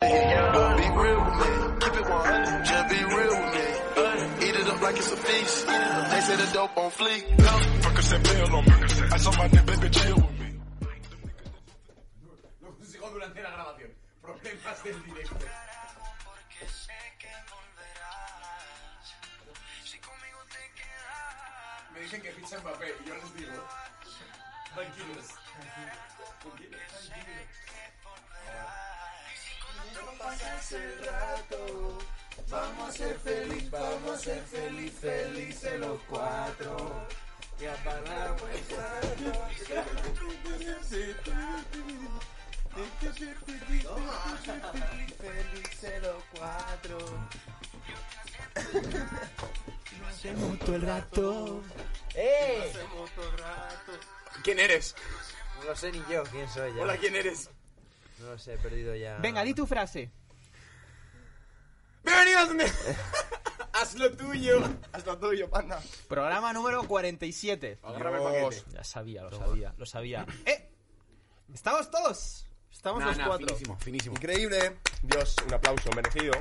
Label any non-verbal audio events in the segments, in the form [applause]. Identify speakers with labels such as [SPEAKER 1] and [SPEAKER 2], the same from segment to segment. [SPEAKER 1] Be real with me. Keep it 100. Just be real with me. Eat it up like it's a feast. They say the dope on fleek. Percocet pill on me. I saw my nigga, baby, chill with me.
[SPEAKER 2] Lo consigo Pues durante la grabación. Problemas del directo. Me dicen que ficha Mbappé y yo les digo. Tranquilos. Tranquilos. ¿Quién eres?
[SPEAKER 3] No lo sé ni yo quién soy ya.
[SPEAKER 2] Hola, ¿quién eres?
[SPEAKER 3] No lo sé, he perdido ya.
[SPEAKER 4] Venga, di tu frase.
[SPEAKER 2] ¡Bienvenidos! me- ¡Haz lo tuyo! ¡Haz lo tuyo, panda!
[SPEAKER 4] Programa número 47.
[SPEAKER 2] Agárrame el paquete.
[SPEAKER 4] Ya sabía, lo sabía, lo sabía. ¡Eh! ¡Estamos todos! Estamos los cuatro.
[SPEAKER 2] finísimo, finísimo.
[SPEAKER 5] Increíble. Dios, un aplauso merecido.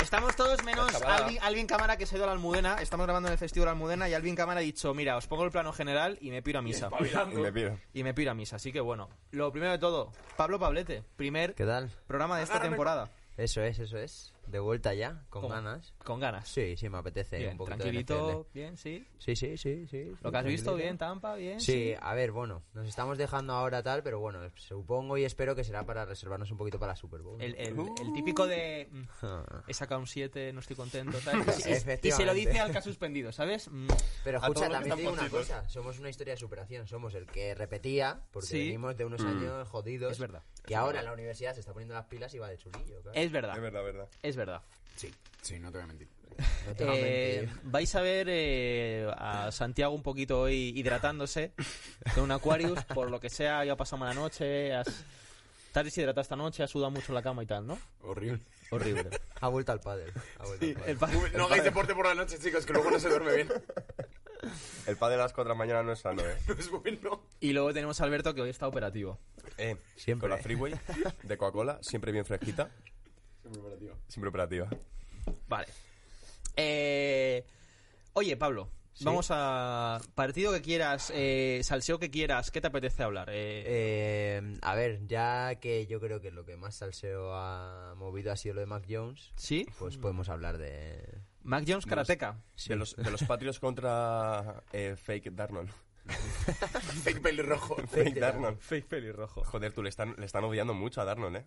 [SPEAKER 4] Estamos todos menos
[SPEAKER 5] Acabada.
[SPEAKER 4] Alvin, Alvin Cámara que se ha ido a la Almudena. Estamos grabando en el Festival de la Almudena y Alvin Cámara ha dicho, mira, os pongo el plano general y me piro a misa.
[SPEAKER 5] Y me pido.
[SPEAKER 4] Y me piro a misa, así que bueno. Lo primero de todo, Pablo Pablete, primer
[SPEAKER 3] ¿Qué tal?
[SPEAKER 4] programa de esta temporada.
[SPEAKER 3] Eso es, eso es. De vuelta ya, con
[SPEAKER 4] Con-
[SPEAKER 3] ganas.
[SPEAKER 4] Con ganas.
[SPEAKER 3] Sí, sí, me apetece
[SPEAKER 4] Bien,
[SPEAKER 3] un poquito de
[SPEAKER 4] tranquilito,
[SPEAKER 3] NFL.
[SPEAKER 4] bien, sí.
[SPEAKER 3] Sí, sí, sí, sí.
[SPEAKER 4] Lo
[SPEAKER 3] sí,
[SPEAKER 4] que has visto,
[SPEAKER 3] tranquilito.
[SPEAKER 4] bien, Tampa, bien.
[SPEAKER 3] Sí, a ver, bueno, nos estamos dejando ahora tal, pero bueno, supongo y espero que será para reservarnos un poquito para la Super Bowl.
[SPEAKER 4] El, el- el típico de mm,
[SPEAKER 3] Ah.
[SPEAKER 4] he sacado un 7, no estoy contento.
[SPEAKER 3] [laughs]
[SPEAKER 4] tal, y- y-
[SPEAKER 3] Efectivamente.
[SPEAKER 4] y se lo dice al que ha suspendido, ¿sabes? Mm,
[SPEAKER 3] Pero
[SPEAKER 5] A todos
[SPEAKER 3] escucha,
[SPEAKER 5] los que
[SPEAKER 3] también te digo una
[SPEAKER 5] están postitos.
[SPEAKER 3] cosa, somos una historia de superación, somos el que repetía, porque
[SPEAKER 4] Sí. Mm.
[SPEAKER 3] venimos de unos años jodidos,
[SPEAKER 4] Es verdad.
[SPEAKER 3] que ahora la universidad se está poniendo las pilas y va de chulillo. claro.
[SPEAKER 4] Es
[SPEAKER 5] Es
[SPEAKER 4] verdad,
[SPEAKER 5] verdad, verdad.
[SPEAKER 4] es verdad.
[SPEAKER 2] Sí, sí, no te voy a mentir.
[SPEAKER 3] No te voy a
[SPEAKER 4] Eh,
[SPEAKER 3] mentir.
[SPEAKER 4] vais a ver eh, a Santiago un poquito hoy hidratándose con un Aquarius, por lo que sea, ya ha pasado mala noche, has, estás deshidratado esta noche, has sudado mucho en la cama y tal, ¿no?
[SPEAKER 2] Horrible.
[SPEAKER 3] [laughs]
[SPEAKER 4] Horrible.
[SPEAKER 3] Ha vuelto al pádel. Ha vuelto al pádel.
[SPEAKER 4] El pa-
[SPEAKER 2] Uy, No hagáis deporte por la noche, chicos, que luego no se duerme bien.
[SPEAKER 5] El padre de las 4 de la mañana no es sano, ¿eh?
[SPEAKER 2] [laughs] No es bueno.
[SPEAKER 4] Y luego tenemos a Alberto que hoy está operativo.
[SPEAKER 5] Eh,
[SPEAKER 3] Siempre.
[SPEAKER 5] Con la Freeway de Coca-Cola, siempre bien fresquita. Siempre operativa. Siempre operativa.
[SPEAKER 4] Vale. Eh, oye, Pablo, vamos a. Partido que quieras, eh, salseo que quieras, ¿qué te apetece hablar? Eh,
[SPEAKER 3] Eh, a ver, ya que yo creo que lo que más salseo ha movido ha sido lo de Mac Jones,
[SPEAKER 4] ¿Sí?
[SPEAKER 3] pues podemos hablar de...
[SPEAKER 4] Mac Jones, karateca.
[SPEAKER 5] De, los, de los Patriots contra eh, Fake Darnold.
[SPEAKER 2] Fake pelirrojo.
[SPEAKER 5] Fake Darnold.
[SPEAKER 4] Fake pelirrojo.
[SPEAKER 5] Joder, tú le están, le están odiando mucho a Darnold, ¿eh?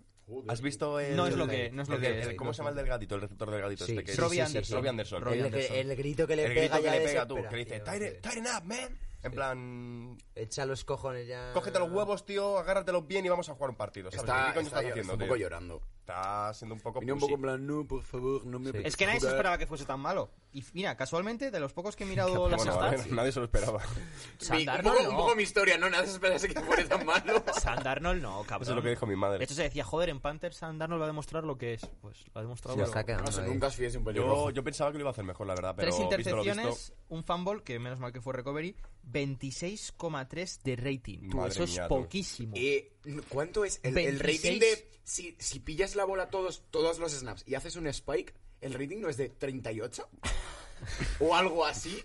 [SPEAKER 5] ¿Has visto el...
[SPEAKER 4] No es lo que- no es lo
[SPEAKER 5] el-
[SPEAKER 4] que
[SPEAKER 5] el-
[SPEAKER 4] es.
[SPEAKER 5] el- ¿Cómo se llama el del gatito? El receptor del gatito.
[SPEAKER 3] Sí,
[SPEAKER 5] este que
[SPEAKER 3] sí,
[SPEAKER 5] es-
[SPEAKER 4] Robbie Anderson.
[SPEAKER 5] Robbie Anderson.
[SPEAKER 4] Robbie
[SPEAKER 3] el, que-
[SPEAKER 4] Anderson.
[SPEAKER 3] el grito que le
[SPEAKER 5] El
[SPEAKER 3] pega
[SPEAKER 5] grito que
[SPEAKER 3] ya
[SPEAKER 5] le
[SPEAKER 3] de
[SPEAKER 5] pega tú, que le dice,
[SPEAKER 3] desesperación, tío".
[SPEAKER 5] "Tighten- tighten up, man. En plan,
[SPEAKER 3] Echa los cojones ya...
[SPEAKER 5] cógete los huevos, tío, agárratelos bien y vamos a jugar un partido. ¿sabes? ¿Qué
[SPEAKER 6] Está,
[SPEAKER 5] coño
[SPEAKER 6] está,
[SPEAKER 5] estás haciendo,
[SPEAKER 6] está un
[SPEAKER 5] tío?
[SPEAKER 6] poco llorando.
[SPEAKER 5] Está siendo un poco
[SPEAKER 6] Venía un poco en
[SPEAKER 5] pussy.
[SPEAKER 6] plan, no, por favor, no me apetece
[SPEAKER 4] Es que nadie se
[SPEAKER 6] jugar".
[SPEAKER 4] esperaba que fuese tan malo. Y mira, casualmente, de los pocos que he mirado las
[SPEAKER 5] [laughs] Bueno, a ver,
[SPEAKER 4] stats,
[SPEAKER 5] nadie se lo esperaba.
[SPEAKER 4] San
[SPEAKER 2] Mi- un,
[SPEAKER 4] Darnold
[SPEAKER 2] poco, un
[SPEAKER 4] no.
[SPEAKER 2] poco mi historia, no nada, esperase que fuera tan
[SPEAKER 4] [laughs]
[SPEAKER 2] malo.
[SPEAKER 4] Sam Darnold no, cabrón.
[SPEAKER 5] Eso es lo que dijo mi
[SPEAKER 4] De
[SPEAKER 5] madre.
[SPEAKER 4] hecho, se decía, joder, en Panthers Sam Darnold va a demostrar lo que es. Pues lo ha demostrado.
[SPEAKER 3] Ya
[SPEAKER 4] pero-
[SPEAKER 3] está quedando
[SPEAKER 6] No sé,
[SPEAKER 3] ahí.
[SPEAKER 6] nunca os fiéis de un pelirrojo.
[SPEAKER 5] Yo, yo pensaba que lo iba a hacer mejor, la verdad, pero
[SPEAKER 4] Tres
[SPEAKER 5] visto lo
[SPEAKER 4] intercepciones,
[SPEAKER 5] visto,
[SPEAKER 4] un fumble, que menos mal que fue recovery, 26,3 de rating. Tú,
[SPEAKER 5] Madre
[SPEAKER 4] eso es
[SPEAKER 5] mía, tú.
[SPEAKER 4] poquísimo.
[SPEAKER 6] Eh,
[SPEAKER 2] ¿Cuánto es el, el rating
[SPEAKER 4] 26?
[SPEAKER 2] de... Si, si pillas la bola todos, todos los snaps y haces un spike, ¿el rating no es de 38? [laughs] ¿O algo así?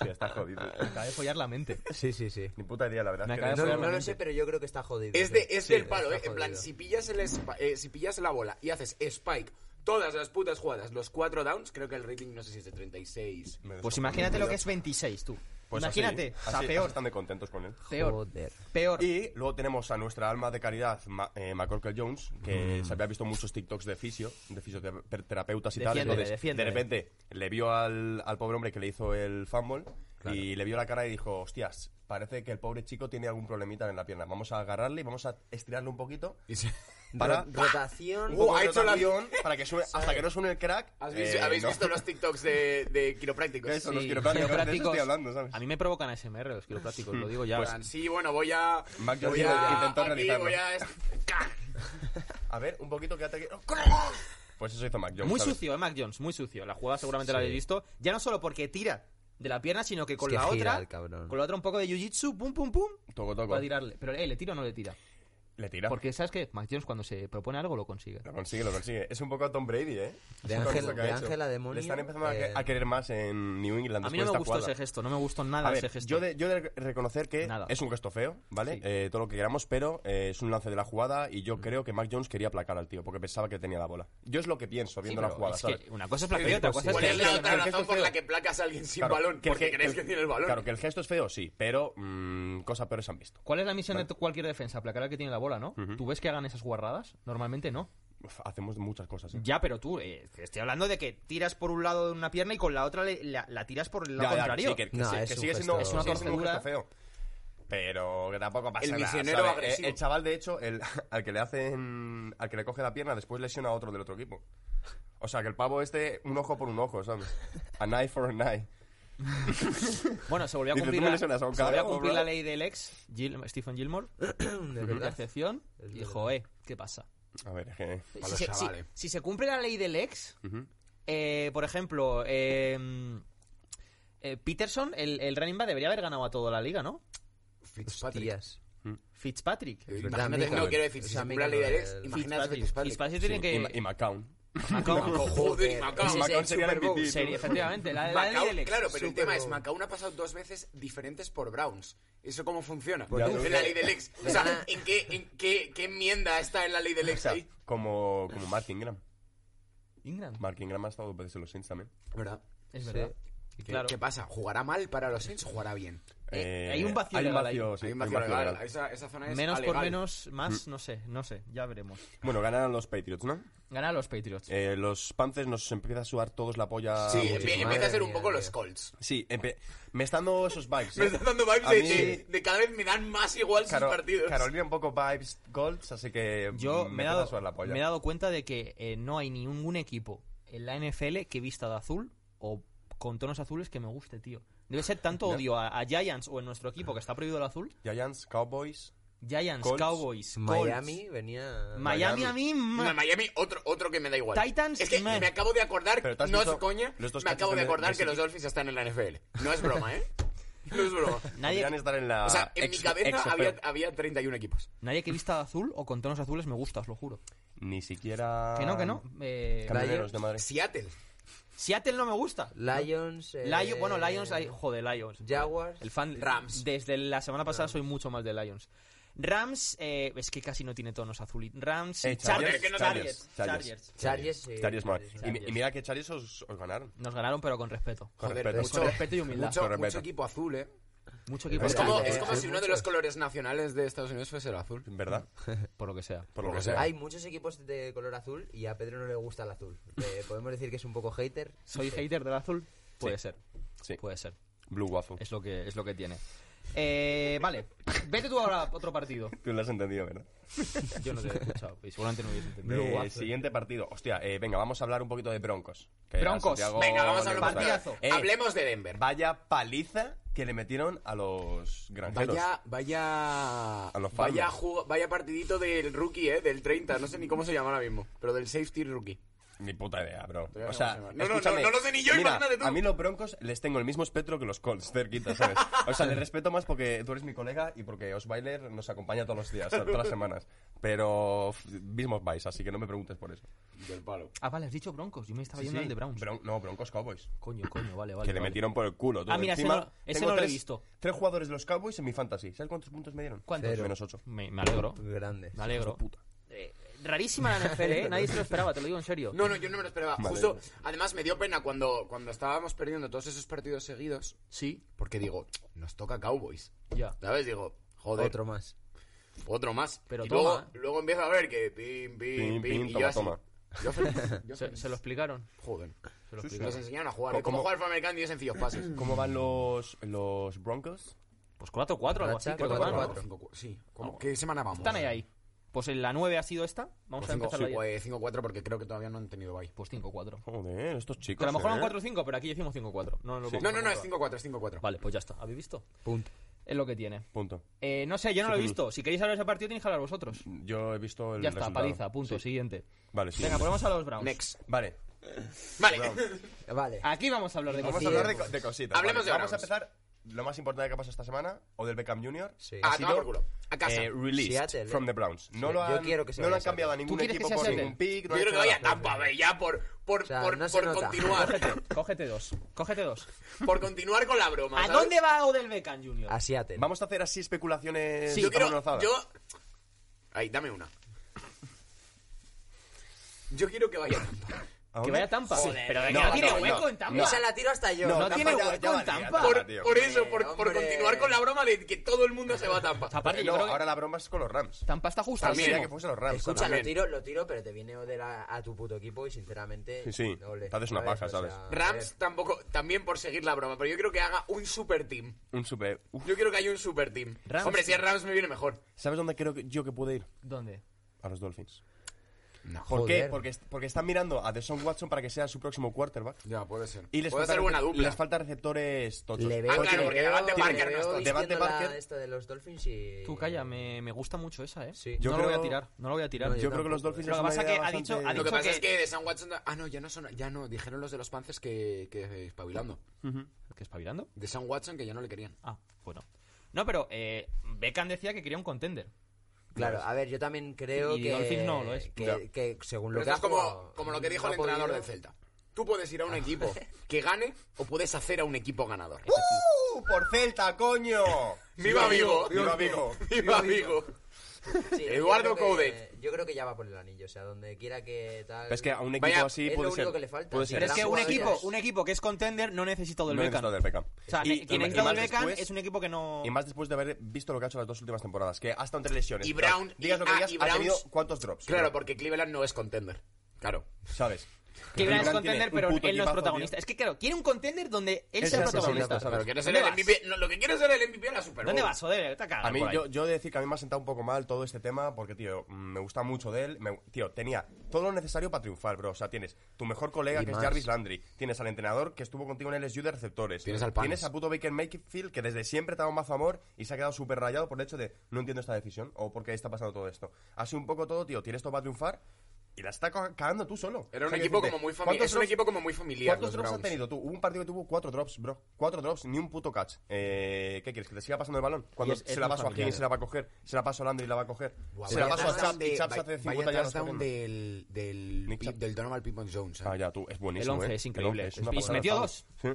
[SPEAKER 5] sí,
[SPEAKER 4] [laughs]
[SPEAKER 5] está jodido.
[SPEAKER 4] Acaba de follar la mente.
[SPEAKER 3] Sí, sí, sí.
[SPEAKER 5] Ni puta idea, la verdad.
[SPEAKER 4] Me
[SPEAKER 5] es que
[SPEAKER 4] acabé
[SPEAKER 5] no-
[SPEAKER 3] No,
[SPEAKER 4] de
[SPEAKER 3] no lo
[SPEAKER 4] Realmente.
[SPEAKER 3] sé, pero yo creo que está jodido.
[SPEAKER 2] Es, de,
[SPEAKER 3] sí.
[SPEAKER 2] es
[SPEAKER 3] Sí,
[SPEAKER 2] del palo, ¿eh?
[SPEAKER 3] está
[SPEAKER 2] En plan,
[SPEAKER 3] jodido.
[SPEAKER 2] si pillas, el spa- eh, si pillas la bola y haces spike todas las putas jugadas, los cuatro downs, creo que el rating no sé si es de 36.
[SPEAKER 5] me
[SPEAKER 4] Pues
[SPEAKER 5] desocupo.
[SPEAKER 4] imagínate lo que es 26, tú.
[SPEAKER 5] Pues así,
[SPEAKER 4] imagínate,
[SPEAKER 5] así,
[SPEAKER 4] o sea,
[SPEAKER 5] así
[SPEAKER 4] peor,
[SPEAKER 5] están de contentos con él.
[SPEAKER 4] peor,
[SPEAKER 3] Joder.
[SPEAKER 4] peor.
[SPEAKER 5] Y luego tenemos a nuestra alma de caridad, Ma eh, McCorkle Jones,
[SPEAKER 4] Mm.
[SPEAKER 5] que se había visto muchos TikToks de fisio, de fisioterapeutas y tal.
[SPEAKER 4] Defiéndele,
[SPEAKER 5] Entonces,
[SPEAKER 4] defiéndele.
[SPEAKER 5] de repente le vio al, al pobre hombre que le hizo el fumble y le vio la cara y dijo, hostias, parece que el pobre chico tiene algún problemita en la pierna. Vamos a agarrarle y vamos a estirarle un poquito.
[SPEAKER 6] y se-
[SPEAKER 5] para...
[SPEAKER 3] Ro- rotación.
[SPEAKER 2] Uh,
[SPEAKER 5] poco
[SPEAKER 2] ha
[SPEAKER 5] de
[SPEAKER 2] hecho el
[SPEAKER 5] rotación [laughs] para que suene- hasta que no suene el crack.
[SPEAKER 2] ¿Has visto-
[SPEAKER 5] [laughs] eh,
[SPEAKER 2] ¿Habéis
[SPEAKER 5] no.
[SPEAKER 2] visto los TikToks de, de
[SPEAKER 5] [laughs]
[SPEAKER 2] quiroprácticos?
[SPEAKER 5] Eso, los
[SPEAKER 4] Sí,
[SPEAKER 5] quiroprácticos, de eso
[SPEAKER 4] quiroprácticos.
[SPEAKER 5] estoy hablando, ¿sabes?
[SPEAKER 4] A mí me provocan ASMR los quiroprácticos, lo digo ya.
[SPEAKER 2] Plan, sí, bueno, voy a...
[SPEAKER 5] Mac
[SPEAKER 2] voy
[SPEAKER 5] Johnson
[SPEAKER 2] a...
[SPEAKER 5] intentó
[SPEAKER 2] aquí,
[SPEAKER 5] realizarlo.
[SPEAKER 2] voy a... est- ¡Ca!
[SPEAKER 5] A ver, un poquito que ataque. Pues eso hizo Mac Jones.
[SPEAKER 4] muy
[SPEAKER 5] ¿sabes?
[SPEAKER 4] sucio, eh, Mac Jones, muy sucio. La jugada seguramente la
[SPEAKER 3] Sí.
[SPEAKER 4] habéis visto. Ya no solo porque tira de la pierna, sino que con
[SPEAKER 3] que
[SPEAKER 4] la
[SPEAKER 3] gira
[SPEAKER 4] otra.
[SPEAKER 3] el cabrón.
[SPEAKER 4] Con la otra un poco de jiu-jitsu, pum, pum, pum.
[SPEAKER 5] Toco,
[SPEAKER 4] Va
[SPEAKER 5] toco.
[SPEAKER 4] a tirarle. Pero, eh, ¿le tira o no le tira?
[SPEAKER 5] Le tira.
[SPEAKER 4] Porque, ¿sabes qué? Mac Jones cuando se propone algo lo consigue.
[SPEAKER 5] Lo consigue, lo consigue. Es un poco a Tom Brady, ¿eh?
[SPEAKER 3] De
[SPEAKER 5] Es un poco
[SPEAKER 3] Ángel-
[SPEAKER 5] eso que
[SPEAKER 3] de
[SPEAKER 5] ha hecho.
[SPEAKER 3] Ángel a demonio,
[SPEAKER 5] Le están empezando a que-
[SPEAKER 3] eh,
[SPEAKER 5] a querer más en New England.
[SPEAKER 4] A mí
[SPEAKER 5] después de
[SPEAKER 4] no me
[SPEAKER 5] esta
[SPEAKER 4] gustó
[SPEAKER 5] jugada.
[SPEAKER 4] ese gesto, no me gustó nada
[SPEAKER 5] A ver,
[SPEAKER 4] ese gesto.
[SPEAKER 5] yo de, yo de reconocer que
[SPEAKER 4] Nada.
[SPEAKER 5] es un gesto feo, ¿vale?
[SPEAKER 4] Sí.
[SPEAKER 5] Eh, todo lo que queramos, pero eh, es un lance de la jugada y yo creo que Mac Jones quería aplacar al tío porque pensaba que tenía la bola. Yo es lo que pienso viendo la
[SPEAKER 4] Pero
[SPEAKER 5] jugada,
[SPEAKER 4] es
[SPEAKER 5] ¿sabes?
[SPEAKER 4] que una cosa es placer y otra cosa es
[SPEAKER 2] ¿Cuál es la
[SPEAKER 4] que...
[SPEAKER 2] otra
[SPEAKER 5] el gesto
[SPEAKER 2] razón por
[SPEAKER 5] feo.
[SPEAKER 2] la que placas a alguien sin
[SPEAKER 5] Claro,
[SPEAKER 2] balón? Porque crees que tiene el balón.
[SPEAKER 5] Claro, que el gesto es feo, sí, pero mm, cosas peores han visto.
[SPEAKER 4] ¿Cuál es la misión de cualquier defensa? Aplacar al que tiene la bola, ¿no? ¿Tú ves que hagan esas guarradas? Normalmente no.
[SPEAKER 5] Uf, hacemos muchas cosas. ¿eh?
[SPEAKER 4] Ya, pero tú, eh, te estoy hablando de que tiras por un lado de una pierna y con la otra le- la, la tiras por el lado
[SPEAKER 5] Ya, ya,
[SPEAKER 4] contrario.
[SPEAKER 5] sí, que, que
[SPEAKER 3] No,
[SPEAKER 5] sí,
[SPEAKER 3] es
[SPEAKER 5] que
[SPEAKER 3] un
[SPEAKER 5] sigue siendo,
[SPEAKER 3] gesto-
[SPEAKER 5] es una
[SPEAKER 4] sigue siendo un
[SPEAKER 5] torcedura
[SPEAKER 4] gesto
[SPEAKER 5] feo. Pero que tampoco pasa
[SPEAKER 2] El
[SPEAKER 5] nada.
[SPEAKER 2] misionero
[SPEAKER 5] ¿sabes?
[SPEAKER 2] agresivo.
[SPEAKER 5] Eh, El, chaval, de hecho, el, [laughs] al que le hacen. Al que le coge la pierna, después lesiona a otro del otro equipo. O sea, que el pavo este, un ojo por un ojo, ¿sabes? A knife for an eye.
[SPEAKER 4] [laughs] Bueno, se volvió a
[SPEAKER 5] Dice,
[SPEAKER 4] cumplir,
[SPEAKER 5] tú me
[SPEAKER 4] la,
[SPEAKER 5] lesionas a un
[SPEAKER 4] se volvió a
[SPEAKER 5] cabrón,
[SPEAKER 4] cumplir
[SPEAKER 5] bro.
[SPEAKER 4] la ley del ex, Gil- Stephen Gilmore,
[SPEAKER 5] [laughs]
[SPEAKER 3] De
[SPEAKER 4] de
[SPEAKER 3] verdad.
[SPEAKER 4] recepción.
[SPEAKER 3] Es
[SPEAKER 4] Y
[SPEAKER 3] verdad.
[SPEAKER 4] dijo, eh, ¿qué pasa?
[SPEAKER 5] A ver, es que.
[SPEAKER 4] Si se, si-
[SPEAKER 2] chavales.
[SPEAKER 4] si se cumple la ley del ex,
[SPEAKER 5] Ujú.
[SPEAKER 4] eh, por ejemplo, eh, eh, Peterson, el, el running back, debería haber ganado a toda la liga, ¿no?
[SPEAKER 2] Fitzpatrick.
[SPEAKER 3] Hostias.
[SPEAKER 4] Fitzpatrick.
[SPEAKER 2] Imagínate,
[SPEAKER 3] Michael.
[SPEAKER 2] no quiero decir, si
[SPEAKER 3] Esa
[SPEAKER 2] se cumple la ley
[SPEAKER 3] Michael,
[SPEAKER 2] del ex,
[SPEAKER 3] el-
[SPEAKER 2] imagínate
[SPEAKER 4] Fitzpatrick.
[SPEAKER 2] Fitzpatrick.
[SPEAKER 4] Fitzpatrick tiene
[SPEAKER 5] Sí,
[SPEAKER 4] que...
[SPEAKER 5] Y, y McCown.
[SPEAKER 4] Macao.
[SPEAKER 2] Joder, y
[SPEAKER 3] Ese
[SPEAKER 2] Macao.
[SPEAKER 3] es el
[SPEAKER 5] Macao sería el
[SPEAKER 3] Super Bowl.
[SPEAKER 5] MVP, tú.
[SPEAKER 4] Sería, efectivamente, la, la ley
[SPEAKER 2] Macao,
[SPEAKER 4] del ex.
[SPEAKER 2] claro, pero el
[SPEAKER 3] Super
[SPEAKER 2] tema es,
[SPEAKER 3] Bowl.
[SPEAKER 2] Macao ha pasado dos veces diferentes por Browns. ¿Eso cómo funciona?
[SPEAKER 5] Ya
[SPEAKER 2] Es
[SPEAKER 5] lo
[SPEAKER 2] la
[SPEAKER 5] sé.
[SPEAKER 2] ley del ex. O sea, ¿en qué, en qué, qué enmienda está en la ley del
[SPEAKER 5] O
[SPEAKER 2] ex
[SPEAKER 5] sea,
[SPEAKER 2] ahí?
[SPEAKER 5] como, como Mark Ingram.
[SPEAKER 4] Ingram.
[SPEAKER 5] Mark Ingram ha estado dos veces en los Saints también.
[SPEAKER 2] ¿Verdad?
[SPEAKER 4] Es verdad.
[SPEAKER 2] ¿Qué,
[SPEAKER 4] Claro.
[SPEAKER 2] qué pasa? ¿Jugará mal para los Saints o jugará bien?
[SPEAKER 4] Eh, hay un vacío
[SPEAKER 5] Hay un
[SPEAKER 4] legal ahí.
[SPEAKER 5] vacío, sí,
[SPEAKER 2] Hay un vacío legal.
[SPEAKER 5] legal.
[SPEAKER 2] Esa, esa zona es
[SPEAKER 4] Menos por
[SPEAKER 2] alegal.
[SPEAKER 4] menos, más, no sé, no sé, ya veremos.
[SPEAKER 5] Bueno, ganaron los Patriots, ¿no?
[SPEAKER 4] Ganar a los Patriots.
[SPEAKER 5] Eh, los Panthers nos empieza a sudar todos la polla.
[SPEAKER 2] Sí, eh.
[SPEAKER 5] muchísimo.
[SPEAKER 2] empie- empieza a
[SPEAKER 3] Madre
[SPEAKER 2] ser un
[SPEAKER 3] mía,
[SPEAKER 2] poco
[SPEAKER 3] tío.
[SPEAKER 2] los Colts.
[SPEAKER 5] Sí, empe- me están dando esos
[SPEAKER 2] [laughs]
[SPEAKER 5] vibes.
[SPEAKER 2] Me
[SPEAKER 5] ¿eh?
[SPEAKER 2] están dando vibes
[SPEAKER 5] A
[SPEAKER 2] de,
[SPEAKER 5] mí-
[SPEAKER 2] de- de cada vez me dan más igual sus
[SPEAKER 5] Caro-
[SPEAKER 2] partidos.
[SPEAKER 5] Carolina un poco vibes golds, así que
[SPEAKER 4] Yo me
[SPEAKER 5] mm,
[SPEAKER 4] he,
[SPEAKER 5] empieza a
[SPEAKER 4] dado,
[SPEAKER 5] sudar la polla.
[SPEAKER 4] me he dado cuenta de que eh, no hay ningún equipo en la NFL que vista de azul o con tonos azules que me guste, tío. Debe ser tanto odio a, a Giants o en nuestro equipo que está prohibido el azul.
[SPEAKER 5] Giants, Cowboys.
[SPEAKER 4] Giants,
[SPEAKER 5] Colts.
[SPEAKER 4] Cowboys, Colts.
[SPEAKER 3] Miami venía.
[SPEAKER 4] Miami.
[SPEAKER 5] Miami.
[SPEAKER 4] a mí.
[SPEAKER 2] No,
[SPEAKER 4] ma-
[SPEAKER 2] en Miami, otro, otro que me da igual.
[SPEAKER 4] Titans,
[SPEAKER 2] es que
[SPEAKER 4] meh.
[SPEAKER 2] me acabo de acordar,
[SPEAKER 5] Pero te has
[SPEAKER 2] no es
[SPEAKER 5] visto
[SPEAKER 2] coña,
[SPEAKER 5] los dos
[SPEAKER 2] me acabo de
[SPEAKER 5] cachos de-
[SPEAKER 2] acordar
[SPEAKER 5] de
[SPEAKER 2] que los
[SPEAKER 5] City.
[SPEAKER 2] Dolphins están en la NFL. No es broma,
[SPEAKER 5] [laughs]
[SPEAKER 2] ¿eh? No es broma.
[SPEAKER 4] Nadie,
[SPEAKER 5] Podrían estar en la.
[SPEAKER 2] O sea, en
[SPEAKER 5] ex-
[SPEAKER 2] mi cabeza
[SPEAKER 5] XFL.
[SPEAKER 2] había, había 31 equipos.
[SPEAKER 4] nadie que vista de azul o con tonos azules me gusta, os lo juro.
[SPEAKER 5] Ni siquiera.
[SPEAKER 4] Que no, que no. Eh,
[SPEAKER 5] Camioneros de Madrid.
[SPEAKER 2] Seattle.
[SPEAKER 4] Seattle no me gusta.
[SPEAKER 3] Lions. eh,
[SPEAKER 4] Lion- bueno, Lions, hay- joder, Lions.
[SPEAKER 3] Jaguars.
[SPEAKER 4] El fan
[SPEAKER 2] Rams.
[SPEAKER 4] Desde la semana pasada soy mucho más de Lions. Rams, eh, es que casi no tiene tonos azul. Rams,
[SPEAKER 5] Eh,
[SPEAKER 4] Chargers,
[SPEAKER 5] Chargers,
[SPEAKER 4] Chargers,
[SPEAKER 5] Chargers,
[SPEAKER 4] Chargers.
[SPEAKER 3] Chargers. eh, sí,
[SPEAKER 2] eh,
[SPEAKER 5] Chargers, madre.
[SPEAKER 3] Chargers.
[SPEAKER 5] Y, mi- y mira que Chargers os, os ganaron.
[SPEAKER 4] Nos ganaron, pero con respeto.
[SPEAKER 5] Con
[SPEAKER 2] Joder,
[SPEAKER 5] respeto.
[SPEAKER 2] mucho-
[SPEAKER 4] Con respeto y humildad.
[SPEAKER 2] Mucho,
[SPEAKER 5] Con respeto.
[SPEAKER 2] mucho equipo azul, ¿eh?
[SPEAKER 4] Mucho equipo
[SPEAKER 2] Es
[SPEAKER 4] grande,
[SPEAKER 2] como,
[SPEAKER 4] eh,
[SPEAKER 2] es como
[SPEAKER 4] hay
[SPEAKER 2] si uno de los colores nacionales de Estados Unidos fuese el azul.
[SPEAKER 5] ¿Verdad?
[SPEAKER 4] mucho- Por lo que sea.
[SPEAKER 5] Por lo que
[SPEAKER 2] que
[SPEAKER 5] sea.
[SPEAKER 3] Hay muchos equipos de color azul y a Pedro no le gusta el azul. Eh, Podemos decir que es un poco hater.
[SPEAKER 4] ¿Soy
[SPEAKER 3] Sí.
[SPEAKER 4] hater del azul? Puede ser,
[SPEAKER 5] Sí.
[SPEAKER 4] puede ser.
[SPEAKER 5] Blue Waffle.
[SPEAKER 4] Es lo que, es lo que tiene. Eh, vale, vete tú ahora a otro partido.
[SPEAKER 2] pues.
[SPEAKER 5] Tú lo has entendido, ¿verdad?
[SPEAKER 4] Yo no te he escuchado y seguramente no hubiese entendido.
[SPEAKER 5] Eh, siguiente partido. Hostia, eh, venga, vamos a hablar un poquito de Broncos. Que a
[SPEAKER 4] Broncos.
[SPEAKER 5] Santiago
[SPEAKER 2] Venga, vamos a
[SPEAKER 5] le
[SPEAKER 2] hablar
[SPEAKER 5] gusta.
[SPEAKER 4] Partidazo.
[SPEAKER 5] Eh,
[SPEAKER 2] Hablemos de Denver.
[SPEAKER 5] Vaya paliza que le metieron a los granjeros.
[SPEAKER 2] Vaya, vaya.
[SPEAKER 5] A los
[SPEAKER 2] vaya,
[SPEAKER 5] Falcons.
[SPEAKER 2] jugo- vaya partidito del rookie, ¿eh? Del 30. No sé ni cómo se llama ahora mismo. Pero del safety rookie.
[SPEAKER 5] Ni puta idea, bro.
[SPEAKER 2] Todavía
[SPEAKER 5] O
[SPEAKER 2] no
[SPEAKER 5] sea,
[SPEAKER 2] sé, no. No, no,
[SPEAKER 5] escúchame,
[SPEAKER 2] no, no lo sé ni yo,
[SPEAKER 5] mira,
[SPEAKER 2] imagínate tú.
[SPEAKER 5] A mí los broncos les tengo el mismo espectro que los Colts, cerquita, ¿sabes? O sea, les respeto más porque tú eres mi colega y porque Osweiler nos acompaña todos los días, todas las semanas. Pero f- mismos vais, así que no me preguntes por eso.
[SPEAKER 2] Del palo.
[SPEAKER 4] Ah, vale, has dicho Broncos. Yo me estaba yendo
[SPEAKER 5] Sí,
[SPEAKER 4] al de Browns.
[SPEAKER 5] Bron- no, Broncos Cowboys.
[SPEAKER 4] Coño, coño, vale, vale.
[SPEAKER 5] que le
[SPEAKER 4] vale.
[SPEAKER 5] metieron por el culo. tú.
[SPEAKER 4] Ah, mira, ese
[SPEAKER 5] Encima,
[SPEAKER 4] no- ese
[SPEAKER 5] tengo
[SPEAKER 4] no lo he
[SPEAKER 5] tres-
[SPEAKER 4] visto.
[SPEAKER 5] Tres jugadores de los Cowboys en mi fantasy. ¿Sabes cuántos puntos me dieron?
[SPEAKER 4] ¿Cuántos? Cero.
[SPEAKER 5] Menos ocho.
[SPEAKER 4] Me, me alegro.
[SPEAKER 3] Grandes.
[SPEAKER 4] Me alegro. Eh, rarísima la NFL, ¿eh? Nadie se lo esperaba, te lo digo en serio.
[SPEAKER 2] No, no, yo no me lo esperaba.
[SPEAKER 5] Vale.
[SPEAKER 2] Justo, además me dio pena cuando, cuando estábamos perdiendo todos esos partidos seguidos,
[SPEAKER 4] Sí,
[SPEAKER 2] porque digo, nos toca Cowboys.
[SPEAKER 4] ya.
[SPEAKER 2] ¿Sabes? Digo, joder, otro,
[SPEAKER 3] Otro más.
[SPEAKER 2] más.
[SPEAKER 4] Pero
[SPEAKER 2] y
[SPEAKER 4] toma,
[SPEAKER 2] luego,
[SPEAKER 4] ¿eh?
[SPEAKER 2] luego empiezo a ver que pim, pim, pim,
[SPEAKER 5] Pim, pim,
[SPEAKER 2] y
[SPEAKER 5] toma,
[SPEAKER 2] yo así.
[SPEAKER 5] toma.
[SPEAKER 2] Yo feliz,
[SPEAKER 4] [laughs]
[SPEAKER 2] yo
[SPEAKER 4] Se,
[SPEAKER 2] feliz.
[SPEAKER 4] se lo explicaron.
[SPEAKER 2] Joder.
[SPEAKER 4] Se lo
[SPEAKER 2] Nos
[SPEAKER 4] explicaron.
[SPEAKER 2] enseñaron a jugar. ¿eh? Cómo
[SPEAKER 5] ¿Cómo-
[SPEAKER 2] jugar al americano y es sencillos pases.
[SPEAKER 5] ¿Cómo van los, los Broncos?
[SPEAKER 4] Pues 4-4, algo así.
[SPEAKER 3] Racha,
[SPEAKER 4] creo que
[SPEAKER 3] cuatro,
[SPEAKER 4] van, ¿no?
[SPEAKER 3] cuatro.
[SPEAKER 2] Cinco, cu- Sí. ¿Cómo? ¿Qué semana vamos?
[SPEAKER 4] Están ahí, ahí. Pues en la 9 ha sido esta. Vamos
[SPEAKER 7] Pues
[SPEAKER 4] a
[SPEAKER 7] cinco-
[SPEAKER 4] empezar la
[SPEAKER 7] sí,
[SPEAKER 2] eh,
[SPEAKER 7] pues 5-4 porque creo que todavía no han tenido bye.
[SPEAKER 4] Pues 5-4.
[SPEAKER 5] Joder, estos chicos.
[SPEAKER 4] Que a lo mejor
[SPEAKER 5] eh.
[SPEAKER 4] eran 4-5, pero aquí decimos 5-4. No, lo
[SPEAKER 5] Sí.
[SPEAKER 4] pongo
[SPEAKER 7] No, no, no,
[SPEAKER 4] como
[SPEAKER 7] es 5-4, es 5-4.
[SPEAKER 4] Vale, pues ya está. ¿Habéis visto?
[SPEAKER 3] Punto.
[SPEAKER 4] Es lo que tiene.
[SPEAKER 5] Punto.
[SPEAKER 4] Eh, no sé, yo no lo he visto. Si queréis hablar de ese partido, tenéis que hablar vosotros.
[SPEAKER 5] Yo he visto el
[SPEAKER 4] Ya está,
[SPEAKER 5] resultado.
[SPEAKER 4] paliza, punto,
[SPEAKER 5] Sí.
[SPEAKER 4] siguiente.
[SPEAKER 5] Vale, sí.
[SPEAKER 4] Venga, Pues ponemos a los Browns.
[SPEAKER 7] Next.
[SPEAKER 5] Vale.
[SPEAKER 7] Vale.
[SPEAKER 2] [laughs]
[SPEAKER 3] Vale.
[SPEAKER 4] Aquí vamos a hablar de
[SPEAKER 5] Vamos a
[SPEAKER 4] cosas.
[SPEAKER 5] hablar de, co- de cositas.
[SPEAKER 7] Hablemos de
[SPEAKER 5] Vamos a
[SPEAKER 7] Browns.
[SPEAKER 5] empezar lo más importante que ha pasado esta semana, o del Beckham Jr.
[SPEAKER 3] Sí.
[SPEAKER 5] ha
[SPEAKER 7] Ah, toma
[SPEAKER 5] sido,
[SPEAKER 7] por culo. A casa.
[SPEAKER 5] eh, released
[SPEAKER 3] Seattle, eh.
[SPEAKER 5] from the Browns. No
[SPEAKER 3] Sí,
[SPEAKER 5] lo
[SPEAKER 3] yo
[SPEAKER 5] han,
[SPEAKER 3] quiero que se
[SPEAKER 5] no lo
[SPEAKER 3] vaya
[SPEAKER 5] han cambiado a
[SPEAKER 4] ¿Tú
[SPEAKER 5] ningún
[SPEAKER 4] quieres que
[SPEAKER 5] equipo
[SPEAKER 4] sea
[SPEAKER 5] por
[SPEAKER 4] Seattle?
[SPEAKER 5] ningún pick. no
[SPEAKER 7] Yo
[SPEAKER 5] han
[SPEAKER 7] creo que
[SPEAKER 5] hecho
[SPEAKER 7] vaya
[SPEAKER 5] nada.
[SPEAKER 7] Tampa Bay ya por, por,
[SPEAKER 3] O sea,
[SPEAKER 7] por,
[SPEAKER 3] no se
[SPEAKER 7] por
[SPEAKER 3] nota.
[SPEAKER 7] continuar.
[SPEAKER 3] [laughs]
[SPEAKER 4] Cógete, cógete dos, cógete dos.
[SPEAKER 7] por continuar con la broma.
[SPEAKER 4] ¿A
[SPEAKER 7] ¿sabes?
[SPEAKER 4] dónde va Odell Beckham Jr.?
[SPEAKER 3] A Seattle.
[SPEAKER 5] Vamos a hacer así especulaciones
[SPEAKER 7] yo
[SPEAKER 5] a
[SPEAKER 7] quiero.
[SPEAKER 5] mano alzada.
[SPEAKER 7] Yo. Ay, dame una. Yo quiero que vaya Tampa.
[SPEAKER 4] Que
[SPEAKER 5] ¿A dónde?
[SPEAKER 4] vaya a Tampa.
[SPEAKER 5] Sí.
[SPEAKER 4] Pero que no,
[SPEAKER 5] No,
[SPEAKER 4] tiene
[SPEAKER 5] no,
[SPEAKER 4] hueco
[SPEAKER 5] no,
[SPEAKER 4] en Tampa.
[SPEAKER 5] no.
[SPEAKER 3] Esa la tiro hasta yo.
[SPEAKER 5] No,
[SPEAKER 4] No
[SPEAKER 5] Tampa
[SPEAKER 4] tiene
[SPEAKER 5] ya- ya
[SPEAKER 4] hueco en
[SPEAKER 5] valía,
[SPEAKER 4] Tampa.
[SPEAKER 5] Tampa,
[SPEAKER 7] Por,
[SPEAKER 5] tío.
[SPEAKER 7] por eso, por, por
[SPEAKER 3] hombre.
[SPEAKER 7] continuar con la broma de que todo el mundo se va a Tampa.
[SPEAKER 4] Aparte, yo
[SPEAKER 5] No,
[SPEAKER 4] creo que
[SPEAKER 5] ahora la broma es con los Rams.
[SPEAKER 4] Tampa está justo.
[SPEAKER 7] También.
[SPEAKER 4] sí.
[SPEAKER 5] Sería que fuese los Rams.
[SPEAKER 3] Escucha,
[SPEAKER 5] ¿sabes?
[SPEAKER 3] lo tiro, lo tiro, pero te viene Odell a, a tu puto equipo y sinceramente.
[SPEAKER 5] Sí, sí.
[SPEAKER 3] no le-
[SPEAKER 5] Te haces una paja,
[SPEAKER 3] O sea,
[SPEAKER 5] ¿sabes?
[SPEAKER 7] Rams tampoco, también por seguir la broma, pero yo creo que haga un super team.
[SPEAKER 5] Un super... Uf,
[SPEAKER 7] Yo quiero que haya un super team.
[SPEAKER 4] Rams.
[SPEAKER 7] Hombre, si es Rams me viene mejor.
[SPEAKER 5] ¿Sabes dónde creo que- yo que pude ir?
[SPEAKER 4] ¿Dónde?
[SPEAKER 5] A los Dolphins.
[SPEAKER 7] No.
[SPEAKER 5] ¿Por qué?
[SPEAKER 3] Joder.
[SPEAKER 5] Porque, est- porque están mirando a Deshaun Watson para que sea su próximo quarterback.
[SPEAKER 7] Ya, puede ser.
[SPEAKER 5] Y les
[SPEAKER 7] puede
[SPEAKER 5] falta
[SPEAKER 7] ser buena
[SPEAKER 5] rece-
[SPEAKER 7] dupla.
[SPEAKER 5] Les falta receptores tochos.
[SPEAKER 3] Le veo,
[SPEAKER 7] Ah, claro,
[SPEAKER 3] le
[SPEAKER 7] porque
[SPEAKER 3] veo-
[SPEAKER 7] Devante
[SPEAKER 3] le
[SPEAKER 7] Parker no
[SPEAKER 3] veo
[SPEAKER 7] está.
[SPEAKER 3] vistiendo
[SPEAKER 5] Devante Parker.
[SPEAKER 3] La, esta de los Dolphins y.
[SPEAKER 4] Tú calla, me, me gusta mucho esa, ¿eh?
[SPEAKER 3] Sí.
[SPEAKER 5] Yo
[SPEAKER 4] no lo
[SPEAKER 5] creo-
[SPEAKER 4] voy a tirar, no lo voy a tirar.
[SPEAKER 3] No,
[SPEAKER 5] Yo,
[SPEAKER 3] Yo
[SPEAKER 5] creo que los
[SPEAKER 3] tampoco,
[SPEAKER 5] Dolphins
[SPEAKER 4] eh. Lo que
[SPEAKER 5] es una
[SPEAKER 4] pasa que
[SPEAKER 5] idea
[SPEAKER 4] ha dicho-
[SPEAKER 5] bastante-
[SPEAKER 4] ha
[SPEAKER 7] Lo que
[SPEAKER 4] dicho
[SPEAKER 7] pasa
[SPEAKER 4] que-
[SPEAKER 7] es que de San Watson. Ah, no, ya no son. Ya no, dijeron los de los Panthers que, que espabilando.
[SPEAKER 4] ¿Qué espabilando?
[SPEAKER 7] De San Watson que ya no le querían.
[SPEAKER 4] Ah, bueno. No, pero eh, Beckham decía que quería un contender.
[SPEAKER 3] Claro, a ver, yo también creo
[SPEAKER 4] Y
[SPEAKER 3] que.
[SPEAKER 4] Dolphins no lo es.
[SPEAKER 5] Ya.
[SPEAKER 3] Que, que según
[SPEAKER 7] Pero
[SPEAKER 3] lo
[SPEAKER 7] esto
[SPEAKER 3] que ha
[SPEAKER 7] es como,
[SPEAKER 3] jugado,
[SPEAKER 7] como lo que dijo el
[SPEAKER 3] no ha
[SPEAKER 7] entrenador
[SPEAKER 3] podido.
[SPEAKER 7] del Celta. Tú puedes ir a un equipo que gane o puedes hacer a un equipo ganador.
[SPEAKER 5] ¡Uh! ¡Por Celta, [laughs] coño!
[SPEAKER 7] ¡Viva Vigo!
[SPEAKER 5] ¡Viva Vigo!
[SPEAKER 7] ¡Viva Vigo!
[SPEAKER 3] Sí, yo
[SPEAKER 7] Eduardo
[SPEAKER 3] creo que-
[SPEAKER 7] Coudet.
[SPEAKER 3] Yo creo que ya va por el anillo, o sea, donde quiera que tal.
[SPEAKER 5] Es que a un equipo
[SPEAKER 7] Vaya,
[SPEAKER 5] así
[SPEAKER 3] es lo
[SPEAKER 5] puede
[SPEAKER 3] único
[SPEAKER 5] ser.
[SPEAKER 3] que le falta.
[SPEAKER 5] Puede
[SPEAKER 3] Si
[SPEAKER 5] ser.
[SPEAKER 4] Pero es que
[SPEAKER 3] Gran
[SPEAKER 4] un
[SPEAKER 3] jugador
[SPEAKER 4] equipo,
[SPEAKER 3] es.
[SPEAKER 4] un equipo que es contender no necesita del
[SPEAKER 5] No
[SPEAKER 4] Beckham.
[SPEAKER 5] necesito del Beckham.
[SPEAKER 4] O sea, ne- quien
[SPEAKER 5] y
[SPEAKER 4] necesita
[SPEAKER 5] más
[SPEAKER 4] del Beckham
[SPEAKER 5] después-
[SPEAKER 4] es un equipo que no...
[SPEAKER 5] Y más después de haber visto lo que ha hecho las dos últimas temporadas, que ha estado entre lesiones.
[SPEAKER 7] Y Brown-
[SPEAKER 5] Digas lo que
[SPEAKER 7] y- ah,
[SPEAKER 5] digas,
[SPEAKER 7] y
[SPEAKER 5] ha tenido
[SPEAKER 7] Browns-
[SPEAKER 5] cuántos drops.
[SPEAKER 7] Claro, porque Cleveland no es contender. Claro.
[SPEAKER 5] ¿Sabes?
[SPEAKER 4] Que Brown es
[SPEAKER 5] Cleveland
[SPEAKER 4] contender,
[SPEAKER 5] tiene un
[SPEAKER 4] pero
[SPEAKER 5] puto
[SPEAKER 4] él no es
[SPEAKER 5] equipazo,
[SPEAKER 4] protagonista.
[SPEAKER 5] tío.
[SPEAKER 4] Es que claro, quiere un contender donde él sea
[SPEAKER 5] Ese es el
[SPEAKER 4] protagonista.
[SPEAKER 5] protagonista, ¿sabes?
[SPEAKER 7] Pero quieres ser
[SPEAKER 4] ¿Dónde
[SPEAKER 7] el
[SPEAKER 4] vas?
[SPEAKER 7] MVP. no, lo que quieres ser el MVP de la Super Bowl.
[SPEAKER 4] ¿Dónde vas, Oder? Te cagas
[SPEAKER 5] A mí,
[SPEAKER 4] por ahí.
[SPEAKER 5] yo, yo he de decir que a mí me ha sentado un poco mal todo este tema, porque, tío, mm, me gusta mucho de él. Me- tío, tenía todo lo necesario para triunfar, bro. O sea, tienes tu mejor colega,
[SPEAKER 3] Y
[SPEAKER 5] que
[SPEAKER 3] más.
[SPEAKER 5] es Jarvis Landry. Tienes al entrenador que estuvo contigo en el SU de receptores.
[SPEAKER 7] Tienes al Panos.
[SPEAKER 5] Tienes a puto Baker Mayfield, que desde siempre te ha dado mazo amor y se ha quedado súper rayado por el hecho de no entiendo esta decisión o por qué está pasando todo esto. Así un poco todo, tío, tienes todo para triunfar y la está ca- cagando tú solo.
[SPEAKER 7] Era
[SPEAKER 5] O
[SPEAKER 7] un
[SPEAKER 5] sea, que
[SPEAKER 7] equipo
[SPEAKER 5] decirte,
[SPEAKER 7] como muy familiar.
[SPEAKER 5] ¿cuántos
[SPEAKER 7] Es un
[SPEAKER 5] drops-
[SPEAKER 7] equipo como muy familiar.
[SPEAKER 5] ¿Cuántos
[SPEAKER 7] los
[SPEAKER 5] drops han
[SPEAKER 7] Browns.
[SPEAKER 5] tenido tú? Hubo un partido que tuvo cuatro drops, bro. Cuatro drops, ni un puto catch. Eh, ¿Qué quieres? ¿Que te siga pasando el balón? Cuando
[SPEAKER 4] es-
[SPEAKER 5] se
[SPEAKER 4] es
[SPEAKER 5] la
[SPEAKER 4] muy
[SPEAKER 5] paso a
[SPEAKER 4] familiar.
[SPEAKER 5] Higgins, se la va a coger. Se la paso a Landry, la va a coger.
[SPEAKER 7] Guau,
[SPEAKER 5] se
[SPEAKER 7] vaya
[SPEAKER 5] la paso a
[SPEAKER 7] touchdown
[SPEAKER 5] Chaps y
[SPEAKER 7] de-
[SPEAKER 5] Chaps
[SPEAKER 7] vaya-
[SPEAKER 5] hace
[SPEAKER 7] vaya
[SPEAKER 5] 50 yardas
[SPEAKER 7] touchdown
[SPEAKER 5] corriendo.
[SPEAKER 7] del, del,
[SPEAKER 5] Nick
[SPEAKER 7] Pi-
[SPEAKER 5] Chubb.
[SPEAKER 7] del Donovan Pippon Jones. ¿eh?
[SPEAKER 5] Ah, ya, tú. Es buenísimo,
[SPEAKER 4] El once
[SPEAKER 5] eh.
[SPEAKER 4] es increíble.
[SPEAKER 5] once, una
[SPEAKER 4] Y se
[SPEAKER 5] pasada,
[SPEAKER 4] metió
[SPEAKER 5] Pablo.
[SPEAKER 4] dos.
[SPEAKER 5] Sí.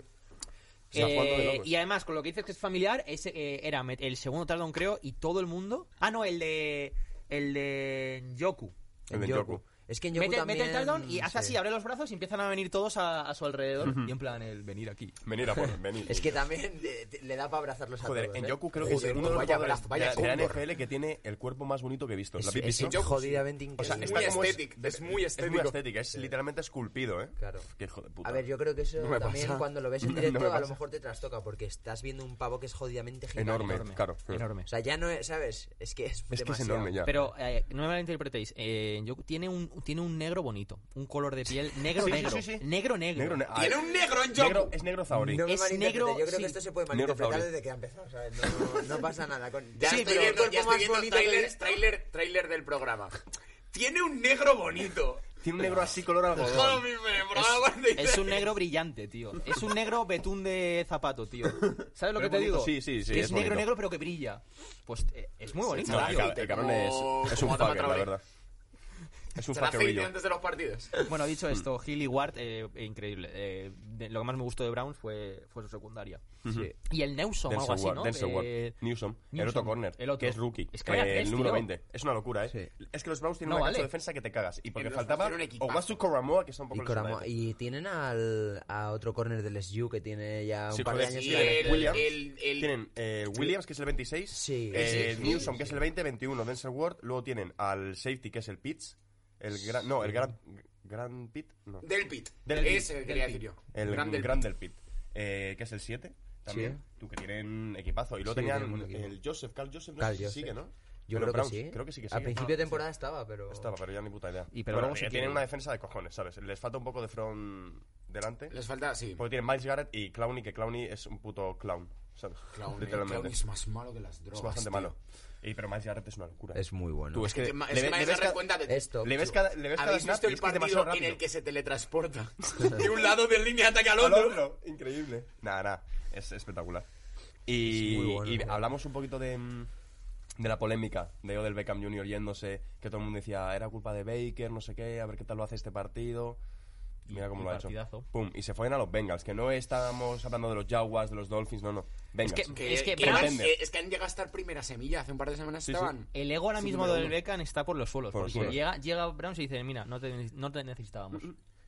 [SPEAKER 5] Se ha jugado de
[SPEAKER 4] Eh,
[SPEAKER 5] locos.
[SPEAKER 4] y además, con lo que dices que es familiar, ese eh, era met- el segundo touchdown, creo, y todo el mundo. Ah, no, el de. El de Yoku.
[SPEAKER 5] El de
[SPEAKER 3] Njoku.
[SPEAKER 5] Njoku.
[SPEAKER 3] Es que en
[SPEAKER 4] Mete,
[SPEAKER 3] Yoku también.
[SPEAKER 4] mete el touchdown y hace
[SPEAKER 3] sí.
[SPEAKER 4] así, abre los brazos y empiezan a venir todos a, a su alrededor. Y en plan, el venir aquí.
[SPEAKER 5] Venir a por, venir.
[SPEAKER 3] Es que también eh, te- le da para abrazarlos a
[SPEAKER 5] Joder,
[SPEAKER 3] todos.
[SPEAKER 5] en
[SPEAKER 3] ¿eh?
[SPEAKER 5] Yoku creo que
[SPEAKER 7] Uy,
[SPEAKER 5] es uno de los
[SPEAKER 7] vaya
[SPEAKER 5] jugadores
[SPEAKER 7] brazo, vaya
[SPEAKER 5] de la- de la
[SPEAKER 7] hombro.
[SPEAKER 5] NFL que tiene el cuerpo más bonito que he visto. ¿Lo
[SPEAKER 3] Es,
[SPEAKER 5] habéis
[SPEAKER 3] es
[SPEAKER 5] visto?
[SPEAKER 3] jodidamente
[SPEAKER 7] O sea, es
[SPEAKER 3] increíble.
[SPEAKER 5] Está
[SPEAKER 7] muy
[SPEAKER 5] como
[SPEAKER 7] estético, es muy
[SPEAKER 5] Es
[SPEAKER 7] estético.
[SPEAKER 5] muy estética, es literalmente esculpido, ¿eh?
[SPEAKER 3] Claro.
[SPEAKER 5] Qué hijo de puta.
[SPEAKER 3] A ver, yo creo que eso
[SPEAKER 5] No me
[SPEAKER 3] también
[SPEAKER 5] pasa.
[SPEAKER 3] cuando lo
[SPEAKER 5] [laughs]
[SPEAKER 3] ves en
[SPEAKER 5] No me
[SPEAKER 3] directo a
[SPEAKER 5] pasa.
[SPEAKER 3] lo mejor te trastoca porque estás viendo un pavo que es jodidamente gigante.
[SPEAKER 5] Enorme, claro.
[SPEAKER 4] Enorme.
[SPEAKER 3] O sea, ya no es, ¿sabes? Es que es,
[SPEAKER 5] Es que es
[SPEAKER 3] demasiado.
[SPEAKER 5] enorme ya.
[SPEAKER 4] Pero eh, no me malinterpretéis. Eh, Yoku tiene un, tiene un negro bonito. Un color de piel negro,
[SPEAKER 5] Sí, sí,
[SPEAKER 4] negro,
[SPEAKER 5] sí, sí.
[SPEAKER 4] negro, negro.
[SPEAKER 5] Negro, ne-
[SPEAKER 7] Tiene
[SPEAKER 5] ah,
[SPEAKER 7] un negro en
[SPEAKER 5] negro-
[SPEAKER 7] Joku.
[SPEAKER 5] Es negro Zaori.
[SPEAKER 3] No me
[SPEAKER 4] Es
[SPEAKER 3] malinterprete,
[SPEAKER 4] negro,
[SPEAKER 3] yo creo
[SPEAKER 4] sí.
[SPEAKER 3] que esto se puede
[SPEAKER 5] Negro
[SPEAKER 3] malinterpretar
[SPEAKER 5] Flauri.
[SPEAKER 3] desde que ha empezado, ¿sabes? No, no pasa nada con...
[SPEAKER 7] Ya
[SPEAKER 3] Sí,
[SPEAKER 7] estoy
[SPEAKER 3] pero el
[SPEAKER 7] viendo,
[SPEAKER 3] cuerpo
[SPEAKER 7] ya estoy
[SPEAKER 3] más
[SPEAKER 7] viendo
[SPEAKER 3] bonito que he
[SPEAKER 7] trailer,
[SPEAKER 3] visto-
[SPEAKER 7] trailer, trailer del programa. Tiene un negro bonito.
[SPEAKER 5] Tiene un negro así color
[SPEAKER 7] Todo
[SPEAKER 5] algodón.
[SPEAKER 7] mi
[SPEAKER 5] Ah,
[SPEAKER 7] programa de-
[SPEAKER 5] [laughs]
[SPEAKER 4] Es un negro brillante, tío. Es un negro betún de zapato,
[SPEAKER 5] [laughs]
[SPEAKER 4] tío. ¿Sabes lo
[SPEAKER 5] Pero
[SPEAKER 4] que
[SPEAKER 5] es
[SPEAKER 4] te
[SPEAKER 5] bonito,
[SPEAKER 4] digo?
[SPEAKER 5] sí, sí, sí,
[SPEAKER 4] Que
[SPEAKER 5] es
[SPEAKER 4] es, negro,
[SPEAKER 5] bonito.
[SPEAKER 4] negro, pero que brilla. Pues eh, es muy bonito.
[SPEAKER 5] No, el,
[SPEAKER 4] tío.
[SPEAKER 5] ca- el cabrón es,
[SPEAKER 7] Como-
[SPEAKER 5] es
[SPEAKER 7] como
[SPEAKER 5] un
[SPEAKER 7] Adama
[SPEAKER 5] fucker, la
[SPEAKER 7] Traoré.
[SPEAKER 5] verdad. Es un
[SPEAKER 7] Se la aceite
[SPEAKER 5] fuckerillo.
[SPEAKER 7] antes de los partidos.
[SPEAKER 4] Bueno, dicho
[SPEAKER 5] Mm.
[SPEAKER 4] esto, Hill y Ward, eh, increíble. Eh, de- lo que más me gustó de Brown fue, fue su secundaria. Y el Newsom, algo
[SPEAKER 5] Denzel
[SPEAKER 4] así,
[SPEAKER 5] Ward,
[SPEAKER 4] ¿no?
[SPEAKER 5] Denzel Ward.
[SPEAKER 4] Eh,
[SPEAKER 5] Newsom, el
[SPEAKER 4] Newsom,
[SPEAKER 5] otro corner,
[SPEAKER 4] el otro.
[SPEAKER 5] que es rookie,
[SPEAKER 4] Es que vaya
[SPEAKER 5] eh,
[SPEAKER 4] tres,
[SPEAKER 5] el número
[SPEAKER 4] tío.
[SPEAKER 5] 20. Es una locura, ¿eh? Es que los Browns tienen
[SPEAKER 4] No
[SPEAKER 5] una
[SPEAKER 4] vale.
[SPEAKER 5] cancha de defensa que te cagas. Y porque
[SPEAKER 7] los Browns
[SPEAKER 5] faltaba
[SPEAKER 7] tienen un equipazo.
[SPEAKER 5] Owasu Coramoa, que son un
[SPEAKER 3] Y,
[SPEAKER 5] poco
[SPEAKER 3] Coramo- y tienen al, a otro corner del SU que tiene ya un
[SPEAKER 5] Sí,
[SPEAKER 3] par de
[SPEAKER 5] joder,
[SPEAKER 3] años.
[SPEAKER 5] sí,
[SPEAKER 7] Y
[SPEAKER 3] en la
[SPEAKER 7] el-
[SPEAKER 3] NFL.
[SPEAKER 5] Williams.
[SPEAKER 7] el- el-
[SPEAKER 5] Tienen eh, Williams, que es el 26.
[SPEAKER 3] Sí.
[SPEAKER 5] eh,
[SPEAKER 3] Sí, sí,
[SPEAKER 5] Newsom,
[SPEAKER 3] sí,
[SPEAKER 5] que es el 20, 21. Denzel Ward. Luego tienen al safety, que es el Pitts. El gran, no, el gran, gran Pitt. No.
[SPEAKER 7] Del Pit.
[SPEAKER 5] Del Pit.
[SPEAKER 7] Ese quería decir yo.
[SPEAKER 5] El
[SPEAKER 7] Gran del
[SPEAKER 5] gran del Pit. Eh, que es el 7. También. Tú que tienen equipazo. Y luego
[SPEAKER 3] Sí,
[SPEAKER 5] tenían
[SPEAKER 3] tienen buen equipo.
[SPEAKER 5] el Joseph, Carl Joseph, no
[SPEAKER 3] Carl
[SPEAKER 5] sé si
[SPEAKER 3] Joseph.
[SPEAKER 5] sigue, ¿no?
[SPEAKER 3] Yo
[SPEAKER 5] Pero
[SPEAKER 3] creo
[SPEAKER 5] Browns,
[SPEAKER 3] que sí. ¿eh?
[SPEAKER 5] creo que sí que
[SPEAKER 3] Al
[SPEAKER 5] sí.
[SPEAKER 3] principio
[SPEAKER 5] Ah,
[SPEAKER 3] de temporada estaba, pero...
[SPEAKER 5] Estaba, pero ya ni puta idea.
[SPEAKER 4] Y pero
[SPEAKER 5] Bueno,
[SPEAKER 4] luego se
[SPEAKER 5] eh,
[SPEAKER 4] quiere-
[SPEAKER 5] tienen una defensa de cojones, ¿sabes? Les falta un poco de front delante.
[SPEAKER 7] Les falta, sí.
[SPEAKER 5] Porque tienen Miles Garrett y Clowney, que Clowney es un puto clown, ¿sabes?
[SPEAKER 7] Clown, eh,
[SPEAKER 5] Literalmente.
[SPEAKER 7] Clown es más malo que las drogas.
[SPEAKER 5] es bastante
[SPEAKER 7] tío.
[SPEAKER 5] malo. Y, pero Miles Garrett es una locura.
[SPEAKER 3] Es muy bueno.
[SPEAKER 5] Tú,
[SPEAKER 7] Es que, te-
[SPEAKER 5] le
[SPEAKER 7] es que me
[SPEAKER 5] ve- le
[SPEAKER 7] has
[SPEAKER 5] ves
[SPEAKER 7] dado
[SPEAKER 5] cada-
[SPEAKER 7] cuenta de
[SPEAKER 3] Es top.
[SPEAKER 5] Le ves cada, le ves cada
[SPEAKER 7] ¿Habéis
[SPEAKER 5] snap
[SPEAKER 7] visto
[SPEAKER 5] y
[SPEAKER 7] el
[SPEAKER 5] es que es demasiado
[SPEAKER 7] partido en
[SPEAKER 5] rápido.
[SPEAKER 7] el que se teletransporta?
[SPEAKER 5] [laughs]
[SPEAKER 7] de un lado del línea de ataque al otro.
[SPEAKER 5] Al otro. Increíble. Nada, nada. Es espectacular. Y,
[SPEAKER 3] Es muy bueno,
[SPEAKER 5] y
[SPEAKER 4] ¿eh?
[SPEAKER 3] ¿no?
[SPEAKER 5] hablamos un poquito de, mm, de la polémica de Odell Beckham Jr. yéndose, que todo el mundo decía, era culpa de Baker, no sé qué, a ver qué tal lo hace este partido. Mira cómo
[SPEAKER 4] un
[SPEAKER 5] lo ha hecho.
[SPEAKER 4] partidazo.
[SPEAKER 5] Pum, y se fueron a los Bengals, que no estábamos hablando de los Jaguars, de los Dolphins, no, no. Bengals.
[SPEAKER 4] Es que-
[SPEAKER 7] Que,
[SPEAKER 4] Es que
[SPEAKER 7] que van-
[SPEAKER 5] Browns-
[SPEAKER 7] eh, es que han llegado a estar primera semilla. Hace un par de semanas
[SPEAKER 5] Sí, sí.
[SPEAKER 7] estaban.
[SPEAKER 4] El ego ahora
[SPEAKER 5] Sí,
[SPEAKER 4] mismo
[SPEAKER 5] número
[SPEAKER 4] del
[SPEAKER 5] uno.
[SPEAKER 4] Beckham está por los suelos.
[SPEAKER 5] Por los
[SPEAKER 4] porque
[SPEAKER 5] suelos.
[SPEAKER 4] Llega, llega Browns y dice, mira, no te, no te necesitábamos.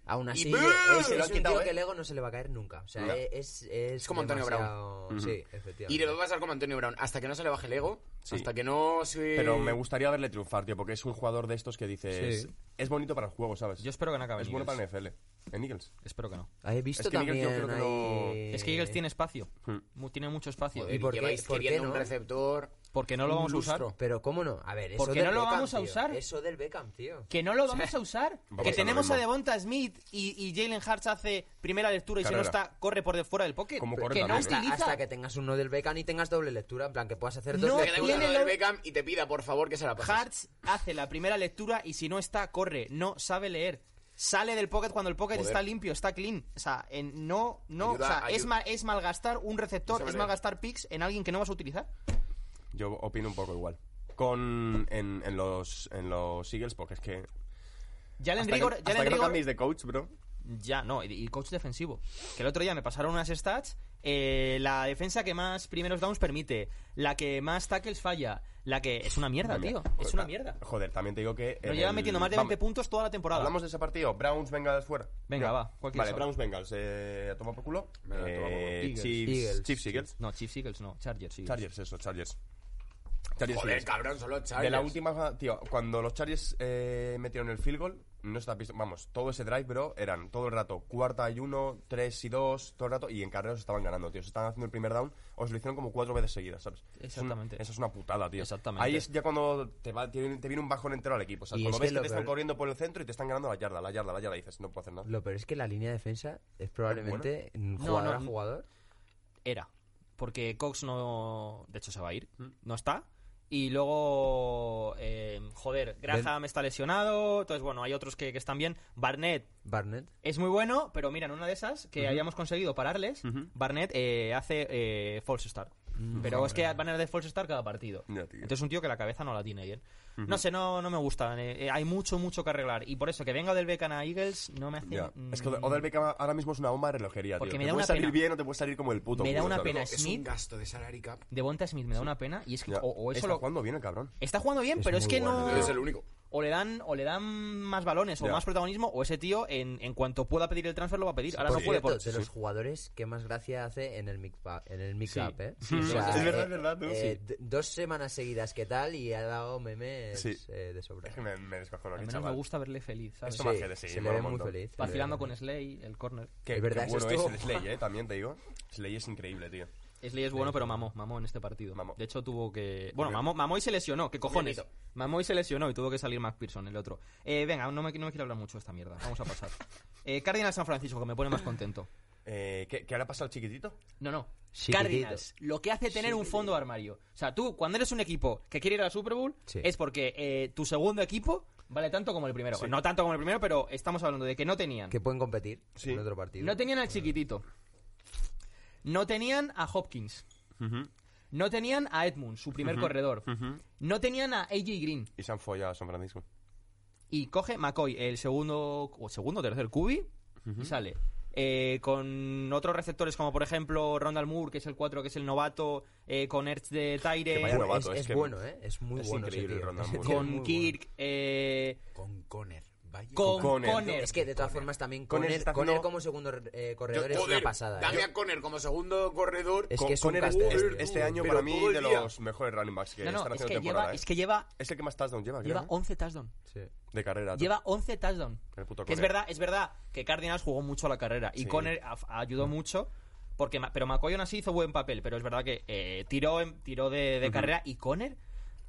[SPEAKER 3] Aún así,
[SPEAKER 7] Y ¡bum!
[SPEAKER 3] es,
[SPEAKER 5] Se lo
[SPEAKER 3] es
[SPEAKER 5] han
[SPEAKER 3] un
[SPEAKER 5] quitado,
[SPEAKER 3] tío
[SPEAKER 5] ¿eh?
[SPEAKER 3] que el ego no se le va a caer nunca. O sea, e-
[SPEAKER 5] Nunca.
[SPEAKER 3] es, es...
[SPEAKER 7] Es como Antonio
[SPEAKER 3] demasiado-
[SPEAKER 5] Brown.
[SPEAKER 3] Sí,
[SPEAKER 7] Y le va
[SPEAKER 3] efectivamente.
[SPEAKER 7] a pasar como Antonio Brown. Hasta que no se le baje el ego.
[SPEAKER 5] Sí.
[SPEAKER 7] Hasta que no se.
[SPEAKER 5] Pero me gustaría verle triunfar, tío, porque es un jugador de estos que dices...
[SPEAKER 4] Sí.
[SPEAKER 5] Es bonito para el juego, ¿sabes?
[SPEAKER 4] Yo espero que no acabe
[SPEAKER 5] es
[SPEAKER 4] en
[SPEAKER 5] bueno para el
[SPEAKER 4] Eagles.
[SPEAKER 5] NFL. En Eagles.
[SPEAKER 4] Espero que no.
[SPEAKER 3] Ah, He visto
[SPEAKER 5] Es que Miguel,
[SPEAKER 3] también
[SPEAKER 5] yo creo que no-
[SPEAKER 3] ahí-
[SPEAKER 4] Es que Eagles tiene ¿eh? espacio.
[SPEAKER 5] Hmm.
[SPEAKER 4] mu- Tiene mucho espacio.
[SPEAKER 7] Joder,
[SPEAKER 3] ¿Y por qué-
[SPEAKER 7] lleváis
[SPEAKER 3] por qué
[SPEAKER 7] queriendo
[SPEAKER 3] no?
[SPEAKER 7] un receptor.
[SPEAKER 4] Porque no lo
[SPEAKER 7] un
[SPEAKER 4] vamos a usar.
[SPEAKER 7] lustro.
[SPEAKER 3] Pero cómo no, a ver, eso
[SPEAKER 4] Porque
[SPEAKER 3] del
[SPEAKER 4] no lo
[SPEAKER 3] Beckham,
[SPEAKER 4] vamos a
[SPEAKER 3] tío.
[SPEAKER 4] usar.
[SPEAKER 3] Eso del Beckham, tío.
[SPEAKER 4] Que no lo vamos a
[SPEAKER 5] [laughs]
[SPEAKER 4] usar.
[SPEAKER 5] Vamos a
[SPEAKER 4] que
[SPEAKER 5] lo
[SPEAKER 4] tenemos a
[SPEAKER 5] mismo.
[SPEAKER 4] Devonta Smith y, y Jalen Hurts hace primera lectura y si no
[SPEAKER 5] Carrera.
[SPEAKER 4] está, corre por de fuera del pocket.
[SPEAKER 5] Como
[SPEAKER 4] que
[SPEAKER 5] corre
[SPEAKER 4] no
[SPEAKER 5] también.
[SPEAKER 4] utiliza.
[SPEAKER 3] Hasta, hasta que tengas uno del Beckham y tengas doble lectura, en plan que puedas hacer dos
[SPEAKER 4] No
[SPEAKER 7] Que te gusta
[SPEAKER 3] lecturas.
[SPEAKER 4] tiene-
[SPEAKER 7] lo del
[SPEAKER 4] lo-
[SPEAKER 7] Beckham y te pida, por favor, que se la pases.
[SPEAKER 4] Hartz hace la primera lectura y si no está, corre. No sabe leer. Sale del pocket cuando el pocket
[SPEAKER 7] Joder.
[SPEAKER 4] está limpio, está clean. O sea, en- no, no,
[SPEAKER 7] Ayuda,
[SPEAKER 4] o sea,
[SPEAKER 7] ayuda.
[SPEAKER 4] es, mal, es malgastar un receptor,
[SPEAKER 7] No sabe
[SPEAKER 4] es
[SPEAKER 7] leer.
[SPEAKER 4] malgastar picks en alguien que no vas a utilizar.
[SPEAKER 5] Yo opino un poco igual. Con en, en los en los Eagles, porque es que.
[SPEAKER 4] Jalen
[SPEAKER 5] hasta
[SPEAKER 4] Rigor,
[SPEAKER 5] que, hasta
[SPEAKER 4] Jalen
[SPEAKER 5] que no
[SPEAKER 4] Rigor-
[SPEAKER 5] cambiéis de coach, bro.
[SPEAKER 4] Ya, no, y- y coach defensivo. Que el otro día me pasaron unas stats. eh, la defensa que más primeros downs permite, la que más tackles falla, la que. Es una mierda, tío. Es una mierda.
[SPEAKER 5] Joder, también te digo que.
[SPEAKER 4] Pero
[SPEAKER 5] en
[SPEAKER 4] lleva
[SPEAKER 5] el-
[SPEAKER 4] metiendo más de
[SPEAKER 5] vamos,
[SPEAKER 4] 20 puntos toda la temporada.
[SPEAKER 5] Hablamos de ese partido. Browns, Bengals fuera.
[SPEAKER 4] Venga,
[SPEAKER 5] No.
[SPEAKER 4] va, cualquier
[SPEAKER 5] Vale,
[SPEAKER 4] cosa.
[SPEAKER 5] Browns, Bengals. Eh, a tomar por culo.
[SPEAKER 7] Venga, a tomar por culo.
[SPEAKER 5] Eh,
[SPEAKER 4] Eagles.
[SPEAKER 5] Chiefs,
[SPEAKER 3] Eagles.
[SPEAKER 5] Chiefs, Eagles.
[SPEAKER 4] No, Chiefs Eagles no, Chargers Eagles.
[SPEAKER 5] Chargers, eso, Chargers. Chargers,
[SPEAKER 7] Joder,
[SPEAKER 5] Eagles.
[SPEAKER 7] cabrón, solo Chargers.
[SPEAKER 5] De la última, tío, cuando los Chargers eh, metieron el field goal, no está visto. Vamos, todo ese drive, bro, eran todo el rato cuarta y uno, tres y dos, todo el rato, y en carreras estaban ganando, tío. Se estaban haciendo el primer down, o se lo hicieron como cuatro veces seguidas, ¿sabes? Es una-
[SPEAKER 4] Exactamente.
[SPEAKER 5] esa es una putada, tío.
[SPEAKER 4] Exactamente.
[SPEAKER 5] Ahí es ya cuando te, va- te, viene, te viene un bajón entero al equipo, ¿sabes?
[SPEAKER 3] Y
[SPEAKER 5] Cuando
[SPEAKER 3] es
[SPEAKER 5] ves
[SPEAKER 3] que
[SPEAKER 5] que,
[SPEAKER 3] lo
[SPEAKER 5] te están
[SPEAKER 3] peor-
[SPEAKER 5] corriendo por el centro y te están ganando la yarda, la yarda, la yarda, y dices, no puedo hacer nada.
[SPEAKER 3] Lo peor es que la línea de defensa es probablemente mm,
[SPEAKER 4] No,
[SPEAKER 3] jugador
[SPEAKER 4] no,
[SPEAKER 3] a
[SPEAKER 4] no.
[SPEAKER 3] jugador.
[SPEAKER 4] Era. Porque Cox no. De hecho, se va a ir.
[SPEAKER 5] Mm.
[SPEAKER 4] No está. Y luego. eh, joder, Graham está lesionado. Entonces, bueno, hay otros que, que están bien. Barnett
[SPEAKER 3] Barnett.
[SPEAKER 4] es muy bueno, pero mira, en una de esas que habíamos conseguido pararles, Barnett eh, hace eh, false start. Pero es que van a de false start cada partido.
[SPEAKER 5] Mm. Ya, tío.
[SPEAKER 4] Entonces, un tío que la cabeza no la tiene bien. No sé, no, no me gusta. eh, eh, hay mucho, mucho que arreglar. Y por eso que venga del Beckham a Eagles no me hace.
[SPEAKER 5] Ya. Es que
[SPEAKER 4] mm,
[SPEAKER 5] Odell Beckham ahora mismo es una bomba de relojería,
[SPEAKER 4] Porque
[SPEAKER 5] tío.
[SPEAKER 4] me
[SPEAKER 5] te
[SPEAKER 4] da
[SPEAKER 5] puede
[SPEAKER 4] una
[SPEAKER 5] salir
[SPEAKER 4] pena.
[SPEAKER 5] bien o te puede salir como el puto.
[SPEAKER 4] Me da
[SPEAKER 5] culo,
[SPEAKER 4] una
[SPEAKER 5] ¿sabes?
[SPEAKER 4] pena.
[SPEAKER 7] Es un
[SPEAKER 4] Smith.
[SPEAKER 7] gasto de salary cap.
[SPEAKER 4] Devonta Smith me da una pena. Y es que.
[SPEAKER 5] Ya.
[SPEAKER 4] O, o eso
[SPEAKER 5] Está
[SPEAKER 4] lo.
[SPEAKER 5] jugando bien el cabrón.
[SPEAKER 4] Está jugando bien,
[SPEAKER 3] Es
[SPEAKER 4] pero es
[SPEAKER 3] muy
[SPEAKER 4] que
[SPEAKER 3] bueno,
[SPEAKER 4] no.
[SPEAKER 3] tío.
[SPEAKER 7] Es el único.
[SPEAKER 4] O le dan, o le dan más balones o
[SPEAKER 5] Ya.
[SPEAKER 4] más protagonismo, o ese tío, en, en cuanto pueda pedir el transfer, lo va a pedir. Ahora
[SPEAKER 3] Por
[SPEAKER 4] no puede
[SPEAKER 3] cierto,
[SPEAKER 4] por.
[SPEAKER 3] de los jugadores que más gracia hace en el mic en el mic up, ¿eh? O
[SPEAKER 5] sí,
[SPEAKER 3] sea,
[SPEAKER 5] sí. Es verdad,
[SPEAKER 3] eh,
[SPEAKER 5] es verdad, tú,
[SPEAKER 3] eh,
[SPEAKER 5] sí.
[SPEAKER 3] d- Dos semanas seguidas que tal y ha dado memes
[SPEAKER 5] Sí.
[SPEAKER 3] eh, de sobra.
[SPEAKER 5] Es que me, me descojono
[SPEAKER 4] Al
[SPEAKER 5] aquí,
[SPEAKER 4] menos
[SPEAKER 5] chaval.
[SPEAKER 4] me gusta verle feliz, ¿sabes?
[SPEAKER 5] Esto me hace de sí,
[SPEAKER 3] se le
[SPEAKER 5] mola
[SPEAKER 3] ve
[SPEAKER 5] un
[SPEAKER 3] muy
[SPEAKER 5] montón.
[SPEAKER 3] feliz. se le ve
[SPEAKER 4] Vacilando
[SPEAKER 3] muy
[SPEAKER 4] con Slay, el corner.
[SPEAKER 5] Que
[SPEAKER 3] Es verdad, eso
[SPEAKER 5] bueno
[SPEAKER 3] estuvo-
[SPEAKER 5] es
[SPEAKER 3] [laughs]
[SPEAKER 5] el Slay, eh, también te digo. Slay es increíble, tío.
[SPEAKER 4] Slay es bueno, pero mamó, mamó en este partido.
[SPEAKER 5] Mamó.
[SPEAKER 4] De hecho, tuvo que. Bueno, mamó, mamó y se lesionó, ¿qué cojones? Mamó y se lesionó y tuvo que salir Mac Pearson, el otro. Eh, venga, no me, no me quiero hablar mucho de esta mierda. Vamos a
[SPEAKER 5] [laughs]
[SPEAKER 4] pasar. Eh, Cardinals San Francisco, que me pone más contento.
[SPEAKER 5] Eh, ¿qué, qué le ha pasado al chiquitito?
[SPEAKER 4] No, no.
[SPEAKER 3] Chiquitito.
[SPEAKER 4] Cardinals, lo que hace tener un fondo de armario. O sea, tú, cuando eres un equipo que quiere ir a la Super Bowl,
[SPEAKER 3] Sí.
[SPEAKER 4] es porque eh, tu segundo equipo vale tanto como el primero. No tanto como el primero, pero estamos hablando de que no tenían.
[SPEAKER 3] Que pueden competir
[SPEAKER 5] Sí.
[SPEAKER 3] en otro partido.
[SPEAKER 4] No tenían al chiquitito. No tenían a Hopkins. No tenían a Edmund, su primer corredor. No tenían a AJ Green.
[SPEAKER 5] Y se han follado a San Francisco.
[SPEAKER 4] Y coge McCoy, el segundo o segundo tercer cubi, y sale. Eh, con otros receptores como por ejemplo Ronald Moore, que es el 4, que es el novato, eh, con Ertz de
[SPEAKER 5] Que vaya
[SPEAKER 4] Tyre,
[SPEAKER 3] Bueno,
[SPEAKER 5] novato,
[SPEAKER 3] es,
[SPEAKER 5] es
[SPEAKER 3] es
[SPEAKER 5] que-
[SPEAKER 3] bueno, ¿eh? Es muy
[SPEAKER 5] es
[SPEAKER 3] bueno.
[SPEAKER 5] increíble
[SPEAKER 3] ese tío.
[SPEAKER 5] Ronald
[SPEAKER 3] Ese
[SPEAKER 5] Moore.
[SPEAKER 3] tío es
[SPEAKER 4] con
[SPEAKER 3] muy
[SPEAKER 4] Kirk, eh,
[SPEAKER 7] Con Conner. Vaya.
[SPEAKER 4] con
[SPEAKER 5] Conner.
[SPEAKER 4] Conner.
[SPEAKER 3] Es que de todas formas también
[SPEAKER 5] Conner
[SPEAKER 3] Conner,
[SPEAKER 5] está
[SPEAKER 3] Conner
[SPEAKER 5] haciendo-
[SPEAKER 3] como segundo eh, corredor es
[SPEAKER 7] Joder,
[SPEAKER 3] una pasada.
[SPEAKER 7] Dame
[SPEAKER 3] ¿eh?
[SPEAKER 7] a Conner como segundo
[SPEAKER 5] [laughs]
[SPEAKER 7] corredor.
[SPEAKER 3] Es
[SPEAKER 5] Con-
[SPEAKER 3] que es un
[SPEAKER 5] Conner es-
[SPEAKER 3] caster,
[SPEAKER 5] es-
[SPEAKER 3] tío.
[SPEAKER 5] este año
[SPEAKER 7] Pero
[SPEAKER 5] para mí
[SPEAKER 7] todo el
[SPEAKER 5] de
[SPEAKER 7] día.
[SPEAKER 5] los mejores running backs que
[SPEAKER 4] No, no,
[SPEAKER 5] están
[SPEAKER 4] es
[SPEAKER 5] haciendo
[SPEAKER 4] que,
[SPEAKER 5] temporada.
[SPEAKER 4] lleva,
[SPEAKER 5] ¿eh?
[SPEAKER 4] es que lleva,
[SPEAKER 5] Es el que más touchdown lleva,
[SPEAKER 4] lleva
[SPEAKER 5] creo. ¿no?
[SPEAKER 4] 11 touchdowns.
[SPEAKER 3] Sí.
[SPEAKER 5] De carrera.
[SPEAKER 4] Lleva 11 touchdowns.
[SPEAKER 5] El puto
[SPEAKER 4] Que es
[SPEAKER 5] Conner.
[SPEAKER 4] verdad, es verdad que Cardinals jugó mucho a la carrera y
[SPEAKER 5] Sí. Mm.
[SPEAKER 4] Conner af- ayudó mucho. Porque, Ma- pero McCoy aún así hizo buen papel, pero es verdad que eh, tiró, en- tiró de, de carrera y Conner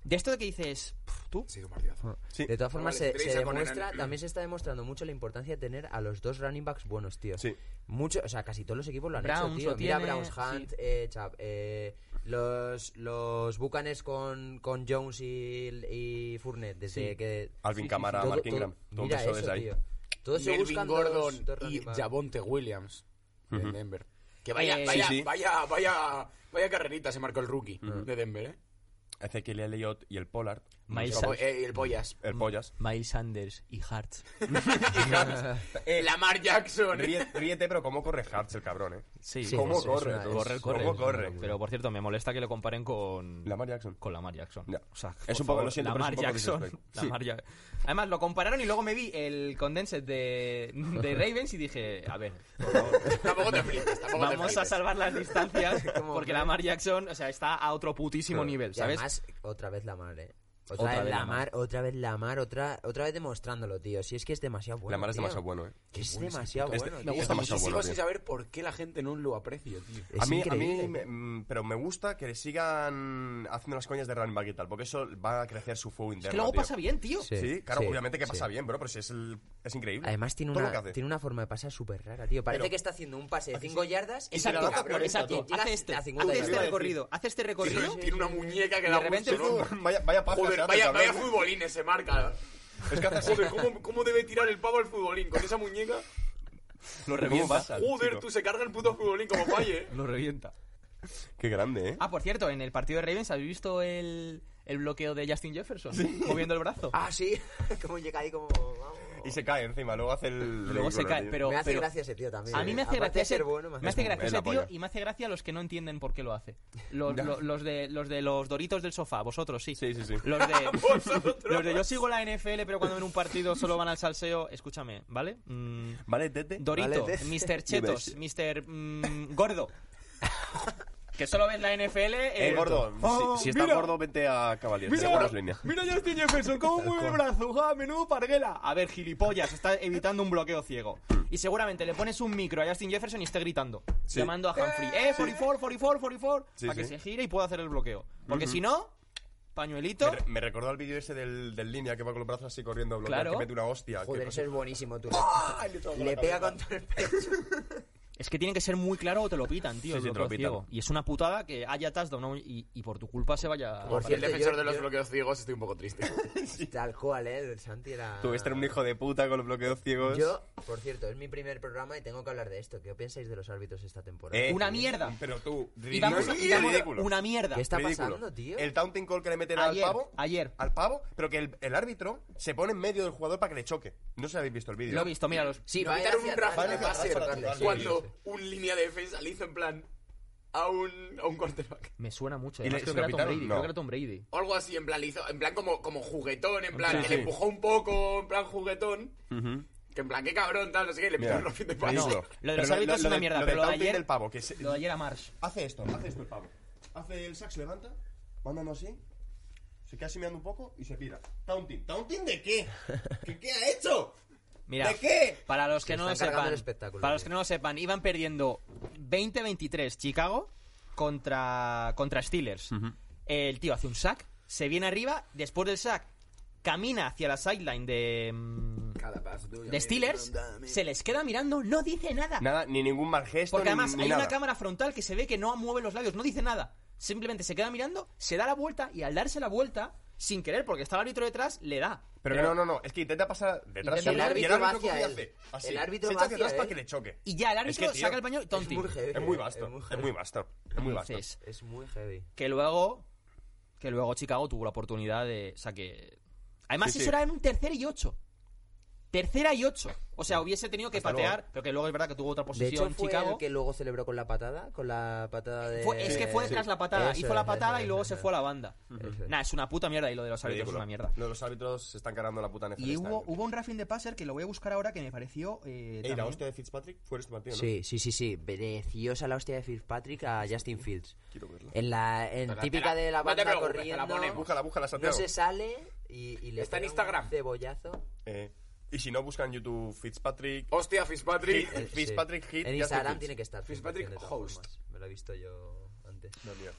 [SPEAKER 7] De esto de que dices, "Pff, tú,
[SPEAKER 2] Ha sido un partidazo.
[SPEAKER 5] Sí.
[SPEAKER 3] De todas
[SPEAKER 2] Como
[SPEAKER 3] formas,
[SPEAKER 2] le
[SPEAKER 3] se, se
[SPEAKER 2] interesa poner
[SPEAKER 3] demuestra,
[SPEAKER 2] en-
[SPEAKER 3] también se está demostrando mucho la importancia de tener a los dos running backs buenos, tío.
[SPEAKER 5] Sí.
[SPEAKER 3] Mucho, o sea, casi todos los equipos lo han
[SPEAKER 7] Browns
[SPEAKER 3] hecho,
[SPEAKER 7] lo
[SPEAKER 3] tío. Mira
[SPEAKER 7] tiene,
[SPEAKER 3] Browns, Hunt,
[SPEAKER 7] sí.
[SPEAKER 3] eh, Chap, eh, los, los Bucanes con, con Jones y, y Fournette, desde
[SPEAKER 7] Sí.
[SPEAKER 3] que...
[SPEAKER 5] Alvin Kamara,
[SPEAKER 3] Todo-
[SPEAKER 5] Mark
[SPEAKER 3] todo-
[SPEAKER 5] Ingram. Todo
[SPEAKER 3] mira
[SPEAKER 5] empezó
[SPEAKER 3] eso,
[SPEAKER 5] desde ahí.
[SPEAKER 3] tío. Todos se
[SPEAKER 2] Melvin
[SPEAKER 3] buscan dos-
[SPEAKER 2] Gordon
[SPEAKER 3] dos running
[SPEAKER 2] y
[SPEAKER 3] backs.
[SPEAKER 2] Javonte Williams de Denver. Que vaya,
[SPEAKER 7] Eh,
[SPEAKER 2] vaya,
[SPEAKER 5] Sí, sí.
[SPEAKER 2] vaya, vaya, vaya carrerita se marcó el rookie de Denver, ¿eh?
[SPEAKER 5] Ezequiel Elliott y el Pollard.
[SPEAKER 7] Miles,
[SPEAKER 2] Chapo- eh, y el Boyas.
[SPEAKER 3] Mm.
[SPEAKER 5] El
[SPEAKER 3] [laughs]
[SPEAKER 5] Pollas.
[SPEAKER 7] Miles Sanders y Hart.
[SPEAKER 5] Eh,
[SPEAKER 2] Lamar Jackson.
[SPEAKER 5] ríe- ríete, pero cómo corre Hartz el cabrón, ¿eh?
[SPEAKER 4] Sí,
[SPEAKER 3] Sí,
[SPEAKER 5] ¿Cómo
[SPEAKER 3] es- es
[SPEAKER 5] corre?
[SPEAKER 3] una-
[SPEAKER 5] tú?
[SPEAKER 3] es-
[SPEAKER 4] corre, corre.
[SPEAKER 5] ¿Cómo corre?
[SPEAKER 4] Pero por cierto, me molesta que lo comparen con.
[SPEAKER 3] Mm.
[SPEAKER 5] Lamar Jackson.
[SPEAKER 4] Con Lamar Jackson.
[SPEAKER 5] Ya.
[SPEAKER 4] O sea,
[SPEAKER 5] Es
[SPEAKER 4] por
[SPEAKER 5] un poco-
[SPEAKER 4] favor,
[SPEAKER 5] lo siento, pero es
[SPEAKER 4] Lamar
[SPEAKER 5] un poco
[SPEAKER 4] Jackson.
[SPEAKER 5] disrespect. Sí.
[SPEAKER 4] [laughs] Lamar Jack- Además, lo compararon y luego me vi el condensed de,
[SPEAKER 5] [laughs]
[SPEAKER 4] de Ravens y dije, a ver, por favor,
[SPEAKER 2] tampoco te flipes, tampoco te
[SPEAKER 4] vamos a
[SPEAKER 2] flipes.
[SPEAKER 4] salvar las distancias
[SPEAKER 5] [laughs]
[SPEAKER 3] Como,
[SPEAKER 4] porque
[SPEAKER 3] claro.
[SPEAKER 4] Lamar Jackson, o sea, está a otro putísimo
[SPEAKER 5] Claro.
[SPEAKER 4] nivel,
[SPEAKER 3] Y
[SPEAKER 4] ¿sabes?
[SPEAKER 3] además, otra vez la mar, eh. Otra,
[SPEAKER 4] Otra
[SPEAKER 3] vez
[SPEAKER 4] vez
[SPEAKER 3] la
[SPEAKER 4] Lamar.
[SPEAKER 3] mar, otra vez la mar, otra, otra vez demostrándolo, tío. Si es que es demasiado bueno.
[SPEAKER 5] Lamar es
[SPEAKER 3] tío.
[SPEAKER 5] demasiado bueno, ¿eh?
[SPEAKER 3] Que es demasiado
[SPEAKER 5] Este-
[SPEAKER 3] bueno.
[SPEAKER 5] me
[SPEAKER 3] tío.
[SPEAKER 5] gusta
[SPEAKER 2] Y
[SPEAKER 5] demasiado
[SPEAKER 2] sigo
[SPEAKER 5] bueno,
[SPEAKER 2] sin
[SPEAKER 5] tío.
[SPEAKER 2] saber por qué la gente no lo aprecia, tío.
[SPEAKER 3] Es
[SPEAKER 5] a mí, a
[SPEAKER 3] increíble.
[SPEAKER 5] mí me- mm, pero me gusta que le sigan haciendo las coñas de running back y tal, porque eso va a crecer su fuego interno.
[SPEAKER 4] que luego
[SPEAKER 5] tío.
[SPEAKER 4] pasa bien, tío.
[SPEAKER 3] Sí.
[SPEAKER 5] Sí, claro,
[SPEAKER 3] sí,
[SPEAKER 5] obviamente que pasa
[SPEAKER 3] sí.
[SPEAKER 5] bien, bro, pero si es, el- es increíble.
[SPEAKER 3] Además tiene
[SPEAKER 5] Todo lo que
[SPEAKER 3] una,
[SPEAKER 5] hace.
[SPEAKER 3] tiene una forma de pasar súper rara, tío. Parece
[SPEAKER 5] Pero-
[SPEAKER 3] que está haciendo un pase de 5 yardas y
[SPEAKER 4] Exacto,
[SPEAKER 3] se la-
[SPEAKER 4] cabrón, exacto.
[SPEAKER 3] llega
[SPEAKER 4] Hace este,
[SPEAKER 3] a
[SPEAKER 4] hace
[SPEAKER 3] 50
[SPEAKER 4] este
[SPEAKER 3] yardas.
[SPEAKER 4] recorrido, hace este recorrido.
[SPEAKER 2] Tiene, tiene una muñeca que
[SPEAKER 4] Y
[SPEAKER 2] da
[SPEAKER 4] de repente
[SPEAKER 2] gusto, ¿no?
[SPEAKER 5] [laughs] vaya, vaya paja se
[SPEAKER 2] Joder,
[SPEAKER 5] hace,
[SPEAKER 2] vaya,
[SPEAKER 5] cabrón.
[SPEAKER 2] vaya futbolines se marca.
[SPEAKER 5] Es que hace así,
[SPEAKER 2] Joder, ¿cómo, ¿cómo debe tirar el pavo al futbolín? Con esa muñeca.
[SPEAKER 5] lo revienta.
[SPEAKER 2] Joder, tú se carga el puto futbolín como falle.
[SPEAKER 4] Lo revienta.
[SPEAKER 5] Qué grande, ¿eh?
[SPEAKER 4] Ah, por cierto, en el partido de Ravens, ¿habéis visto el, el bloqueo de Justin Jefferson? Moviendo el brazo.
[SPEAKER 3] Ah, sí. [laughs] Como llega ahí como... vamos.
[SPEAKER 5] Y se cae encima, luego hace el...
[SPEAKER 4] Luego se
[SPEAKER 5] ridículo,
[SPEAKER 4] cae,
[SPEAKER 5] tío.
[SPEAKER 4] pero...
[SPEAKER 3] me hace
[SPEAKER 4] pero-
[SPEAKER 3] gracia ese tío también. eh.
[SPEAKER 4] A mí me hace
[SPEAKER 3] Aparte
[SPEAKER 4] gracia
[SPEAKER 3] de
[SPEAKER 4] ese,
[SPEAKER 3] ser bueno, me hace
[SPEAKER 4] me hace gracia
[SPEAKER 5] Es la
[SPEAKER 4] ese tío
[SPEAKER 5] polla.
[SPEAKER 4] y me hace gracia los que no entienden por qué lo hace. Los, lo- los de, los de los doritos del sofá, vosotros sí.
[SPEAKER 5] Sí, sí, sí.
[SPEAKER 4] Los de, los de yo sigo la NFL, pero cuando ven un partido solo van al salseo. Escúchame, ¿vale? Mm,
[SPEAKER 5] Vale, Tete.
[SPEAKER 4] Dorito,
[SPEAKER 3] Vale, te-
[SPEAKER 4] Mr. Chetos, Mr. mm,
[SPEAKER 5] [laughs]
[SPEAKER 4] gordo. que solo ven la NFL.
[SPEAKER 5] Eh,
[SPEAKER 4] eh,
[SPEAKER 5] gordo, si,
[SPEAKER 2] ¡Oh,
[SPEAKER 5] si estás gordo, vete a Cavalier. Mira, línea.
[SPEAKER 4] Mira Justin
[SPEAKER 5] [laughs]
[SPEAKER 4] Jefferson, cómo mueve el brazo, ja, menudo parguela. A ver, gilipollas, está evitando un bloqueo ciego.
[SPEAKER 5] Hmm.
[SPEAKER 4] Y seguramente le pones un micro a Justin Jefferson y esté gritando, llamando a Humphrey. Eh, 44, 44, 44,
[SPEAKER 5] Sí,
[SPEAKER 4] para que
[SPEAKER 5] sí.
[SPEAKER 4] se gire y pueda hacer el bloqueo. Porque si no, pañuelito.
[SPEAKER 5] Me, re- me recordó el vídeo ese del, del línea que va con los brazos así corriendo a bloquear,
[SPEAKER 4] Claro.
[SPEAKER 5] que mete una hostia. que
[SPEAKER 3] Joder,
[SPEAKER 5] cosa-
[SPEAKER 3] ese es buenísimo, tú.
[SPEAKER 5] [laughs] ¡Ay, le toca la
[SPEAKER 3] Le pega
[SPEAKER 5] cabeza!
[SPEAKER 3] con todo el
[SPEAKER 5] [laughs]
[SPEAKER 3] pecho.
[SPEAKER 4] Es que tiene que ser muy claro o te lo pitan, tío.
[SPEAKER 5] Sí,
[SPEAKER 4] el
[SPEAKER 5] sí, te
[SPEAKER 4] bloqueo
[SPEAKER 5] lo pitan.
[SPEAKER 4] ciego. Y es una putada que haya touchdown ¿no? y, y por tu culpa se vaya.
[SPEAKER 3] Por
[SPEAKER 2] Si el
[SPEAKER 3] cierto,
[SPEAKER 2] defensor
[SPEAKER 3] yo-
[SPEAKER 2] de los
[SPEAKER 3] yo-
[SPEAKER 2] bloqueos ciegos, estoy un poco triste.
[SPEAKER 3] Tal cual, ¿eh? El Santi era...
[SPEAKER 5] Tú, este era un hijo de puta con los bloqueos ciegos.
[SPEAKER 3] Yo, por cierto, es mi primer programa y tengo que hablar de esto. ¿Qué pensáis de los árbitros esta temporada?
[SPEAKER 5] Eh,
[SPEAKER 4] Una mierda.
[SPEAKER 5] Pero tú,
[SPEAKER 4] Y
[SPEAKER 5] ridículo.
[SPEAKER 4] vamos, y vamos-
[SPEAKER 5] ridículo.
[SPEAKER 4] una mierda.
[SPEAKER 3] ¿Qué está
[SPEAKER 5] Ridículo.
[SPEAKER 3] pasando, tío?
[SPEAKER 5] El taunting call que le meten
[SPEAKER 4] Ayer,
[SPEAKER 5] al pavo.
[SPEAKER 4] ayer.
[SPEAKER 5] Al pavo, pero que el, el árbitro se pone en medio del jugador para que le choque. No sé si habéis visto el vídeo.
[SPEAKER 4] Lo he visto, mira los.
[SPEAKER 3] Sí,
[SPEAKER 2] No,
[SPEAKER 3] va a ir
[SPEAKER 2] quitaron un
[SPEAKER 3] hacia
[SPEAKER 2] Rafa
[SPEAKER 3] atrás, va a ir
[SPEAKER 2] de
[SPEAKER 3] hacia
[SPEAKER 2] pase
[SPEAKER 3] atrás,
[SPEAKER 5] para
[SPEAKER 3] tocarle.
[SPEAKER 2] cuando
[SPEAKER 3] Sí, sí,
[SPEAKER 2] un línea de defensa le hizo en plan a un, a un quarterback.
[SPEAKER 4] Me suena mucho.
[SPEAKER 5] ¿Y le-
[SPEAKER 4] además creo
[SPEAKER 5] se
[SPEAKER 4] que
[SPEAKER 5] lo
[SPEAKER 4] era Tom
[SPEAKER 5] pitaron?
[SPEAKER 4] Brady,
[SPEAKER 5] No.
[SPEAKER 4] creo que era Tom Brady.
[SPEAKER 2] O algo así, en plan, le hizo, en plan como, como juguetón, en plan,
[SPEAKER 4] Sí,
[SPEAKER 2] que
[SPEAKER 5] sí.
[SPEAKER 2] le empujó un poco, en plan juguetón.
[SPEAKER 5] Ujú.
[SPEAKER 2] Que en plan, qué cabrón, tal, no sé qué, y le
[SPEAKER 5] Mira,
[SPEAKER 2] pitaron [laughs] los fin de
[SPEAKER 5] ridículo.
[SPEAKER 2] pase.
[SPEAKER 4] No, lo de los
[SPEAKER 5] Pero
[SPEAKER 4] árbitros es
[SPEAKER 5] lo
[SPEAKER 4] una
[SPEAKER 5] de-
[SPEAKER 4] mierda,
[SPEAKER 5] lo
[SPEAKER 4] pero
[SPEAKER 5] del
[SPEAKER 4] lo de
[SPEAKER 5] taunting
[SPEAKER 4] ayer-
[SPEAKER 5] del pavo, que se-
[SPEAKER 4] Lo de ayer a Marsh.
[SPEAKER 5] Hace esto, hace esto el pavo. Hace el sax, levanta, mandando así, se queda mirando un poco y se pira. Taunting. ¿Taunting de [laughs] qué? ¿Qué, qué ha hecho?
[SPEAKER 4] Mira,
[SPEAKER 5] ¿De qué?
[SPEAKER 4] para los que
[SPEAKER 3] Se
[SPEAKER 4] no lo
[SPEAKER 3] están cargando
[SPEAKER 4] sepan,
[SPEAKER 3] el espectáculo,
[SPEAKER 4] para los
[SPEAKER 3] tío.
[SPEAKER 4] que no lo sepan, iban perdiendo 20-23 Chicago contra contra Steelers. El tío hace un sack, se viene arriba, después del sack camina hacia la sideline de mm,
[SPEAKER 2] Cada paso tuyo,
[SPEAKER 4] de
[SPEAKER 2] mira,
[SPEAKER 4] Steelers,
[SPEAKER 2] dame.
[SPEAKER 4] se les queda mirando, no dice nada.
[SPEAKER 5] Nada, ni ningún mal gesto,
[SPEAKER 4] Porque
[SPEAKER 5] ni-
[SPEAKER 4] además
[SPEAKER 5] ni
[SPEAKER 4] hay
[SPEAKER 5] nada.
[SPEAKER 4] una cámara frontal que se ve que no mueve los labios, no dice nada. Simplemente se queda mirando, se da la vuelta y al darse la vuelta, sin querer, porque está el árbitro detrás, le da.
[SPEAKER 5] Pero que no, no, no, es que intenta pasar detrás
[SPEAKER 4] Intenta-
[SPEAKER 5] de
[SPEAKER 4] el
[SPEAKER 5] y
[SPEAKER 3] árbitro va
[SPEAKER 5] ¿qué
[SPEAKER 3] hacia
[SPEAKER 5] hace?
[SPEAKER 3] él.
[SPEAKER 5] Así.
[SPEAKER 3] El árbitro
[SPEAKER 5] se echa
[SPEAKER 3] va
[SPEAKER 5] hacia atrás
[SPEAKER 3] hacia él.
[SPEAKER 5] para que le choque.
[SPEAKER 4] Y ya el árbitro
[SPEAKER 5] Es que, tío,
[SPEAKER 4] saca el paño y tonti.
[SPEAKER 3] Es muy heavy.
[SPEAKER 5] Es muy
[SPEAKER 3] Es
[SPEAKER 5] vasto,
[SPEAKER 3] muy
[SPEAKER 5] es
[SPEAKER 3] heavy.
[SPEAKER 5] muy vasto, es muy vasto.
[SPEAKER 4] Entonces,
[SPEAKER 3] Es muy heavy.
[SPEAKER 4] que luego que luego Chicago tuvo la oportunidad de o sea que además
[SPEAKER 5] Sí,
[SPEAKER 4] eso
[SPEAKER 5] sí.
[SPEAKER 4] era en un tercera y ocho tercera y ocho o sea hubiese tenido que
[SPEAKER 5] Hasta
[SPEAKER 4] patear
[SPEAKER 5] luego.
[SPEAKER 4] pero que luego es verdad que tuvo otra
[SPEAKER 3] De hecho,
[SPEAKER 4] posesión
[SPEAKER 3] fue el
[SPEAKER 4] Chicago
[SPEAKER 3] que luego celebró con la patada, con la patada de...
[SPEAKER 4] Fue- es que fue detrás la patada
[SPEAKER 3] Eso
[SPEAKER 4] hizo la
[SPEAKER 3] es,
[SPEAKER 4] patada
[SPEAKER 3] eso
[SPEAKER 4] y
[SPEAKER 3] es,
[SPEAKER 4] luego
[SPEAKER 3] eso
[SPEAKER 4] se
[SPEAKER 3] es.
[SPEAKER 4] fue a la banda
[SPEAKER 3] Ujú.
[SPEAKER 4] nah es una puta mierda y lo de los árbitros es
[SPEAKER 5] Ridículo.
[SPEAKER 4] una mierda
[SPEAKER 5] Lo de los árbitros se están cargando la puta NFL.
[SPEAKER 4] y
[SPEAKER 5] este
[SPEAKER 4] hubo,
[SPEAKER 5] año.
[SPEAKER 4] hubo un rafting de passer que lo voy a buscar ahora que me pareció eh,
[SPEAKER 5] Ey, la
[SPEAKER 4] también-
[SPEAKER 5] hostia de Fitzpatrick fue en este partido, ¿no?
[SPEAKER 3] Sí, sí, sí, sí. Preciosa la hostia de Fitzpatrick a Justin Fields.
[SPEAKER 5] Quiero verla.
[SPEAKER 3] En la en
[SPEAKER 2] Pero
[SPEAKER 3] típica
[SPEAKER 2] te la-
[SPEAKER 3] de la
[SPEAKER 2] no te
[SPEAKER 3] banda
[SPEAKER 2] preocupes, te la
[SPEAKER 3] corriendo.
[SPEAKER 2] ponemos.
[SPEAKER 5] Búscala, búscala,
[SPEAKER 3] no
[SPEAKER 5] Santiago.
[SPEAKER 3] se sale y, y le
[SPEAKER 2] Está en
[SPEAKER 3] pega un
[SPEAKER 2] Instagram.
[SPEAKER 3] cebollazo.
[SPEAKER 5] Eh, y si no, buscan YouTube Fitzpatrick.
[SPEAKER 2] Hostia, Fitzpatrick.
[SPEAKER 5] El
[SPEAKER 3] Eh,
[SPEAKER 5] Fitzpatrick hit,
[SPEAKER 3] En
[SPEAKER 5] Justin
[SPEAKER 3] Instagram
[SPEAKER 5] Fields.
[SPEAKER 3] tiene que estar.
[SPEAKER 2] Fitzpatrick
[SPEAKER 3] 100% de todas
[SPEAKER 2] host.
[SPEAKER 3] formas. Me lo he visto yo antes.
[SPEAKER 5] No, tío.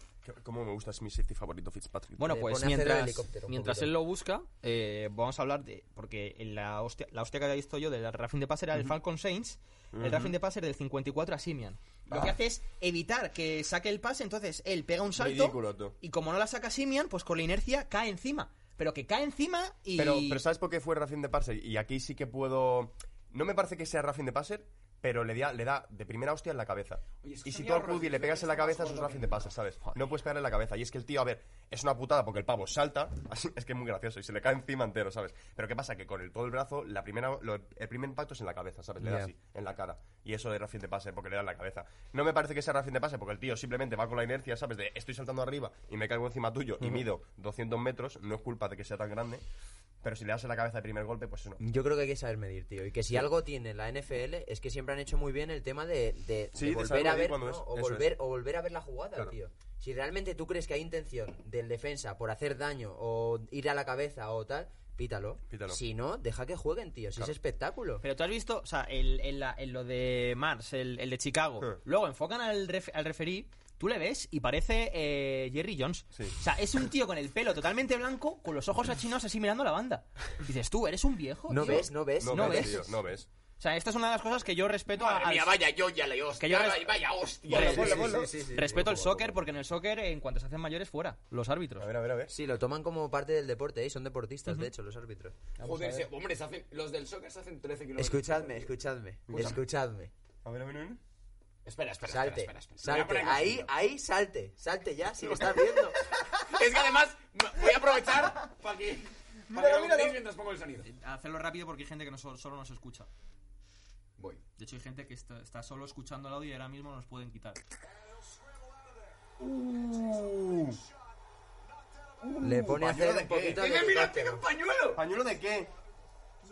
[SPEAKER 5] Como me gusta, es mi safety favorito, Fitzpatrick.
[SPEAKER 4] Bueno,
[SPEAKER 3] Le
[SPEAKER 4] pues
[SPEAKER 3] pone a hacer el
[SPEAKER 4] mientras,
[SPEAKER 3] helicóptero un
[SPEAKER 4] mientras
[SPEAKER 3] poquito.
[SPEAKER 4] él lo busca, eh, vamos a hablar de. Porque en la hostia, la hostia que había visto yo del Rafting de Pase era el Falcon Saints. El Rafting de Pase era del 54 a Simian. Lo
[SPEAKER 5] Ah.
[SPEAKER 4] que hace es evitar que saque el pase, entonces él pega un pues, salto.
[SPEAKER 5] Ridículo, tú.
[SPEAKER 4] Y como no la saca Simian, pues con la inercia cae encima. Pero que cae encima y.
[SPEAKER 5] Pero, pero ¿sabes por qué fue Racing de Passer? Y aquí sí que puedo... No me parece que sea Racing de Passer, pero le da, le da de primera hostia en la cabeza.
[SPEAKER 2] Oye, es que
[SPEAKER 5] y si
[SPEAKER 2] tenía
[SPEAKER 5] tú al
[SPEAKER 2] razón,
[SPEAKER 5] Rudy le
[SPEAKER 2] yo
[SPEAKER 5] pegas en la
[SPEAKER 2] estaba
[SPEAKER 5] cabeza, eso es
[SPEAKER 2] jugando
[SPEAKER 5] Racing de Passer, ¿sabes? No puedes pegarle en la cabeza. Y es que el tío, a ver, es una putada porque el pavo salta, [laughs] así- es que es muy gracioso, y se le cae encima entero, ¿sabes? Pero ¿qué pasa? Que con el, todo el brazo, la primera, lo- el primer impacto es en la cabeza, ¿sabes? Le da
[SPEAKER 3] Ya.
[SPEAKER 5] así, en la cara. Y eso de Racing de Passer, porque le da en la cabeza. No me parece que sea Racing de Passer, porque el tío simplemente va con la inercia, ¿sabes? De estoy saltando arriba y me caigo encima tuyo y mido 200 metros, no es culpa de que sea tan grande. Pero si le das en la cabeza el primer golpe, pues eso no.
[SPEAKER 3] Yo creo que hay que saber medir, tío. Y que si algo tiene la NFL es que siempre han hecho muy bien el tema de, de-
[SPEAKER 5] Sí,
[SPEAKER 3] de
[SPEAKER 5] de saber
[SPEAKER 3] volver a
[SPEAKER 5] medir
[SPEAKER 3] ver
[SPEAKER 5] cuando
[SPEAKER 3] ¿no?
[SPEAKER 5] es-
[SPEAKER 3] o
[SPEAKER 5] eso
[SPEAKER 3] volver
[SPEAKER 5] es.
[SPEAKER 3] o volver a ver la jugada,
[SPEAKER 5] Claro.
[SPEAKER 3] tío. Si realmente tú crees que hay intención del defensa por hacer daño o ir a la cabeza o tal, pítalo.
[SPEAKER 5] Pítalo.
[SPEAKER 3] Si no, deja que jueguen, tío. Si
[SPEAKER 5] Claro.
[SPEAKER 3] es espectáculo.
[SPEAKER 4] Pero tú has visto, o sea, el, en la- en lo de Mars, el, el de Chicago.
[SPEAKER 5] Sí.
[SPEAKER 4] Luego enfocan al, ref- al referí, tú le ves y parece eh, Jerry Jones.
[SPEAKER 5] Sí.
[SPEAKER 4] O sea, es un tío con el pelo totalmente blanco, con los ojos achinados así mirando a la banda. Y dices, tú, eres un viejo.
[SPEAKER 3] no
[SPEAKER 4] tío.
[SPEAKER 3] ves, no ves,
[SPEAKER 5] No,
[SPEAKER 4] no
[SPEAKER 5] ves,
[SPEAKER 4] ves.
[SPEAKER 5] tío, no ves.
[SPEAKER 4] O sea, esta es una de las cosas que yo respeto a-
[SPEAKER 2] Madre
[SPEAKER 4] al,
[SPEAKER 2] mía, vaya yo ya le
[SPEAKER 4] Que yo
[SPEAKER 2] hostia.
[SPEAKER 4] res-
[SPEAKER 2] Vaya hostia.
[SPEAKER 4] Vale,
[SPEAKER 2] Sí,
[SPEAKER 4] sí,
[SPEAKER 2] sí,
[SPEAKER 4] sí,
[SPEAKER 2] sí, sí.
[SPEAKER 3] sí, sí.
[SPEAKER 4] respeto el
[SPEAKER 3] Ojo, ojo,
[SPEAKER 4] soccer, porque en el soccer, en cuanto se hacen mayores, fuera. Los árbitros.
[SPEAKER 5] A ver, a ver, a ver.
[SPEAKER 3] Sí, lo toman como parte del deporte, ¿eh? Son deportistas, de hecho, los árbitros.
[SPEAKER 2] Joder, se- hombre, se hacen- los del soccer se hacen 13 kilómetros.
[SPEAKER 3] Escuchadme, escuchadme, escuchadme.
[SPEAKER 5] A ver, a ver, a ver.
[SPEAKER 2] Espera, espera,
[SPEAKER 3] Salte,
[SPEAKER 2] espera, espera, espera.
[SPEAKER 3] salte.
[SPEAKER 2] Me voy a poner
[SPEAKER 3] Ahí, ahí salte. Salte ya, si lo estás viendo.
[SPEAKER 2] más- Es que además me- voy a
[SPEAKER 3] [laughs]
[SPEAKER 2] aprovechar para que... Para que lo veáis mientras pongo el sonido.
[SPEAKER 4] Hacerlo rápido porque hay gente que no, solo, solo nos escucha.
[SPEAKER 2] Voy.
[SPEAKER 4] De hecho, hay gente que está, está solo escuchando el audio y ahora mismo nos pueden quitar.
[SPEAKER 3] Le pone a hacer
[SPEAKER 5] ¿pañuelo de
[SPEAKER 3] un
[SPEAKER 5] qué?
[SPEAKER 3] poquito
[SPEAKER 2] ¡Tiene mi
[SPEAKER 3] de...
[SPEAKER 2] lápiz en pañuelo!
[SPEAKER 5] ¿Pañuelo de qué?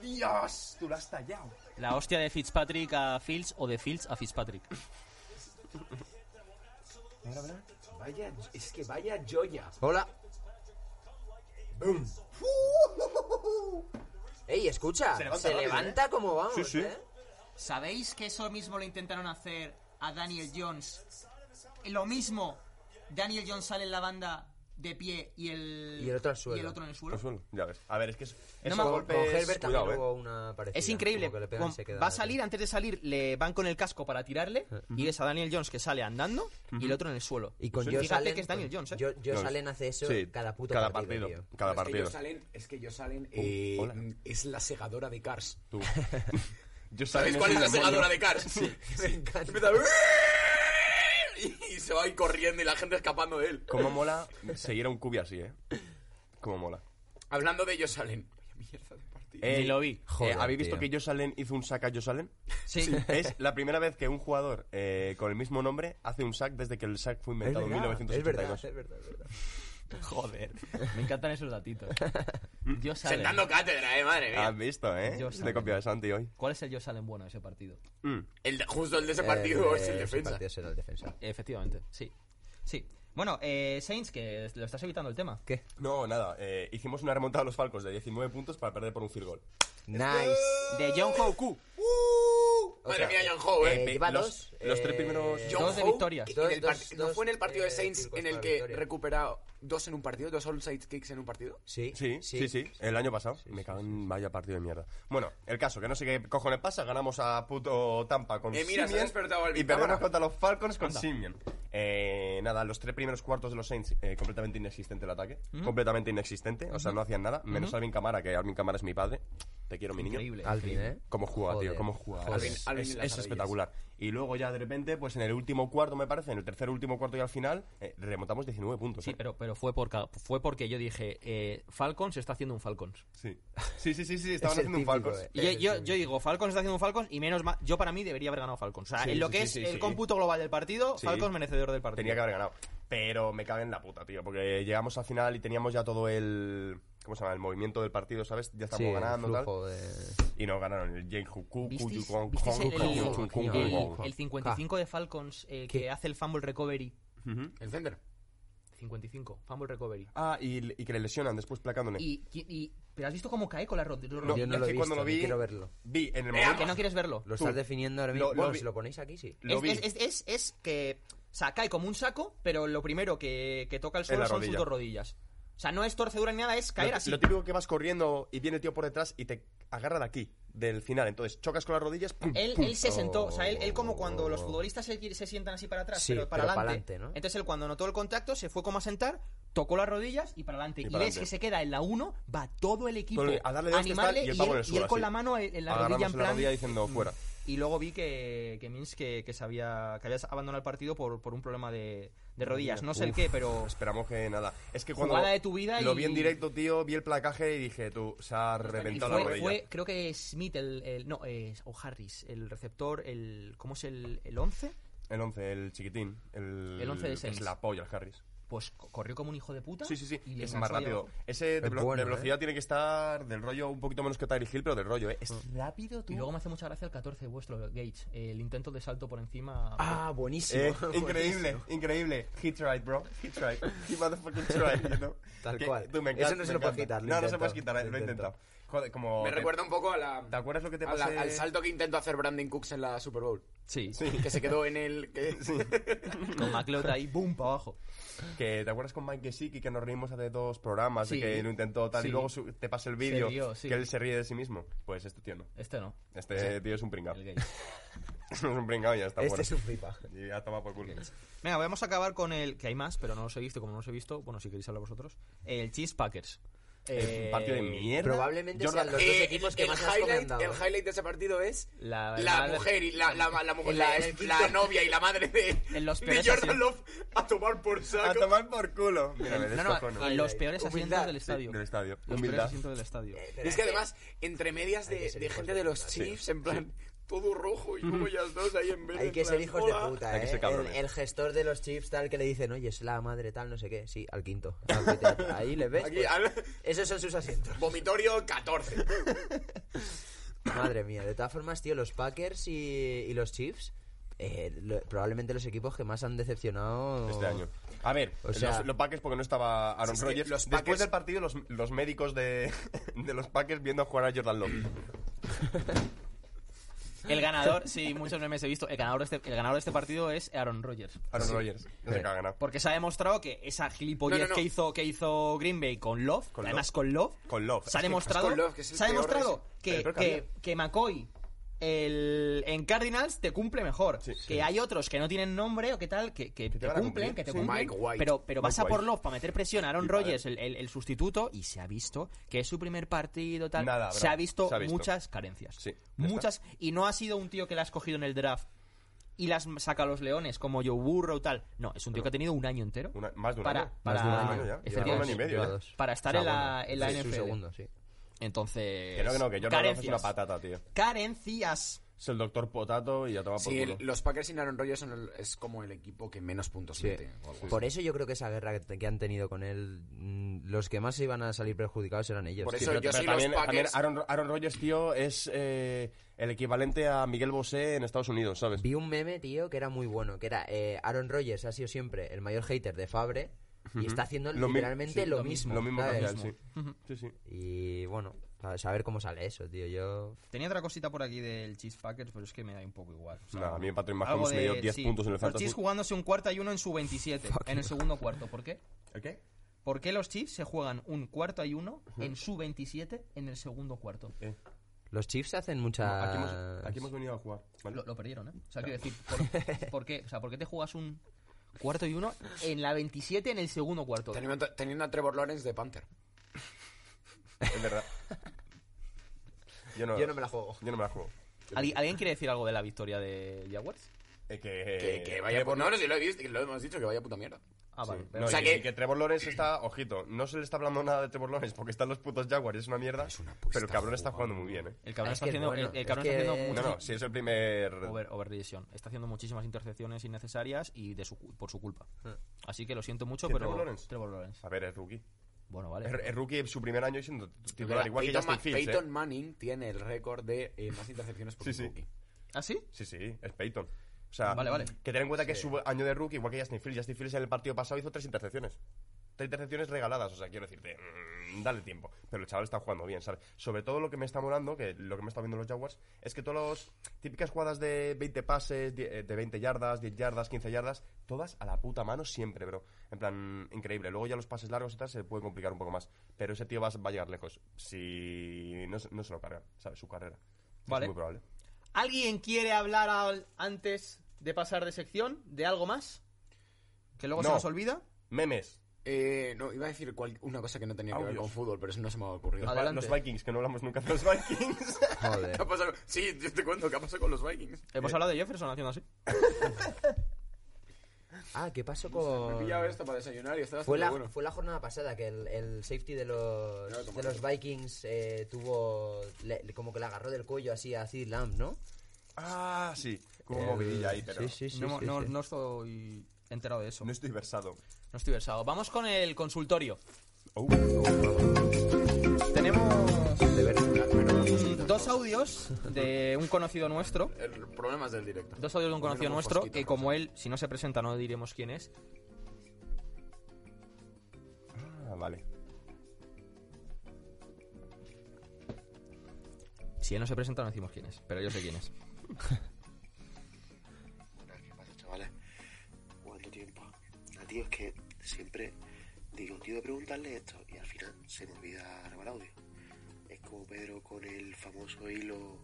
[SPEAKER 5] Dios, tú lo has tallado.
[SPEAKER 4] La hostia de Fitzpatrick a Fields o de Fields a Fitzpatrick.
[SPEAKER 2] Vaya, es que vaya joya.
[SPEAKER 3] Hola. [laughs] Ey, escucha. Se levanta, como vamos,
[SPEAKER 5] Sí, sí.
[SPEAKER 3] ¿eh?
[SPEAKER 4] ¿Sabéis que eso mismo lo intentaron hacer a Daniel Jones? Lo mismo. Daniel Jones sale en la banda de pie y el,
[SPEAKER 3] Y el otro al suelo.
[SPEAKER 4] y el otro en el suelo.
[SPEAKER 5] Ya ves. A ver, es que es, esos
[SPEAKER 4] me acuerdo. Pues,
[SPEAKER 3] Con,
[SPEAKER 5] golpes...
[SPEAKER 3] con Herbert también
[SPEAKER 5] Cuidado, eh.
[SPEAKER 3] hubo una parecida.
[SPEAKER 4] Es increíble.
[SPEAKER 3] como que le pegan y
[SPEAKER 4] Como
[SPEAKER 3] se quedan
[SPEAKER 4] va a
[SPEAKER 3] así.
[SPEAKER 4] salir, antes de salir, le van con el casco para tirarle. Y ves a Daniel Jones que sale andando y el otro en el suelo.
[SPEAKER 3] Y con
[SPEAKER 4] Sí.
[SPEAKER 3] Joe
[SPEAKER 4] Fíjate
[SPEAKER 3] Salen...
[SPEAKER 4] que es Daniel Jones, ¿eh?
[SPEAKER 3] Joe- Joe
[SPEAKER 5] Jones.
[SPEAKER 3] Salen hace eso
[SPEAKER 5] Sí,
[SPEAKER 3] cada puto
[SPEAKER 5] cada
[SPEAKER 3] partido,
[SPEAKER 5] partido.
[SPEAKER 3] tío.
[SPEAKER 5] Cada
[SPEAKER 2] Es que
[SPEAKER 5] partido.
[SPEAKER 2] yo salen, es que yo salen eh,
[SPEAKER 5] Uh, hola.
[SPEAKER 2] es la segadora de Cars.
[SPEAKER 5] Tú. Yo
[SPEAKER 2] ¿Sabéis cuál es la segadora de Cars? [laughs]
[SPEAKER 3] Me encanta.
[SPEAKER 2] Empieza a- y se va ahí corriendo y la gente escapando de él.
[SPEAKER 5] Cómo mola seguir a un cubi así, ¿eh? Cómo mola.
[SPEAKER 2] Hablando de ellos salen. Vaya mierda de partido.
[SPEAKER 5] Eh,
[SPEAKER 4] Ni lo vi.
[SPEAKER 3] Joder,
[SPEAKER 5] eh, ¿Habéis visto
[SPEAKER 3] tío.
[SPEAKER 5] que Josalen hizo un sack a Josalen?
[SPEAKER 4] Sí.
[SPEAKER 5] Es la primera vez que un jugador eh, con el mismo nombre hace un sack desde que el sack fue
[SPEAKER 3] Es
[SPEAKER 5] inventado en
[SPEAKER 3] verdad, es
[SPEAKER 5] 1982.
[SPEAKER 3] verdad, es verdad, es verdad. [laughs]
[SPEAKER 4] Joder. Me encantan esos datitos. Joe Salen.
[SPEAKER 2] Sentando cátedra, eh, madre
[SPEAKER 3] Ah.
[SPEAKER 2] mía.
[SPEAKER 5] Has visto, ¿eh?
[SPEAKER 4] Joe Salen.
[SPEAKER 5] Te copia de Santi hoy.
[SPEAKER 4] ¿Cuál es el Joe Salen bueno de ese partido?
[SPEAKER 5] Mm.
[SPEAKER 2] El de- justo el de ese partido
[SPEAKER 3] Eh,
[SPEAKER 2] es el
[SPEAKER 3] ese
[SPEAKER 2] defensa.
[SPEAKER 3] partido será el defensa.
[SPEAKER 4] Efectivamente, sí. Sí. Bueno, eh, Saints, que lo estás evitando el tema.
[SPEAKER 3] ¿Qué?
[SPEAKER 5] No, nada. eh, hicimos una remontada a los Falcos de 19 puntos para perder por un field goal.
[SPEAKER 3] Nice.
[SPEAKER 4] [laughs] De John Hoku.
[SPEAKER 2] ¡Uh! Madre
[SPEAKER 3] O sea,
[SPEAKER 2] mía, Jan Ho, eh.
[SPEAKER 3] Eh, lleva
[SPEAKER 5] los-
[SPEAKER 3] dos.
[SPEAKER 5] los tres
[SPEAKER 3] eh,
[SPEAKER 5] primeros-
[SPEAKER 2] John
[SPEAKER 4] dos de
[SPEAKER 2] Ho,
[SPEAKER 4] victorias.
[SPEAKER 2] en el
[SPEAKER 3] Dos-
[SPEAKER 2] part-
[SPEAKER 3] dos-
[SPEAKER 2] ¿No fue en el partido de
[SPEAKER 3] eh,
[SPEAKER 2] Saints
[SPEAKER 3] circos
[SPEAKER 2] en el
[SPEAKER 3] para
[SPEAKER 2] que
[SPEAKER 3] victoria.
[SPEAKER 2] recupera dos en un partido, dos onside kicks en un partido?
[SPEAKER 3] Sí,
[SPEAKER 5] Sí, sí, sí, El año pasado. me cago en vaya partido de mierda. Bueno, el caso, que no sé qué cojones pasa. Ganamos a puto Tampa con
[SPEAKER 2] Eh, mira, se ha
[SPEAKER 5] Simeon
[SPEAKER 2] despertado el
[SPEAKER 5] y perdemos
[SPEAKER 2] Bitácora.
[SPEAKER 5] contra los Falcons con Simeon. Eh, nada, los tres primeros cuartos de los Saints, eh, completamente inexistente el ataque. Completamente inexistente. O sea, no hacían nada. Menos Alvin Camara, que Alvin Camara es mi padre. Te quiero, mi niño.
[SPEAKER 4] Increíble.
[SPEAKER 3] Alvin, ¿eh?
[SPEAKER 5] Cómo juega,
[SPEAKER 3] Joder,
[SPEAKER 5] tío, cómo juega.
[SPEAKER 3] joder.
[SPEAKER 2] Alvin-
[SPEAKER 5] es
[SPEAKER 2] Alvin
[SPEAKER 5] es-
[SPEAKER 2] en las
[SPEAKER 5] es
[SPEAKER 2] rodillas.
[SPEAKER 5] espectacular. Y luego ya de repente, pues en el último cuarto, me parece, en el tercer último cuarto y al final, eh, remontamos 19 puntos.
[SPEAKER 4] Sí,
[SPEAKER 5] eh.
[SPEAKER 4] pero, pero fue, por, ca- fue porque yo dije, eh, Falcons está haciendo un Falcons.
[SPEAKER 5] sí. sí, sí, sí, sí, estaban
[SPEAKER 3] Es el
[SPEAKER 5] haciendo un
[SPEAKER 3] típico,
[SPEAKER 5] Falcons.
[SPEAKER 3] eh.
[SPEAKER 4] Y yo, yo, yo digo, Falcons está haciendo un Falcons y menos mal, yo para mí debería haber ganado Falcons. O sea,
[SPEAKER 5] Sí,
[SPEAKER 4] en lo
[SPEAKER 5] sí,
[SPEAKER 4] que
[SPEAKER 5] sí,
[SPEAKER 4] es
[SPEAKER 5] sí,
[SPEAKER 4] el
[SPEAKER 5] sí.
[SPEAKER 4] cómputo global del partido,
[SPEAKER 5] Sí.
[SPEAKER 4] Falcons merecedor del partido.
[SPEAKER 5] Tenía que haber ganado. Pero me cabe en la puta, tío. Porque llegamos al final y teníamos ya todo el. ¿Cómo se llama? El movimiento del partido, ¿sabes? Ya
[SPEAKER 3] Sí,
[SPEAKER 5] estamos ganando,
[SPEAKER 3] el
[SPEAKER 5] tal.
[SPEAKER 3] flujo de-
[SPEAKER 5] Y nos ganaron el Jake Huku,
[SPEAKER 4] ¿Visteis,
[SPEAKER 5] Kuyu, Kong,
[SPEAKER 4] visteis
[SPEAKER 5] Kong,
[SPEAKER 4] el, el-
[SPEAKER 5] Kong, Kong, Kong,
[SPEAKER 4] el-
[SPEAKER 5] Kong, Kong.
[SPEAKER 4] el 55 de Falcons eh, que
[SPEAKER 3] ¿Qué?
[SPEAKER 4] hace el fumble recovery?
[SPEAKER 2] El center.
[SPEAKER 4] 55, fumble recovery.
[SPEAKER 5] Ah, y, y que le lesionan después placándole.
[SPEAKER 4] Y, y- y- pero has visto cómo cae con la rod- rod-
[SPEAKER 5] No,
[SPEAKER 3] Yo no
[SPEAKER 5] es
[SPEAKER 3] lo he
[SPEAKER 5] que
[SPEAKER 3] visto,
[SPEAKER 5] cuando lo
[SPEAKER 3] ni
[SPEAKER 5] vi-
[SPEAKER 3] quiero verlo.
[SPEAKER 5] Vi en el
[SPEAKER 4] que
[SPEAKER 5] momento.
[SPEAKER 4] no quieres verlo.
[SPEAKER 3] Lo
[SPEAKER 5] Tú.
[SPEAKER 3] estás definiendo ahora
[SPEAKER 5] Lo-
[SPEAKER 3] mismo.
[SPEAKER 5] lo
[SPEAKER 3] Bueno,
[SPEAKER 5] vi-
[SPEAKER 3] si lo ponéis aquí, sí.
[SPEAKER 5] Lo
[SPEAKER 4] es,
[SPEAKER 5] vi.
[SPEAKER 4] es- es- es- es que O sea, cae como un saco, pero lo primero que, que toca el suelo
[SPEAKER 5] la
[SPEAKER 4] son sus
[SPEAKER 5] rodilla.
[SPEAKER 4] dos rodillas. O sea, no es torcedura ni nada, es caer
[SPEAKER 5] lo,
[SPEAKER 4] así.
[SPEAKER 5] lo típico que vas corriendo y viene el tío por detrás y te agarra de aquí, del final. Entonces chocas con las rodillas. ¡pum!
[SPEAKER 4] Él, él se sentó, o sea, él, él como cuando los futbolistas se, se sientan así para atrás,
[SPEAKER 3] Sí,
[SPEAKER 4] pero para
[SPEAKER 3] pero para
[SPEAKER 4] adelante.
[SPEAKER 3] adelante, ¿no?
[SPEAKER 4] Entonces él cuando notó el contacto se fue como a sentar, tocó las rodillas y para adelante. Y,
[SPEAKER 5] Y para
[SPEAKER 4] ves
[SPEAKER 5] adelante.
[SPEAKER 4] que se queda en la 1, va todo el equipo
[SPEAKER 5] Todo el- a darle de hostias,
[SPEAKER 4] animarle
[SPEAKER 5] tal, y
[SPEAKER 4] y
[SPEAKER 5] el
[SPEAKER 4] él,
[SPEAKER 5] pavo en el
[SPEAKER 4] y
[SPEAKER 5] suelo,
[SPEAKER 4] él con
[SPEAKER 5] así.
[SPEAKER 4] la mano eh, en en la rodilla en
[SPEAKER 5] Agarrándose la
[SPEAKER 4] plan...
[SPEAKER 5] rodilla diciendo
[SPEAKER 4] mm.
[SPEAKER 5] fuera.
[SPEAKER 4] Y luego vi que, que Minsk que, que sabía que había abandonado el partido por, por un problema de, de rodillas. No sé el
[SPEAKER 5] Uf.
[SPEAKER 4] qué, pero...
[SPEAKER 5] Esperamos que nada. Es que cuando
[SPEAKER 4] Jugada de tu vida
[SPEAKER 5] lo
[SPEAKER 4] y-
[SPEAKER 5] vi en directo, tío, vi el placaje y dije, tú, se ha
[SPEAKER 4] Y
[SPEAKER 5] reventado la
[SPEAKER 4] fue,
[SPEAKER 5] rodilla.
[SPEAKER 4] fue- creo que Smith, el, el- no, eh, o Harris, el receptor, el ¿cómo es el, el 11?
[SPEAKER 5] El 11, el chiquitín. El,
[SPEAKER 4] El 11 de
[SPEAKER 5] Es
[SPEAKER 4] Saints.
[SPEAKER 5] la polla, el Harris.
[SPEAKER 4] pues co- corrió como un hijo de puta.
[SPEAKER 5] Sí, sí, sí.
[SPEAKER 4] y le
[SPEAKER 5] Es
[SPEAKER 4] enganchó
[SPEAKER 5] más
[SPEAKER 4] ahí
[SPEAKER 5] rápido.
[SPEAKER 4] abajo.
[SPEAKER 5] Ese de,
[SPEAKER 3] Es
[SPEAKER 5] velo-
[SPEAKER 3] bueno,
[SPEAKER 5] de
[SPEAKER 3] ¿eh?
[SPEAKER 5] velocidad tiene que estar del rollo un poquito menos que Tyreek Hill, pero del rollo, ¿eh? Es
[SPEAKER 3] Mm.
[SPEAKER 5] rápido, tú.
[SPEAKER 4] Y luego me hace mucha gracia el 14 vuestro, Gage. El intento de salto por encima.
[SPEAKER 2] Ah, buenísimo.
[SPEAKER 3] [laughs]
[SPEAKER 5] Eh, [laughs] increíble, increíble. He tried, bro. He [laughs] tried. He motherfucking tried, you know.
[SPEAKER 3] [laughs] Tal
[SPEAKER 5] Que-
[SPEAKER 3] cual.
[SPEAKER 5] tú, me
[SPEAKER 3] Eso
[SPEAKER 5] encanta,
[SPEAKER 3] no se
[SPEAKER 5] me
[SPEAKER 3] lo puedes
[SPEAKER 5] encanta.
[SPEAKER 3] quitar, lo
[SPEAKER 5] No, no se
[SPEAKER 3] intento,
[SPEAKER 5] lo puedes quitar, eh,
[SPEAKER 3] lo
[SPEAKER 5] lo he
[SPEAKER 3] intento.
[SPEAKER 5] intentado. Joder, como...
[SPEAKER 2] Me
[SPEAKER 5] te-
[SPEAKER 2] recuerda un poco a la-
[SPEAKER 5] ¿Te acuerdas lo que te
[SPEAKER 2] a la-
[SPEAKER 5] pasé?
[SPEAKER 2] al salto que intentó hacer Brandon Cooks en la Super Bowl.
[SPEAKER 4] sí,
[SPEAKER 2] Que se quedó en el. que-
[SPEAKER 4] Con McLeod ahí, boom, para abajo.
[SPEAKER 5] Que te acuerdas con Mike Gesicki que nos reímos hace dos programas
[SPEAKER 4] Sí.
[SPEAKER 5] de que lo intentó tal
[SPEAKER 4] Sí.
[SPEAKER 5] y luego su- te pasa el vídeo
[SPEAKER 4] rió, sí.
[SPEAKER 5] que él se ríe de sí mismo. Pues este tío no.
[SPEAKER 4] Este no,
[SPEAKER 5] Este tío es un pringado.
[SPEAKER 4] el
[SPEAKER 5] es [laughs]
[SPEAKER 4] Gage.
[SPEAKER 5] un pringado y ya está
[SPEAKER 3] Este
[SPEAKER 5] fuera.
[SPEAKER 3] es un flipa.
[SPEAKER 5] Y ya toma por culo.
[SPEAKER 4] Venga, vamos a acabar con el. Que hay más, pero no los he visto. Como no los he visto, bueno, si queréis hablar vosotros. El Cheese Packers. Eh,
[SPEAKER 5] Es un partido de mierda.
[SPEAKER 3] Probablemente
[SPEAKER 5] Jordan-
[SPEAKER 3] sean los dos
[SPEAKER 2] Eh,
[SPEAKER 3] equipos que
[SPEAKER 2] el
[SPEAKER 3] más asco me han
[SPEAKER 2] highlight,
[SPEAKER 3] dado. ¿eh?
[SPEAKER 2] el highlight de ese partido es
[SPEAKER 4] La-
[SPEAKER 2] la,
[SPEAKER 4] la-
[SPEAKER 2] mujer y la, la, la mujer,
[SPEAKER 3] la-
[SPEAKER 2] la, la novia y la madre
[SPEAKER 5] [laughs]
[SPEAKER 2] de,
[SPEAKER 4] En los
[SPEAKER 2] de
[SPEAKER 4] peores
[SPEAKER 2] Jordan
[SPEAKER 4] así.
[SPEAKER 2] Love a tomar por
[SPEAKER 5] A
[SPEAKER 2] saco.
[SPEAKER 5] tomar por culo. Mira, me
[SPEAKER 4] No, no,
[SPEAKER 5] descojono.
[SPEAKER 4] eh, los peores asientos
[SPEAKER 3] Humildad,
[SPEAKER 4] del
[SPEAKER 3] sí,
[SPEAKER 4] estadio.
[SPEAKER 5] Del estadio.
[SPEAKER 4] Los peores
[SPEAKER 5] Humildad.
[SPEAKER 4] asientos del estadio.
[SPEAKER 2] Y es que además, entre medias de, de gente de los Chiefs, en plan, todo rojo y como ellas dos ahí en vez
[SPEAKER 3] Hay
[SPEAKER 2] en
[SPEAKER 3] que
[SPEAKER 2] plan,
[SPEAKER 3] ser hijos de
[SPEAKER 2] hola.
[SPEAKER 3] puta,
[SPEAKER 5] Hay
[SPEAKER 3] ¿eh?
[SPEAKER 5] que ser
[SPEAKER 3] El,
[SPEAKER 5] cabrones.
[SPEAKER 3] el gestor de los chips tal que le dicen, oye, es la madre tal, no sé qué. Sí, al quinto. al quinto. Ahí le ves.
[SPEAKER 2] Aquí,
[SPEAKER 3] pues,
[SPEAKER 2] al-
[SPEAKER 3] Esos son sus asientos.
[SPEAKER 2] Vomitorio 14.
[SPEAKER 3] Madre mía, de todas formas, tío, los Packers y, y los Chiefs, eh, lo- probablemente los equipos que más han decepcionado
[SPEAKER 5] Este año. A ver,
[SPEAKER 3] O sea-
[SPEAKER 5] los, los Packers porque no estaba Aaron
[SPEAKER 2] Es que
[SPEAKER 5] Rodgers.
[SPEAKER 2] los
[SPEAKER 5] Después
[SPEAKER 2] Packers-
[SPEAKER 5] del partido, los, los médicos de, [laughs] de los Packers viendo a jugar a Jordan Love.
[SPEAKER 4] El ganador, sí, muchos memes he visto. El ganador, de este, el ganador de este partido es Aaron Rodgers.
[SPEAKER 5] Aaron Rodgers. Es el que ha ganado.
[SPEAKER 4] Porque se ha demostrado que esa gilipollez
[SPEAKER 2] No, no, no.
[SPEAKER 4] Que, hizo, que hizo Green Bay con Love,
[SPEAKER 5] Con
[SPEAKER 4] además
[SPEAKER 5] Love.
[SPEAKER 4] con Love,
[SPEAKER 5] Con Love.
[SPEAKER 4] se ha
[SPEAKER 5] Es que-
[SPEAKER 4] demostrado,
[SPEAKER 2] con Love, que es el
[SPEAKER 4] se ha
[SPEAKER 2] peor
[SPEAKER 4] demostrado
[SPEAKER 2] reci-
[SPEAKER 4] que,
[SPEAKER 5] el peor que
[SPEAKER 4] que-
[SPEAKER 5] había.
[SPEAKER 4] que McCoy el, en Cardinals te cumple mejor.
[SPEAKER 5] Sí,
[SPEAKER 4] que
[SPEAKER 5] sí.
[SPEAKER 4] hay otros que no tienen nombre o qué tal, que, que te,
[SPEAKER 5] van a
[SPEAKER 4] cumplen,
[SPEAKER 5] cumplir.
[SPEAKER 4] que te
[SPEAKER 5] Sí.
[SPEAKER 4] cumplen.
[SPEAKER 2] Mike White.
[SPEAKER 4] Pero, pero vas
[SPEAKER 5] Mike
[SPEAKER 4] a por
[SPEAKER 5] White.
[SPEAKER 4] Love para meter presión a Aaron
[SPEAKER 5] Y para-
[SPEAKER 4] Rodgers, el, el- el sustituto, y se ha visto que es su primer partido, tal.
[SPEAKER 5] Nada,
[SPEAKER 4] se,
[SPEAKER 5] bro.
[SPEAKER 4] ha visto
[SPEAKER 5] Se ha visto.
[SPEAKER 4] muchas carencias.
[SPEAKER 5] Sí, ya está.
[SPEAKER 4] muchas. Y no ha sido un tío que la has cogido en el draft y las saca a los leones, como Joe Burrow tal. No, es un tío que ha tenido un año entero
[SPEAKER 5] Una- más de un
[SPEAKER 4] para,
[SPEAKER 5] año.
[SPEAKER 4] para,
[SPEAKER 5] Más de un año ya.
[SPEAKER 3] Yo
[SPEAKER 5] Lleva
[SPEAKER 4] efectivamente,
[SPEAKER 5] un
[SPEAKER 3] dos,
[SPEAKER 5] año y medio. ¿eh?
[SPEAKER 3] yo
[SPEAKER 5] ya.
[SPEAKER 3] dos.
[SPEAKER 4] para estar
[SPEAKER 3] O sea,
[SPEAKER 4] en la,
[SPEAKER 3] bueno,
[SPEAKER 4] en la
[SPEAKER 3] sí, su
[SPEAKER 4] NFL.
[SPEAKER 3] segundo, sí.
[SPEAKER 4] Entonces,
[SPEAKER 5] Que no, que no, que Jordan Love es una
[SPEAKER 4] carencias.
[SPEAKER 5] patata, tío.
[SPEAKER 4] Carencias.
[SPEAKER 5] Es el doctor Potato y ya toma por
[SPEAKER 2] Sí,
[SPEAKER 5] culo.
[SPEAKER 2] los Packers sin Aaron Rodgers son el- es como el equipo que menos puntos mete. o algo así.
[SPEAKER 3] Por eso yo creo que esa guerra que, te- que han tenido con él, mm, los que más se iban a salir perjudicados eran ellos.
[SPEAKER 2] Por
[SPEAKER 3] tío.
[SPEAKER 2] eso yo soy los
[SPEAKER 5] también, también
[SPEAKER 2] Packers.
[SPEAKER 5] Aaron, Aaron Rodgers, tío, es eh, el equivalente a Miguel Bosé en Estados Unidos, ¿sabes?
[SPEAKER 3] Vi un meme, tío, que era muy bueno, que era eh, Aaron Rodgers ha sido siempre el mayor hater de Fabre y está haciendo
[SPEAKER 5] Lo mi-
[SPEAKER 3] literalmente
[SPEAKER 5] sí,
[SPEAKER 3] lo, mismo.
[SPEAKER 5] Lo mismo
[SPEAKER 3] ¿sabes?
[SPEAKER 5] que hacía él, sí. Sí, sí.
[SPEAKER 3] Y bueno, a saber cómo sale eso, tío. Yo
[SPEAKER 4] Tenía otra cosita por aquí del Cheese Packers, pero es que me da un poco igual. O sea,
[SPEAKER 5] Nah, a mí Patrick
[SPEAKER 4] algo
[SPEAKER 5] Mahomes me dio
[SPEAKER 4] de-
[SPEAKER 5] 10
[SPEAKER 4] sí,
[SPEAKER 5] puntos en el
[SPEAKER 4] Los
[SPEAKER 5] fantasy.
[SPEAKER 4] Chiefs jugándose un cuarta y uno en su 27, en el segundo cuarto. ¿Por qué?
[SPEAKER 5] ¿El qué?
[SPEAKER 4] ¿Por qué los Chiefs se juegan un cuarto y uno en su 27 en el segundo cuarto?
[SPEAKER 3] Los Chiefs hacen muchas...
[SPEAKER 5] Aquí, hemos, aquí hemos venido a jugar. ¿vale?
[SPEAKER 4] Lo, lo perdieron, ¿eh? O sea, quiero decir, ¿por,
[SPEAKER 5] [laughs]
[SPEAKER 4] por qué? O sea, ¿por qué te juegas un cuarto y uno en la 27 en el segundo cuarto?
[SPEAKER 2] Teniendo, teniendo a Trevor Lawrence de Panther.
[SPEAKER 5] Es verdad. Yo no,
[SPEAKER 2] Yo no me la juego.
[SPEAKER 5] yo no me la juego.
[SPEAKER 4] ¿Alguien, alguien quiere decir algo de la victoria de Jaguars?
[SPEAKER 5] Eh, que,
[SPEAKER 2] Que, que vaya
[SPEAKER 5] Trevor-
[SPEAKER 2] por... No, no, si lo he visto, que lo hemos dicho, que vaya puta mierda.
[SPEAKER 4] Ah, vale.
[SPEAKER 5] No,
[SPEAKER 2] O sea
[SPEAKER 5] y-
[SPEAKER 2] que-
[SPEAKER 5] y que Trevor Lawrence está, ojito, no se le está hablando nada de Trevor Lawrence porque están los putos Jaguars, es una mierda. pero el cabrón está jugando muy bien, ¿eh?
[SPEAKER 4] El cabrón
[SPEAKER 3] Es
[SPEAKER 4] está
[SPEAKER 3] que es
[SPEAKER 4] haciendo,
[SPEAKER 3] bueno,
[SPEAKER 4] el, el
[SPEAKER 3] es
[SPEAKER 4] cabrón
[SPEAKER 3] que- eh,
[SPEAKER 4] está
[SPEAKER 3] No,
[SPEAKER 4] haciendo
[SPEAKER 5] No,
[SPEAKER 4] muchas
[SPEAKER 5] no, si es el primer.
[SPEAKER 4] over, overreaction. Está haciendo muchísimas intercepciones innecesarias y de su, cu- por su culpa. Así que lo siento mucho,
[SPEAKER 5] ¿Quién,
[SPEAKER 4] pero
[SPEAKER 5] Trevor Lawrence?
[SPEAKER 4] Trevor Lawrence.
[SPEAKER 5] A ver, es rookie.
[SPEAKER 4] Bueno,
[SPEAKER 5] Es,
[SPEAKER 4] vale.
[SPEAKER 5] es rookie en su primer año y siendo titular
[SPEAKER 2] Mira,
[SPEAKER 5] igual que
[SPEAKER 2] Peyton,
[SPEAKER 5] Justin
[SPEAKER 2] Ma-
[SPEAKER 5] Fields.
[SPEAKER 2] Peyton
[SPEAKER 5] ¿eh?
[SPEAKER 2] Manning tiene el récord de eh, más intercepciones por
[SPEAKER 5] Sí,
[SPEAKER 2] un
[SPEAKER 5] sí.
[SPEAKER 2] rookie.
[SPEAKER 4] ¿Ah, sí?
[SPEAKER 5] Sí, sí, es Peyton. O sea,
[SPEAKER 4] Vale, vale.
[SPEAKER 5] que ten en cuenta que es su año de rookie igual que Justin Fields. Justin Fields en el partido pasado hizo tres intercepciones. Tres intercepciones regaladas, o sea, quiero decirte, mm, dale tiempo. Pero el chaval está jugando bien, ¿sabes? Sobre todo lo que me está molando, que lo que me está viendo los Jaguars, es que todas las típicas jugadas de 20 pases, die- eh, de 20 yardas, 10 yardas, 15 yardas, todas a la puta mano siempre, bro. En plan, increíble. Luego ya los pases largos y tal se puede complicar un poco más. Pero ese tío va, va a llegar lejos. Si no, se- no se lo carga, ¿sabes? Su carrera.
[SPEAKER 4] Vale.
[SPEAKER 5] Es muy probable.
[SPEAKER 4] ¿Alguien quiere hablar al- antes de pasar de sección de algo más? Que luego se
[SPEAKER 5] No.
[SPEAKER 4] nos olvida.
[SPEAKER 5] Memes.
[SPEAKER 2] Eh, no, iba a decir cual- una cosa que no tenía que ver
[SPEAKER 5] Audios. Ah.
[SPEAKER 2] con fútbol, pero eso no se me ha ocurrido.
[SPEAKER 3] Vale. Adelante.
[SPEAKER 5] Los Vikings, que no hablamos nunca de los Vikings.
[SPEAKER 3] [laughs] Joder.
[SPEAKER 2] [laughs] ¿Qué ha pasado? Sí, yo te cuento qué ha pasado con los Vikings.
[SPEAKER 4] Hemos hablado de Jefferson haciendo así.
[SPEAKER 3] Ah, ¿qué pasó
[SPEAKER 5] [laughs]
[SPEAKER 2] Me he
[SPEAKER 3] con...?
[SPEAKER 2] pillado esto para desayunar y estaba
[SPEAKER 3] Fue la,
[SPEAKER 2] bueno.
[SPEAKER 3] fue la jornada pasada que el, el safety de
[SPEAKER 2] No,
[SPEAKER 3] los,
[SPEAKER 2] como
[SPEAKER 3] de los Vikings eh, tuvo... le- le- como que le agarró del cuello así a Sid Lamb, ¿no?
[SPEAKER 5] [laughs] Ah, sí. Como
[SPEAKER 3] El-
[SPEAKER 5] movidilla ahí, pero.
[SPEAKER 3] Sí, sí, sí.
[SPEAKER 4] no,
[SPEAKER 3] sí,
[SPEAKER 4] no-
[SPEAKER 3] sí.
[SPEAKER 4] no estoy enterado de eso.
[SPEAKER 5] No estoy versado.
[SPEAKER 4] No estoy versado. Vamos con el consultorio.
[SPEAKER 5] Oh.
[SPEAKER 4] Tenemos
[SPEAKER 3] De verdad.
[SPEAKER 4] dos audios de un conocido nuestro.
[SPEAKER 2] El problema es del directo.
[SPEAKER 4] Dos audios de un
[SPEAKER 2] Porque
[SPEAKER 4] conocido
[SPEAKER 2] no hemos
[SPEAKER 4] nuestro
[SPEAKER 2] fosquito,
[SPEAKER 4] que
[SPEAKER 2] no
[SPEAKER 4] como
[SPEAKER 2] sé.
[SPEAKER 4] él, si no se presenta, no diremos quién es.
[SPEAKER 5] Ah, vale.
[SPEAKER 4] Si él no se presenta, no decimos quién es. Pero yo sé quién es.
[SPEAKER 8] ¿Qué pasa, chavales? ¿Cuánto tiempo? A tío, es que siempre digo, tío, de preguntarle esto y al final se me olvida grabar audio. Es como Pedro con el famoso hilo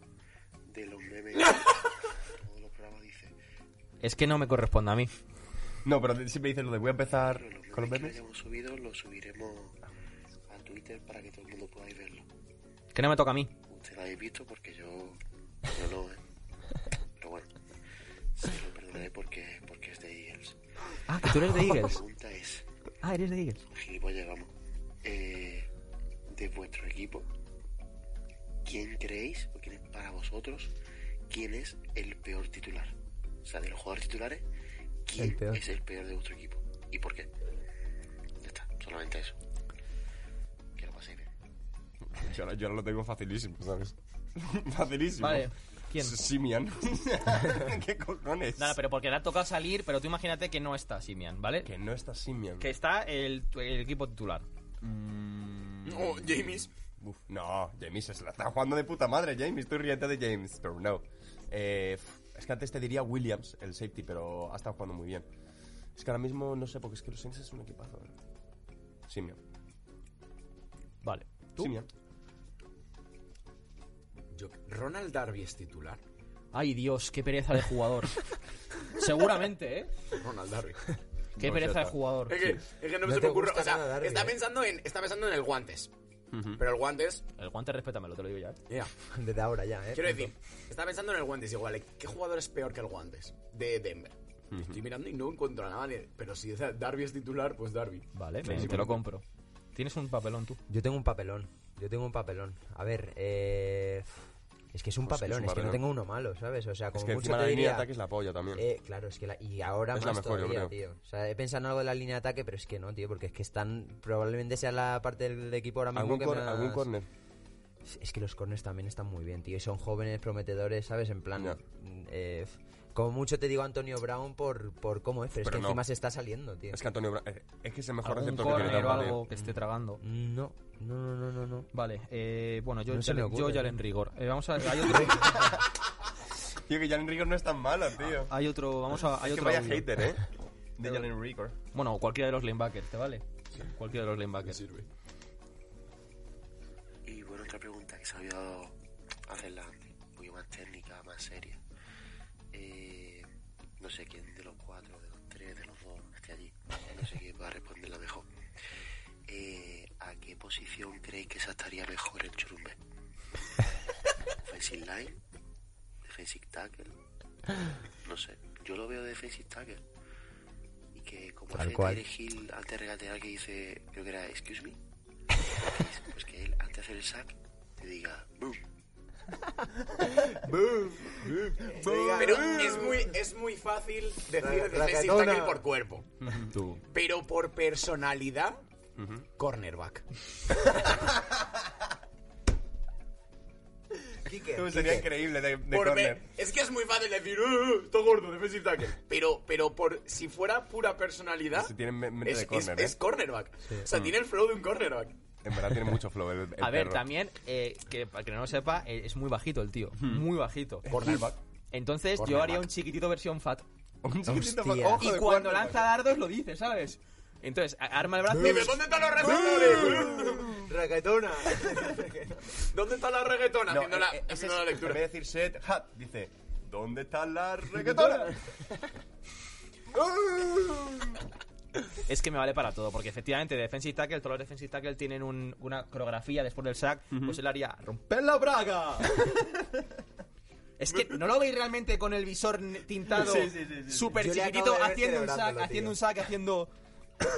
[SPEAKER 8] de los memes. que Todos los programas dice,
[SPEAKER 4] Es que no me corresponde a mí.
[SPEAKER 5] No, pero siempre dices lo de voy a empezar
[SPEAKER 8] pero los memes
[SPEAKER 5] con los
[SPEAKER 8] que no
[SPEAKER 5] memes.
[SPEAKER 8] hayamos subido los subiremos a Twitter para que todo el mundo podáis verlo.
[SPEAKER 4] Que no me toca a mí.
[SPEAKER 8] Usted lo habéis visto porque yo, yo no, ¿eh? Pero bueno, se lo perdonaré porque, porque es de Eagles.
[SPEAKER 4] Ah, que tú eres [laughs] de
[SPEAKER 8] La
[SPEAKER 4] Eagles.
[SPEAKER 8] pregunta es...
[SPEAKER 4] Ah, eres de Eagles.
[SPEAKER 8] gilipollas, vamos. Eh, de vuestro equipo, ¿quién creéis, o quién es para vosotros, quién es el peor titular? O sea, de los jugadores titulares, ¿quién
[SPEAKER 3] El peor.
[SPEAKER 8] es el peor de vuestro equipo? ¿Y por qué? Ya está, solamente eso. Que lo paséis bien.
[SPEAKER 5] Yo, ahora- yo ahora lo tengo facilísimo, ¿sabes? [laughs] facilísimo.
[SPEAKER 4] Vale. ¿Quién?
[SPEAKER 5] S- [laughs] Simian. ¿Qué cojones?
[SPEAKER 4] Nada, pero porque le ha tocado salir, pero tú imagínate que no está Simian, ¿vale?
[SPEAKER 5] Que no está Simian.
[SPEAKER 4] Que está el, el equipo titular.
[SPEAKER 2] No, James.
[SPEAKER 5] Uf, no, James se la está jugando de puta madre, James. Estoy riente de James, pero no. Eh, f- es que antes te diría Williams, el safety, pero ha estado jugando muy bien. Es que ahora mismo no sé, porque es que los Saints es un equipazo. ¿eh? Simian.
[SPEAKER 4] Vale.
[SPEAKER 5] Simian.
[SPEAKER 2] Yo- Ronald Darby es titular.
[SPEAKER 4] Ay, Dios, qué pereza de [laughs] jugador. Seguramente, ¿eh?
[SPEAKER 2] Ronald [laughs] Darby.
[SPEAKER 4] Qué
[SPEAKER 5] No,
[SPEAKER 4] pereza
[SPEAKER 5] ya
[SPEAKER 4] de
[SPEAKER 5] está.
[SPEAKER 4] jugador.
[SPEAKER 2] es, que, es que no,
[SPEAKER 3] No
[SPEAKER 2] se
[SPEAKER 3] te
[SPEAKER 2] me ocurre.
[SPEAKER 3] gusta
[SPEAKER 2] O sea,
[SPEAKER 3] nada Darby,
[SPEAKER 2] está,
[SPEAKER 3] ¿eh?
[SPEAKER 2] pensando en, está pensando en el guantes. Pero el guantes.
[SPEAKER 4] El guante respétamelo, te lo digo ya. ¿eh?
[SPEAKER 2] ya.
[SPEAKER 3] [laughs] Desde ahora ya, ¿eh?
[SPEAKER 2] Quiero decir, está pensando en el guantes igual. ¿eh? ¿Qué jugador es peor que el guantes? De Denver. Estoy mirando y no encuentro a nadie. Pero si es- Darby es titular, pues Darby.
[SPEAKER 4] Vale, me- te lo compro. Tienes un papelón tú.
[SPEAKER 3] Yo tengo un papelón. Yo tengo un papelón. A ver, eh... Es que es un
[SPEAKER 5] Pues que es
[SPEAKER 3] papelón,
[SPEAKER 5] un
[SPEAKER 3] es que no
[SPEAKER 5] papelón.
[SPEAKER 3] tengo uno malo, ¿sabes? O sea, como
[SPEAKER 5] Es que
[SPEAKER 3] mucho
[SPEAKER 5] encima
[SPEAKER 3] te
[SPEAKER 5] la línea de
[SPEAKER 3] diría...
[SPEAKER 5] ataque es la polla también.
[SPEAKER 3] Eh, claro, es que la- y ahora
[SPEAKER 5] Es la
[SPEAKER 3] más
[SPEAKER 5] mejor, yo
[SPEAKER 3] todavía,
[SPEAKER 5] creo.
[SPEAKER 3] tío. O sea, he pensado en algo de la línea de ataque, pero es que no, tío, porque es que están probablemente sea la parte del, del equipo ahora mismo
[SPEAKER 5] ¿Algún,
[SPEAKER 3] que
[SPEAKER 5] cor-
[SPEAKER 3] más-
[SPEAKER 5] algún corner?
[SPEAKER 3] Es que los corners también están muy bien, tío, y son jóvenes prometedores, ¿sabes? En plan,
[SPEAKER 5] Ya.
[SPEAKER 3] eh, como mucho te digo Antonio Brown por, por cómo es, pero,
[SPEAKER 5] Pero
[SPEAKER 3] es que
[SPEAKER 5] no.
[SPEAKER 3] encima se está saliendo, tío.
[SPEAKER 5] Es que Antonio Bra- eh, Es que es el mejor
[SPEAKER 4] Algún
[SPEAKER 5] receptor que tiene
[SPEAKER 4] corner o
[SPEAKER 5] Tampa,
[SPEAKER 4] algo
[SPEAKER 5] tío.
[SPEAKER 4] que Mm. esté tragando.
[SPEAKER 3] No, no, no, no, no, no.
[SPEAKER 4] Vale, eh, bueno, yo,
[SPEAKER 3] No se
[SPEAKER 4] ya,
[SPEAKER 3] me
[SPEAKER 4] le- yo
[SPEAKER 3] ocurre.
[SPEAKER 4] ya le en
[SPEAKER 3] [laughs]
[SPEAKER 4] rigor. Eh, vamos a, hay
[SPEAKER 5] [laughs]
[SPEAKER 4] otro,
[SPEAKER 5] Tío, que Jalen Rigor no es tan malo, tío.
[SPEAKER 4] hay otro, vamos a, ah, hay
[SPEAKER 5] es que
[SPEAKER 4] otro.
[SPEAKER 5] vaya
[SPEAKER 4] audio.
[SPEAKER 5] hater, ¿eh? De Jalen Rigor.
[SPEAKER 4] Bueno, cualquiera de los linebackers, ¿te vale? Cualquiera de los linebackers.
[SPEAKER 8] Y bueno, otra pregunta que se me ha olvidado hacerla antes, un poquito más técnica, más seria. Eh, no sé quién de los cuatro, de los tres, de los dos que esté allí, no sé quién va a responderla mejor. Eh, ¿A qué posición creéis que se estaría mejor el churumbe? ¿Offensive line? ¿Defensive tackle? No sé, yo lo veo de defensive tackle. Y que como
[SPEAKER 3] Tal
[SPEAKER 8] hace
[SPEAKER 3] cual.
[SPEAKER 8] Tyreek Hill antes de regatear que dice, creo que era, excuse me, pues que él, antes de hacer el sack, te diga, boom.
[SPEAKER 2] Pero es muy, eh, es muy fácil decir defensive
[SPEAKER 3] racatona.
[SPEAKER 2] tackle por cuerpo. Pero por personalidad, cornerback.
[SPEAKER 3] Quique,
[SPEAKER 5] Tú, sería
[SPEAKER 3] Quique.
[SPEAKER 5] increíble de, de
[SPEAKER 2] Por
[SPEAKER 5] córner.
[SPEAKER 2] ver- es que es muy fácil decir, "Uh, está gordo, defensive tackle. Pero, pero por, si fuera pura personalidad,
[SPEAKER 5] Si tienen me- mente
[SPEAKER 2] es,
[SPEAKER 5] de
[SPEAKER 2] es-
[SPEAKER 5] córner, ¿eh?
[SPEAKER 2] es cornerback. O sea, tiene el flow de un cornerback.
[SPEAKER 5] En verdad tiene mucho flow el, el
[SPEAKER 4] A ver,
[SPEAKER 5] perro.
[SPEAKER 4] también, eh, que para que no lo sepa, eh, es muy bajito el tío.
[SPEAKER 5] Hmm.
[SPEAKER 4] Muy bajito.
[SPEAKER 5] Eh,
[SPEAKER 2] Cornerback.
[SPEAKER 4] Entonces, yo
[SPEAKER 2] Cornerback.
[SPEAKER 4] haría un chiquitito versión fat.
[SPEAKER 5] [laughs] Un chiquitito pa-
[SPEAKER 3] Hostia.
[SPEAKER 5] ojo
[SPEAKER 4] Y
[SPEAKER 5] de
[SPEAKER 4] cuando
[SPEAKER 5] cuerno.
[SPEAKER 4] lanza dardos, lo dice, ¿sabes? Entonces, a- arma el brazo.
[SPEAKER 2] Dime, ¿dónde están los receptores?
[SPEAKER 3] Raquetona.
[SPEAKER 2] ¿Dónde está la reggaetona?
[SPEAKER 5] No,
[SPEAKER 2] haciendo la,
[SPEAKER 5] eh, eh, ese
[SPEAKER 2] haciendo la
[SPEAKER 5] es-
[SPEAKER 2] lectura.
[SPEAKER 5] En vez de decir set, hat, dice, ¿dónde está la [laughs] reggaetona?
[SPEAKER 4] Es que me vale para todo, porque efectivamente, defensive tackle, todos los defensive tackle tienen un- una coreografía después del sack. Pues él haría romper la braga. es que no lo veis realmente con el visor ne- tintado, súper
[SPEAKER 3] Yo le acabo
[SPEAKER 4] chiquitito,
[SPEAKER 3] de ver
[SPEAKER 4] haciendo un sack,
[SPEAKER 3] celebrándolo, tío.
[SPEAKER 4] haciendo un sack, haciendo.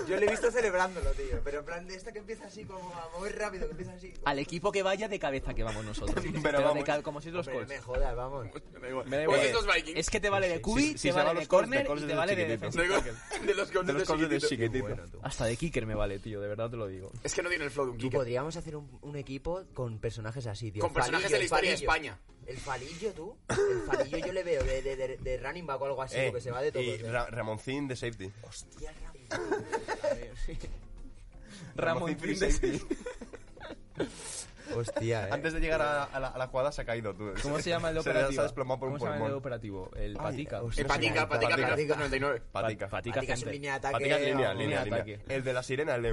[SPEAKER 3] Yo le he visto celebrándolo, tío. Pero en plan de esta que empieza así, como a mover rápido, que empieza así.
[SPEAKER 4] Al equipo que vaya de cabeza que vamos nosotros.
[SPEAKER 5] Pero
[SPEAKER 4] de
[SPEAKER 5] vamos.
[SPEAKER 4] ca- como si los
[SPEAKER 3] Hombre, no
[SPEAKER 4] Colts.
[SPEAKER 3] me jodas, vamos.
[SPEAKER 2] Me da igual.
[SPEAKER 4] Me da
[SPEAKER 2] Porque
[SPEAKER 4] igual.
[SPEAKER 2] estos Vikings.
[SPEAKER 4] Es que te vale de cubi,
[SPEAKER 5] si- si
[SPEAKER 4] te
[SPEAKER 5] se van
[SPEAKER 4] vale de
[SPEAKER 5] los Colts, de
[SPEAKER 4] corner
[SPEAKER 5] Colts
[SPEAKER 4] y te
[SPEAKER 5] desde
[SPEAKER 4] vale de
[SPEAKER 5] chiquitito.
[SPEAKER 4] defensa.
[SPEAKER 2] Da igual. [laughs] de los
[SPEAKER 5] De los
[SPEAKER 2] corners
[SPEAKER 5] cortes de
[SPEAKER 2] chiquititos.
[SPEAKER 5] chiquitito.
[SPEAKER 4] Hasta de kicker me vale, tío, de verdad te lo digo.
[SPEAKER 2] Es que no tiene el flow de un
[SPEAKER 3] Tú
[SPEAKER 2] kicker.
[SPEAKER 3] podríamos hacer un, un equipo con personajes así, tío.
[SPEAKER 2] Con
[SPEAKER 3] El
[SPEAKER 2] personajes de la
[SPEAKER 3] el
[SPEAKER 2] historia de España.
[SPEAKER 3] El falillo, tú. El falillo yo le veo de, de, de, de running back o algo así,
[SPEAKER 5] Eh,
[SPEAKER 3] porque se va de todo.
[SPEAKER 5] y Ra- Ramoncín de safety.
[SPEAKER 3] Hostia, Ramón.
[SPEAKER 5] Ramoncín de [laughs] safety.
[SPEAKER 3] [laughs] Hostia, eh.
[SPEAKER 5] Antes de llegar a, a la, a la jugada se ha caído tú.
[SPEAKER 4] ¿Cómo se llama el
[SPEAKER 5] [laughs] Se le-
[SPEAKER 4] operativo?
[SPEAKER 5] Se ha desplomado por un
[SPEAKER 4] ¿Cómo se llama el
[SPEAKER 5] pulmón.
[SPEAKER 4] operativo? El
[SPEAKER 5] Ay,
[SPEAKER 4] patica.
[SPEAKER 3] hostia.
[SPEAKER 2] Eh, Patica, Patica,
[SPEAKER 5] Patica.
[SPEAKER 2] Patica 99.
[SPEAKER 5] Patica.
[SPEAKER 4] Pa- patica,
[SPEAKER 3] Patica es
[SPEAKER 4] gente.
[SPEAKER 3] un línea de ataque.
[SPEAKER 5] Patica es línea,
[SPEAKER 3] vamos.
[SPEAKER 5] línea,
[SPEAKER 4] Línea de
[SPEAKER 5] línea.
[SPEAKER 4] ataque.
[SPEAKER 5] El de la sirena, el de...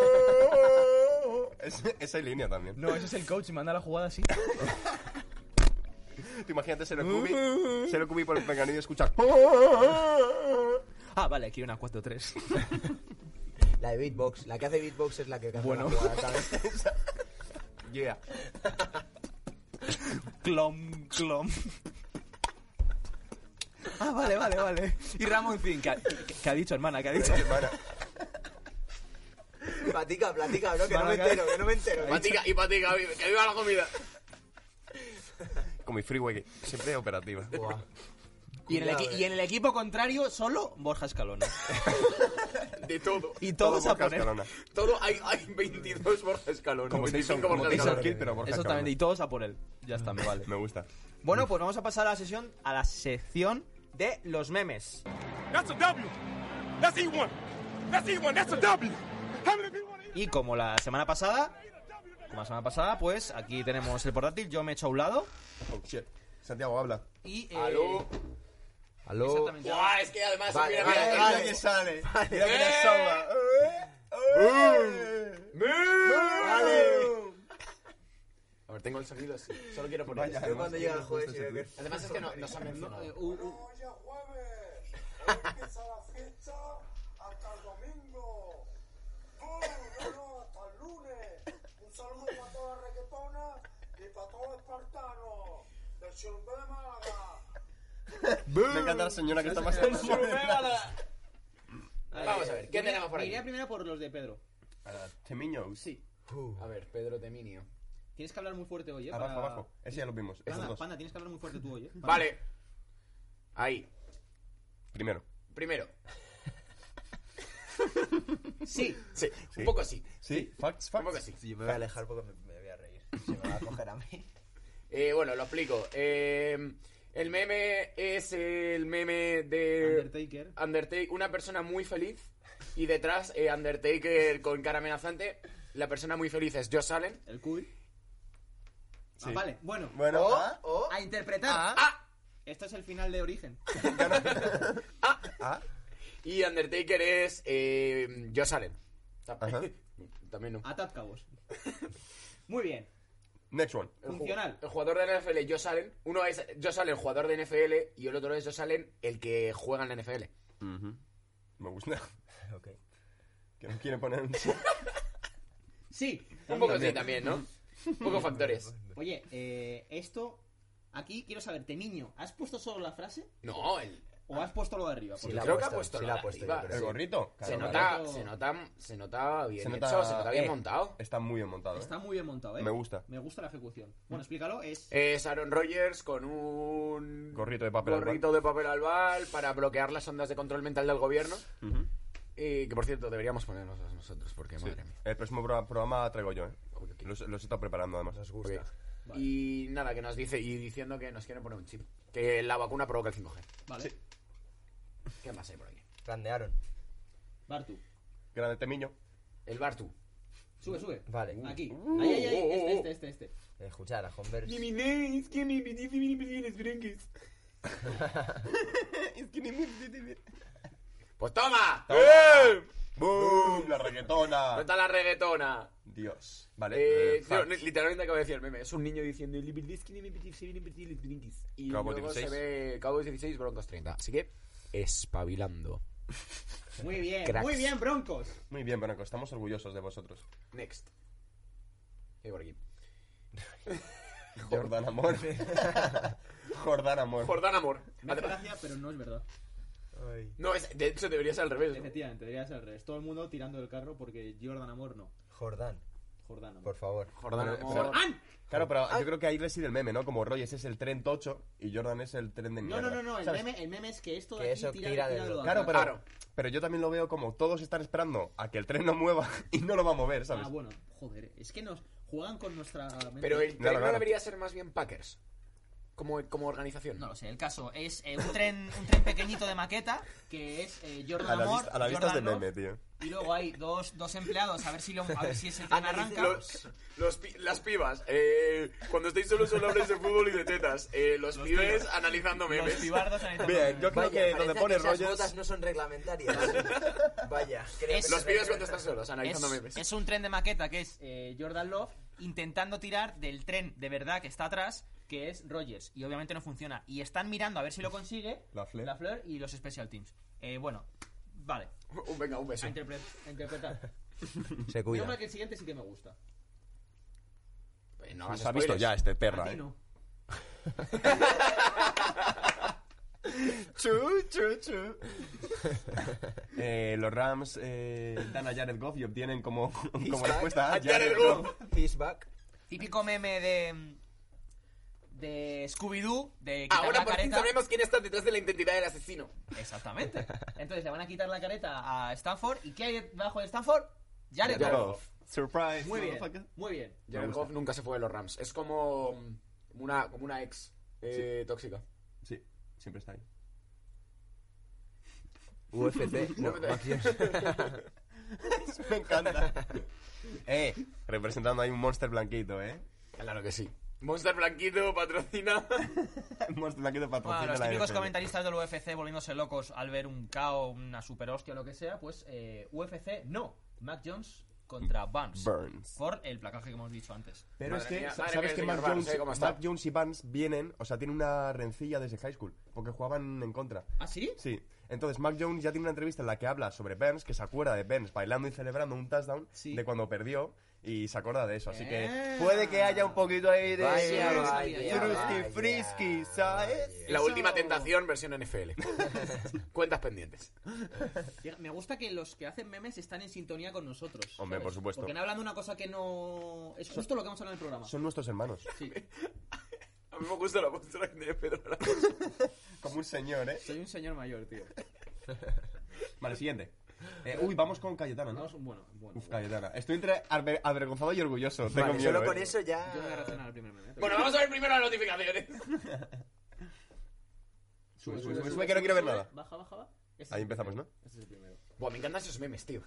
[SPEAKER 5] [laughs] Ese- Esa es línea también.
[SPEAKER 7] No, ese es el coach, manda la jugada así.
[SPEAKER 5] Tú imagínate Sero [laughs] Cubi, Sero Cubi por el penganillo y [laughs] escuchar...
[SPEAKER 4] [laughs] Ah, vale, aquí hay una 4-3.
[SPEAKER 3] La de beatbox. La que hace beatbox es la que canta
[SPEAKER 4] Bueno.
[SPEAKER 3] la jugada, ¿sabes?
[SPEAKER 5] Yeah.
[SPEAKER 4] clom, clom. Ah, vale, vale, vale. Y Ramón Zin, ¿qué ha, qué- qué ha dicho, hermana? ¿Qué ha dicho?
[SPEAKER 5] Hermana.
[SPEAKER 3] [laughs] Patica, platica, bro, que no me
[SPEAKER 4] Vale,
[SPEAKER 3] entero, que no me entero.
[SPEAKER 2] Patica y Patica, vive- que viva la comida.
[SPEAKER 5] Con mi freeway, que siempre operativa.
[SPEAKER 3] Buah.
[SPEAKER 4] Y en, el equi-
[SPEAKER 3] Cuidado, eh.
[SPEAKER 4] y en el equipo contrario, solo Borja Escalona.
[SPEAKER 2] De todo.
[SPEAKER 4] Y todos
[SPEAKER 5] Todo
[SPEAKER 4] a
[SPEAKER 5] Borja
[SPEAKER 4] poner.
[SPEAKER 5] Escalona.
[SPEAKER 2] Todo hay, hay 22 Borja Escalón.
[SPEAKER 5] Como Jason,
[SPEAKER 2] 25
[SPEAKER 5] como
[SPEAKER 2] Borja
[SPEAKER 5] Jason
[SPEAKER 2] Escalón.
[SPEAKER 5] Kidd, pero Borja
[SPEAKER 4] Exactamente, y
[SPEAKER 5] Escalona.
[SPEAKER 4] todos a por él. Ya está, me vale.
[SPEAKER 5] Me gusta.
[SPEAKER 4] Bueno, pues vamos a pasar a la sesión, a la sección de los memes. Y como la semana pasada, como la semana pasada, pues aquí tenemos el portátil, yo me echo a un lado
[SPEAKER 5] Oh, shit. Santiago, habla.
[SPEAKER 4] y eh,
[SPEAKER 2] Aló.
[SPEAKER 3] Aló.
[SPEAKER 4] exactamente.
[SPEAKER 2] Buah, es que además.
[SPEAKER 3] Vale,
[SPEAKER 2] mira,
[SPEAKER 3] vale,
[SPEAKER 2] mira,
[SPEAKER 3] vale.
[SPEAKER 2] mira.
[SPEAKER 5] sale. Mira
[SPEAKER 2] quién asoma. A ver, tengo el sonido así. Solo quiero poner.
[SPEAKER 5] Vaya,
[SPEAKER 2] esto.
[SPEAKER 5] además,
[SPEAKER 3] Cuando llega el jueves y veo que-
[SPEAKER 2] Además es que no, no se ha mencionado.
[SPEAKER 5] Me encanta la señora que está más [laughs]
[SPEAKER 2] Vamos a ver, ¿qué tenemos por aquí?
[SPEAKER 7] Iría primero por los de Pedro.
[SPEAKER 5] Temiño, sí.
[SPEAKER 2] A ver, Pedro Teminio.
[SPEAKER 7] Tienes que hablar muy fuerte hoy, eh.
[SPEAKER 5] Abajo,
[SPEAKER 7] para-
[SPEAKER 2] Ah.
[SPEAKER 5] abajo. Ese ya lo vimos. Esos
[SPEAKER 7] Panda,
[SPEAKER 5] dos.
[SPEAKER 7] Panda, tienes que hablar muy fuerte tú hoy, eh.
[SPEAKER 2] Vale. Ahí.
[SPEAKER 5] Primero.
[SPEAKER 2] Primero.
[SPEAKER 7] Sí.
[SPEAKER 2] Sí,
[SPEAKER 5] Sí.
[SPEAKER 2] un poco así.
[SPEAKER 5] Sí, facts,
[SPEAKER 2] Un poco
[SPEAKER 5] facts.
[SPEAKER 2] así.
[SPEAKER 3] Sí, Yo me voy a alejar porque me, me voy a reír. Se me va a coger a mí.
[SPEAKER 2] Eh, bueno, lo explico. Eh, el meme es el meme de
[SPEAKER 7] Undertaker.
[SPEAKER 2] Undertaker, una persona muy feliz y detrás eh, Undertaker con cara amenazante. La persona muy feliz es Josh Allen.
[SPEAKER 7] El cuy. Ah, vale, bueno.
[SPEAKER 5] [laughs] Bueno, ah,
[SPEAKER 7] A interpretar.
[SPEAKER 2] ¡Ah!
[SPEAKER 7] Esto Este es el final de Origen.
[SPEAKER 2] Y Undertaker es eh, Josh Allen.
[SPEAKER 5] Ajá.
[SPEAKER 2] [laughs] También no.
[SPEAKER 7] Atad cabos. [laughs] Muy bien.
[SPEAKER 5] next one.
[SPEAKER 2] El ju-
[SPEAKER 7] Funcional.
[SPEAKER 2] El jugador de la NFL, Josh Allen. Uno es Josh Allen, jugador de NFL, y el otro es Josh Allen, el que juega en la NFL.
[SPEAKER 5] Me
[SPEAKER 2] [laughs]
[SPEAKER 5] gusta.
[SPEAKER 3] Ok.
[SPEAKER 5] Que no quiere poner un
[SPEAKER 7] Sí.
[SPEAKER 2] Un poco así también, ¿no? Un
[SPEAKER 5] [laughs]
[SPEAKER 2] poco factores.
[SPEAKER 7] Oye, eh, esto. Aquí quiero saber, Temiño, ¿has puesto solo la frase
[SPEAKER 2] No, el,
[SPEAKER 7] o has puesto lo de arriba?
[SPEAKER 3] Sí, la
[SPEAKER 2] creo
[SPEAKER 3] ha
[SPEAKER 2] que ha puesto
[SPEAKER 3] puesto, sí
[SPEAKER 2] la
[SPEAKER 3] la ha puesto, yo
[SPEAKER 2] arriba.
[SPEAKER 3] creo.
[SPEAKER 5] El
[SPEAKER 2] Sí.
[SPEAKER 5] gorrito.
[SPEAKER 2] Se
[SPEAKER 5] Claro,
[SPEAKER 2] nota,
[SPEAKER 7] claro.
[SPEAKER 2] se nota, se nota bien
[SPEAKER 5] Se
[SPEAKER 2] hecho,
[SPEAKER 5] nota-
[SPEAKER 2] se nota bien
[SPEAKER 5] eh.
[SPEAKER 2] montado.
[SPEAKER 5] Está muy bien montado. ¿eh?
[SPEAKER 7] Está muy bien montado, ¿eh?
[SPEAKER 5] Me gusta. Eh,
[SPEAKER 7] Me gusta la ejecución. Bueno, explícalo, es...
[SPEAKER 2] Es Aaron Rodgers con un
[SPEAKER 5] Gorrito de papel albal.
[SPEAKER 2] gorrito de papel albal para bloquear las ondas de control mental del gobierno.
[SPEAKER 5] Ujú.
[SPEAKER 2] Y que por cierto, deberíamos ponernos nosotros, porque madre mía.
[SPEAKER 5] El próximo pro- programa traigo yo, ¿eh?
[SPEAKER 2] Ok.
[SPEAKER 5] Los, los he estado preparando además.
[SPEAKER 3] Nos gusta.
[SPEAKER 2] Ok. Y nada, que nos dice, y diciendo que nos quieren poner un chip. Que la vacuna provoca el 5G.
[SPEAKER 9] Vale.
[SPEAKER 2] ¿Qué más hay por aquí?
[SPEAKER 3] Grandearon.
[SPEAKER 9] Bartu.
[SPEAKER 5] Grande temiño.
[SPEAKER 2] El Bartu.
[SPEAKER 9] Sube, sube.
[SPEAKER 3] Vale.
[SPEAKER 9] Aquí. Ahí, ahí, ahí. Este, este, este, este.
[SPEAKER 3] Escuchar a Converse.
[SPEAKER 2] es que ni me dice Pues toma.
[SPEAKER 5] Eh, ¡Boom! La reggaetona.
[SPEAKER 2] ¿Dónde está la reggaetona?
[SPEAKER 5] Dios. Vale.
[SPEAKER 2] Eh,
[SPEAKER 5] eh,
[SPEAKER 2] tío,
[SPEAKER 5] fuck.
[SPEAKER 2] literalmente acabo de decir el meme. Es un niño diciendo "Liberty, skinny, liberty, skinny, liberty, liberty". Y
[SPEAKER 5] Cowboys
[SPEAKER 2] luego
[SPEAKER 5] 16.
[SPEAKER 2] se ve Cowboys 16, Broncos 30. Así que, espabilando.
[SPEAKER 9] Muy bien.
[SPEAKER 2] Cracks.
[SPEAKER 9] Muy bien, Broncos.
[SPEAKER 5] Muy bien, Branco. Estamos orgullosos de vosotros.
[SPEAKER 2] Next. ¿Qué hay por aquí?
[SPEAKER 5] Jordán Amor. [laughs] Jordán Amor.
[SPEAKER 2] Jordán Amor.
[SPEAKER 9] Me hace gracia, pero no es verdad.
[SPEAKER 3] Ay,
[SPEAKER 2] No, es- de hecho debería ser al revés. ¿no?
[SPEAKER 9] Efectivamente, debería ser al revés. Todo el mundo tirando del carro porque Jordan Amor no.
[SPEAKER 3] Jordán,
[SPEAKER 9] Jordán Amor.
[SPEAKER 3] por favor.
[SPEAKER 2] Jordán
[SPEAKER 5] Pero-
[SPEAKER 2] Amor.
[SPEAKER 5] pero-
[SPEAKER 9] ¡Jordán!
[SPEAKER 5] Claro, pero yo creo que ahí reside el meme, ¿no? Como Roy, ese es el tren tocho y Jordan es el tren de
[SPEAKER 9] No,
[SPEAKER 5] mierda.
[SPEAKER 9] no, no, no. El
[SPEAKER 5] ¿Sabes?
[SPEAKER 9] meme, el meme es que esto
[SPEAKER 3] Que
[SPEAKER 9] de aquí
[SPEAKER 3] eso
[SPEAKER 9] tira,
[SPEAKER 3] tira
[SPEAKER 9] tira
[SPEAKER 3] del-
[SPEAKER 9] lo de
[SPEAKER 5] Claro,
[SPEAKER 9] atrás.
[SPEAKER 5] pero,
[SPEAKER 2] Claro.
[SPEAKER 5] pero yo también lo veo como todos están esperando a que el tren no mueva [laughs] y no lo va a mover, ¿sabes?
[SPEAKER 9] Ah, bueno, joder. Es que nos juegan con nuestra mente.
[SPEAKER 2] Pero el tren
[SPEAKER 5] claro.
[SPEAKER 2] no debería ser más bien Packers. Como, como organización.
[SPEAKER 4] No lo sé, el caso es eh, un, tren, un tren pequeñito de maqueta que es eh, Jordan
[SPEAKER 5] A la,
[SPEAKER 4] Amor,
[SPEAKER 5] vista, a la vista es de
[SPEAKER 4] Jordan Love,
[SPEAKER 5] meme, tío.
[SPEAKER 4] Y luego hay dos, dos empleados, a ver si, lo, a ver si ese
[SPEAKER 5] Ah,
[SPEAKER 4] tren arranca.
[SPEAKER 2] Los, los pi- las pibas. eh, cuando estáis solos solo habláis de fútbol y de tetas. Eh, los, pibes analizando
[SPEAKER 4] Los
[SPEAKER 2] memes.
[SPEAKER 4] pibardos en el
[SPEAKER 5] Bien, yo creo que donde
[SPEAKER 3] parece
[SPEAKER 5] pone
[SPEAKER 3] esas
[SPEAKER 5] Rogers.
[SPEAKER 3] botas no son
[SPEAKER 5] [laughs]
[SPEAKER 3] reglamentarias. Vaya, creo
[SPEAKER 4] Es-
[SPEAKER 3] que
[SPEAKER 2] Los pibes
[SPEAKER 3] se regla-
[SPEAKER 2] cuando están solos analizando memes.
[SPEAKER 4] es, es un tren de maqueta que es eh, Jordan Love intentando tirar del tren de verdad que está atrás, que es Rogers. Y obviamente no funciona. Y están mirando a ver si lo consigue
[SPEAKER 5] La Flair.
[SPEAKER 4] y los Special Teams. Eh, bueno, vale.
[SPEAKER 2] Un- venga, un beso.
[SPEAKER 9] A, interpre- a interpretar.
[SPEAKER 3] Se
[SPEAKER 9] Yo
[SPEAKER 3] cuida.
[SPEAKER 9] creo que el siguiente sí que me gusta.
[SPEAKER 2] Eh, no hagas
[SPEAKER 5] Se ha visto
[SPEAKER 2] spoilers.
[SPEAKER 5] ya este
[SPEAKER 9] A
[SPEAKER 5] perra,
[SPEAKER 9] ti
[SPEAKER 5] ¿eh?
[SPEAKER 9] no.
[SPEAKER 5] Eh, Los Rams eh, dan a Jared Goff y obtienen como, [laughs] como respuesta a
[SPEAKER 2] A Jared
[SPEAKER 5] Jared
[SPEAKER 2] Goff.
[SPEAKER 5] Goff.
[SPEAKER 3] Feedback.
[SPEAKER 4] Típico meme de. de Scooby-Doo, de quitar
[SPEAKER 2] Ahora
[SPEAKER 4] la
[SPEAKER 2] por fin
[SPEAKER 4] careta.
[SPEAKER 2] sabemos quién está detrás de la identidad del asesino.
[SPEAKER 4] Exactamente. Entonces le van a quitar la careta a Stanford. ¿Y qué hay debajo de Stanford? Jared
[SPEAKER 5] Jared
[SPEAKER 4] Goff.
[SPEAKER 5] Goff. Surprise.
[SPEAKER 9] Muy bien. Muy bien.
[SPEAKER 2] Jared
[SPEAKER 5] gusta.
[SPEAKER 2] Goff nunca se fue de los Rams. Es como como una, como una ex eh, tóxica.
[SPEAKER 5] Sí,
[SPEAKER 2] [laughs]
[SPEAKER 5] siempre está ahí.
[SPEAKER 2] [laughs]
[SPEAKER 3] UFC. No,
[SPEAKER 2] UFC.
[SPEAKER 3] acción.
[SPEAKER 5] Me encanta. [laughs] eh, representando ahí un monster blanquito, ¿eh? [laughs]
[SPEAKER 2] Claro que sí. Monster Blanquito patrocina.
[SPEAKER 5] Monster blanquito patrocina
[SPEAKER 4] Bueno, los
[SPEAKER 5] la
[SPEAKER 4] típicos
[SPEAKER 5] NFL.
[SPEAKER 4] comentaristas del UFC volviéndose locos al ver un KO, una super hostia o lo que sea, pues eh, UFC no. Mac Jones contra Barnes.
[SPEAKER 5] Burns.
[SPEAKER 4] Por el placaje que hemos dicho antes.
[SPEAKER 5] Pero
[SPEAKER 2] Madre
[SPEAKER 5] es que,
[SPEAKER 2] mía,
[SPEAKER 5] sa-
[SPEAKER 2] madre
[SPEAKER 5] ¿sabes
[SPEAKER 2] mía,
[SPEAKER 5] que
[SPEAKER 2] el
[SPEAKER 5] Mac
[SPEAKER 2] señor Barnes,
[SPEAKER 5] Jones,
[SPEAKER 2] ¿eh? ¿Cómo está?
[SPEAKER 5] Mac Jones y Vance vienen, o sea, tienen una rencilla desde high school, porque jugaban en contra.
[SPEAKER 9] ¿Ah, sí?
[SPEAKER 5] Sí. Entonces, Mac Jones ya tiene una entrevista en la que habla sobre Burns, que se acuerda de Burns bailando y celebrando un touchdown
[SPEAKER 9] Sí.
[SPEAKER 5] de cuando perdió y se acuerda de eso. Así
[SPEAKER 9] Eh.
[SPEAKER 5] que puede que haya un poquito ahí de
[SPEAKER 3] Vaya,
[SPEAKER 5] eh,
[SPEAKER 3] vaya,
[SPEAKER 5] frusky,
[SPEAKER 3] vaya,
[SPEAKER 5] frisky, ¿sabes?
[SPEAKER 2] La
[SPEAKER 5] Eso.
[SPEAKER 2] última tentación, versión NFL.
[SPEAKER 7] [laughs]
[SPEAKER 2] Cuentas pendientes.
[SPEAKER 9] Fija- Me gusta que los que hacen memes están en sintonía con nosotros.
[SPEAKER 5] Hombre,
[SPEAKER 9] ¿sabes?
[SPEAKER 5] por supuesto.
[SPEAKER 9] Porque no hablan de una cosa que no. Es justo lo que hemos hablado en el programa.
[SPEAKER 5] Son nuestros hermanos.
[SPEAKER 9] Sí.
[SPEAKER 2] A mí me gusta la postura que tiene Pedro. ahora.
[SPEAKER 5] Como un señor, ¿eh?
[SPEAKER 9] Soy un señor mayor,
[SPEAKER 4] [laughs]
[SPEAKER 9] tío.
[SPEAKER 5] Vale, siguiente. Eh, uy, vamos con Cayetano, ¿no?
[SPEAKER 9] Vamos, bueno, bueno.
[SPEAKER 5] Uf, Cayetana. Estoy entre aver- avergonzado y orgulloso. Tengo
[SPEAKER 3] Vale,
[SPEAKER 5] miedo,
[SPEAKER 3] solo
[SPEAKER 5] ¿eh?
[SPEAKER 3] con eso
[SPEAKER 9] Yo no voy a
[SPEAKER 3] ya.
[SPEAKER 9] reaccionar al primer meme.
[SPEAKER 2] Bueno, vamos a ver primero las notificaciones.
[SPEAKER 5] Sube, sube, sube, que no quiero ver nada.
[SPEAKER 9] Baja, baja, baja. Este es
[SPEAKER 5] Ahí
[SPEAKER 9] el
[SPEAKER 5] empezamos, ¿no?
[SPEAKER 9] primero. Este es el primero.
[SPEAKER 2] Buah, me encantan esos memes, tío.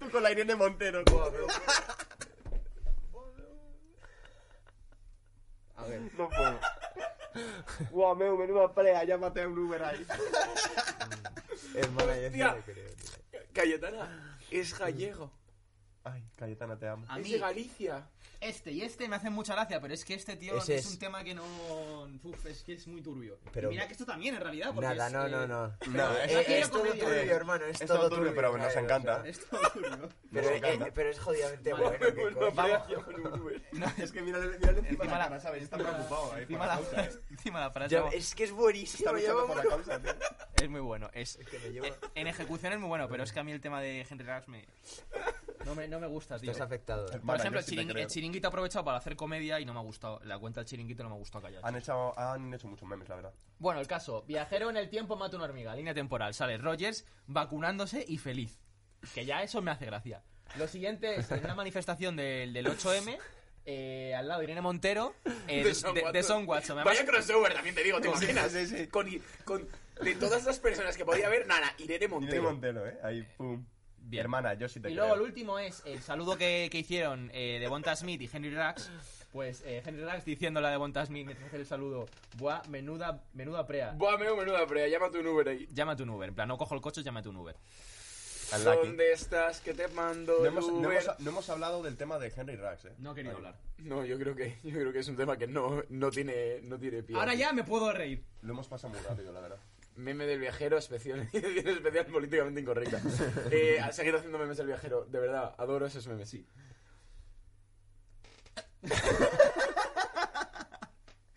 [SPEAKER 5] Tú con la Irene Montero.
[SPEAKER 9] A ver.
[SPEAKER 5] No puedo. Guau, meu, menuda prea, llámate a un Uber ahí.
[SPEAKER 3] Es mala yo
[SPEAKER 2] Hostia.
[SPEAKER 3] no lo creo, tío.
[SPEAKER 2] Cayetana es gallego.
[SPEAKER 5] Ay, Cayetana, te amo.
[SPEAKER 4] A
[SPEAKER 2] es
[SPEAKER 4] mí,
[SPEAKER 2] de Galicia.
[SPEAKER 4] este y este me hacen mucha gracia, pero es que este, tío,
[SPEAKER 3] Ese
[SPEAKER 4] es
[SPEAKER 3] es-
[SPEAKER 4] un tema que no.
[SPEAKER 9] Uf, es que es muy turbio.
[SPEAKER 3] Pero-
[SPEAKER 9] Y mira que esto también, en realidad. Porque
[SPEAKER 3] Nada,
[SPEAKER 9] es,
[SPEAKER 3] no,
[SPEAKER 9] eh,
[SPEAKER 3] no, no.
[SPEAKER 5] No,
[SPEAKER 3] Eh,
[SPEAKER 9] Eso
[SPEAKER 3] eh,
[SPEAKER 9] tiene
[SPEAKER 3] es todo
[SPEAKER 9] comedia.
[SPEAKER 3] turbio, hermano. Es, todo, turbio,
[SPEAKER 5] pero nos
[SPEAKER 3] claro,
[SPEAKER 5] encanta.
[SPEAKER 3] o
[SPEAKER 4] [laughs]
[SPEAKER 3] sea,
[SPEAKER 9] Es todo turbio.
[SPEAKER 3] pero,
[SPEAKER 5] Nos
[SPEAKER 3] eh,
[SPEAKER 5] encanta.
[SPEAKER 3] pero es jodidamente
[SPEAKER 9] Vale,
[SPEAKER 3] bueno. qué
[SPEAKER 2] Bueno,
[SPEAKER 3] coño.
[SPEAKER 2] Brea, llámale un Uber.
[SPEAKER 5] No, es que mira, mira encima
[SPEAKER 4] Encima
[SPEAKER 5] la
[SPEAKER 4] la-
[SPEAKER 5] cara, ¿sabes? Está eh, preocupado ahí.
[SPEAKER 4] Encima eh, la,
[SPEAKER 9] [laughs]
[SPEAKER 4] encima la frase
[SPEAKER 3] Ya,
[SPEAKER 4] vamos,
[SPEAKER 3] es que es
[SPEAKER 5] Está
[SPEAKER 3] buenísimo.
[SPEAKER 5] luchando
[SPEAKER 3] eh. yo-
[SPEAKER 5] por la causa, tío.
[SPEAKER 4] es muy bueno. Es,
[SPEAKER 3] que me llevo-
[SPEAKER 4] eh, en ejecución es muy bueno, pero es que a mí el tema de Henry Rams me. No me, no me gusta, tío.
[SPEAKER 3] Estás afectado.
[SPEAKER 4] Por ejemplo,
[SPEAKER 5] Manager,
[SPEAKER 4] el,
[SPEAKER 5] sí te
[SPEAKER 4] chiring-
[SPEAKER 5] creo.
[SPEAKER 4] el chiringuito ha aprovechado para hacer comedia y no me ha gustado. La cuenta del chiringuito Ah, no me ha gustado callar.
[SPEAKER 5] Han hecho, han hecho muchos memes, la verdad.
[SPEAKER 4] Bueno, el caso. Viajero en el tiempo mata una hormiga. Línea temporal. Sale Rogers vacunándose y feliz. Que ya eso me hace gracia. Lo siguiente es en una manifestación del, del 8M. eh, al lado de Irene Montero eh, de, de- de Son Watson. Además,
[SPEAKER 2] Vaya crossover, también te digo, ¿te imaginas? Con, con- de todas las personas que podía haber, nada, Irene Montero.
[SPEAKER 5] Irene Montero, ¿eh? Ahí, pum.
[SPEAKER 4] Bien.
[SPEAKER 5] Hermana, yo sí te
[SPEAKER 4] Y
[SPEAKER 5] creo.
[SPEAKER 4] luego el último es el saludo que, que hicieron eh, de Bonta Smith y Henry Rax. Pues eh, Henry Rax diciéndole a de Bonta Smith mientras hace el saludo: Buah, menuda, menuda prea.
[SPEAKER 2] Buah, meo, menuda prea, llámate un Uber ahí.
[SPEAKER 4] Llámate un Uber. En plan, no cojo el coche, llámate un Uber.
[SPEAKER 5] Unlucky.
[SPEAKER 2] ¿Dónde estás? Que te mando
[SPEAKER 5] No
[SPEAKER 2] el
[SPEAKER 5] hemos, no,
[SPEAKER 2] Uber.
[SPEAKER 5] hemos, no hemos hablado del tema de Henry Rax, ¿eh?
[SPEAKER 4] No he querido hablar.
[SPEAKER 2] No, yo creo que yo creo que es un tema que no, no tiene no tiene pie.
[SPEAKER 9] Ahora ya me puedo reír.
[SPEAKER 5] Lo hemos pasado muy rápido, la verdad.
[SPEAKER 2] Meme del viajero especial, [laughs] edición especial políticamente incorrecta. Eh, a seguir haciendo memes del viajero, de verdad, adoro esos memes, sí.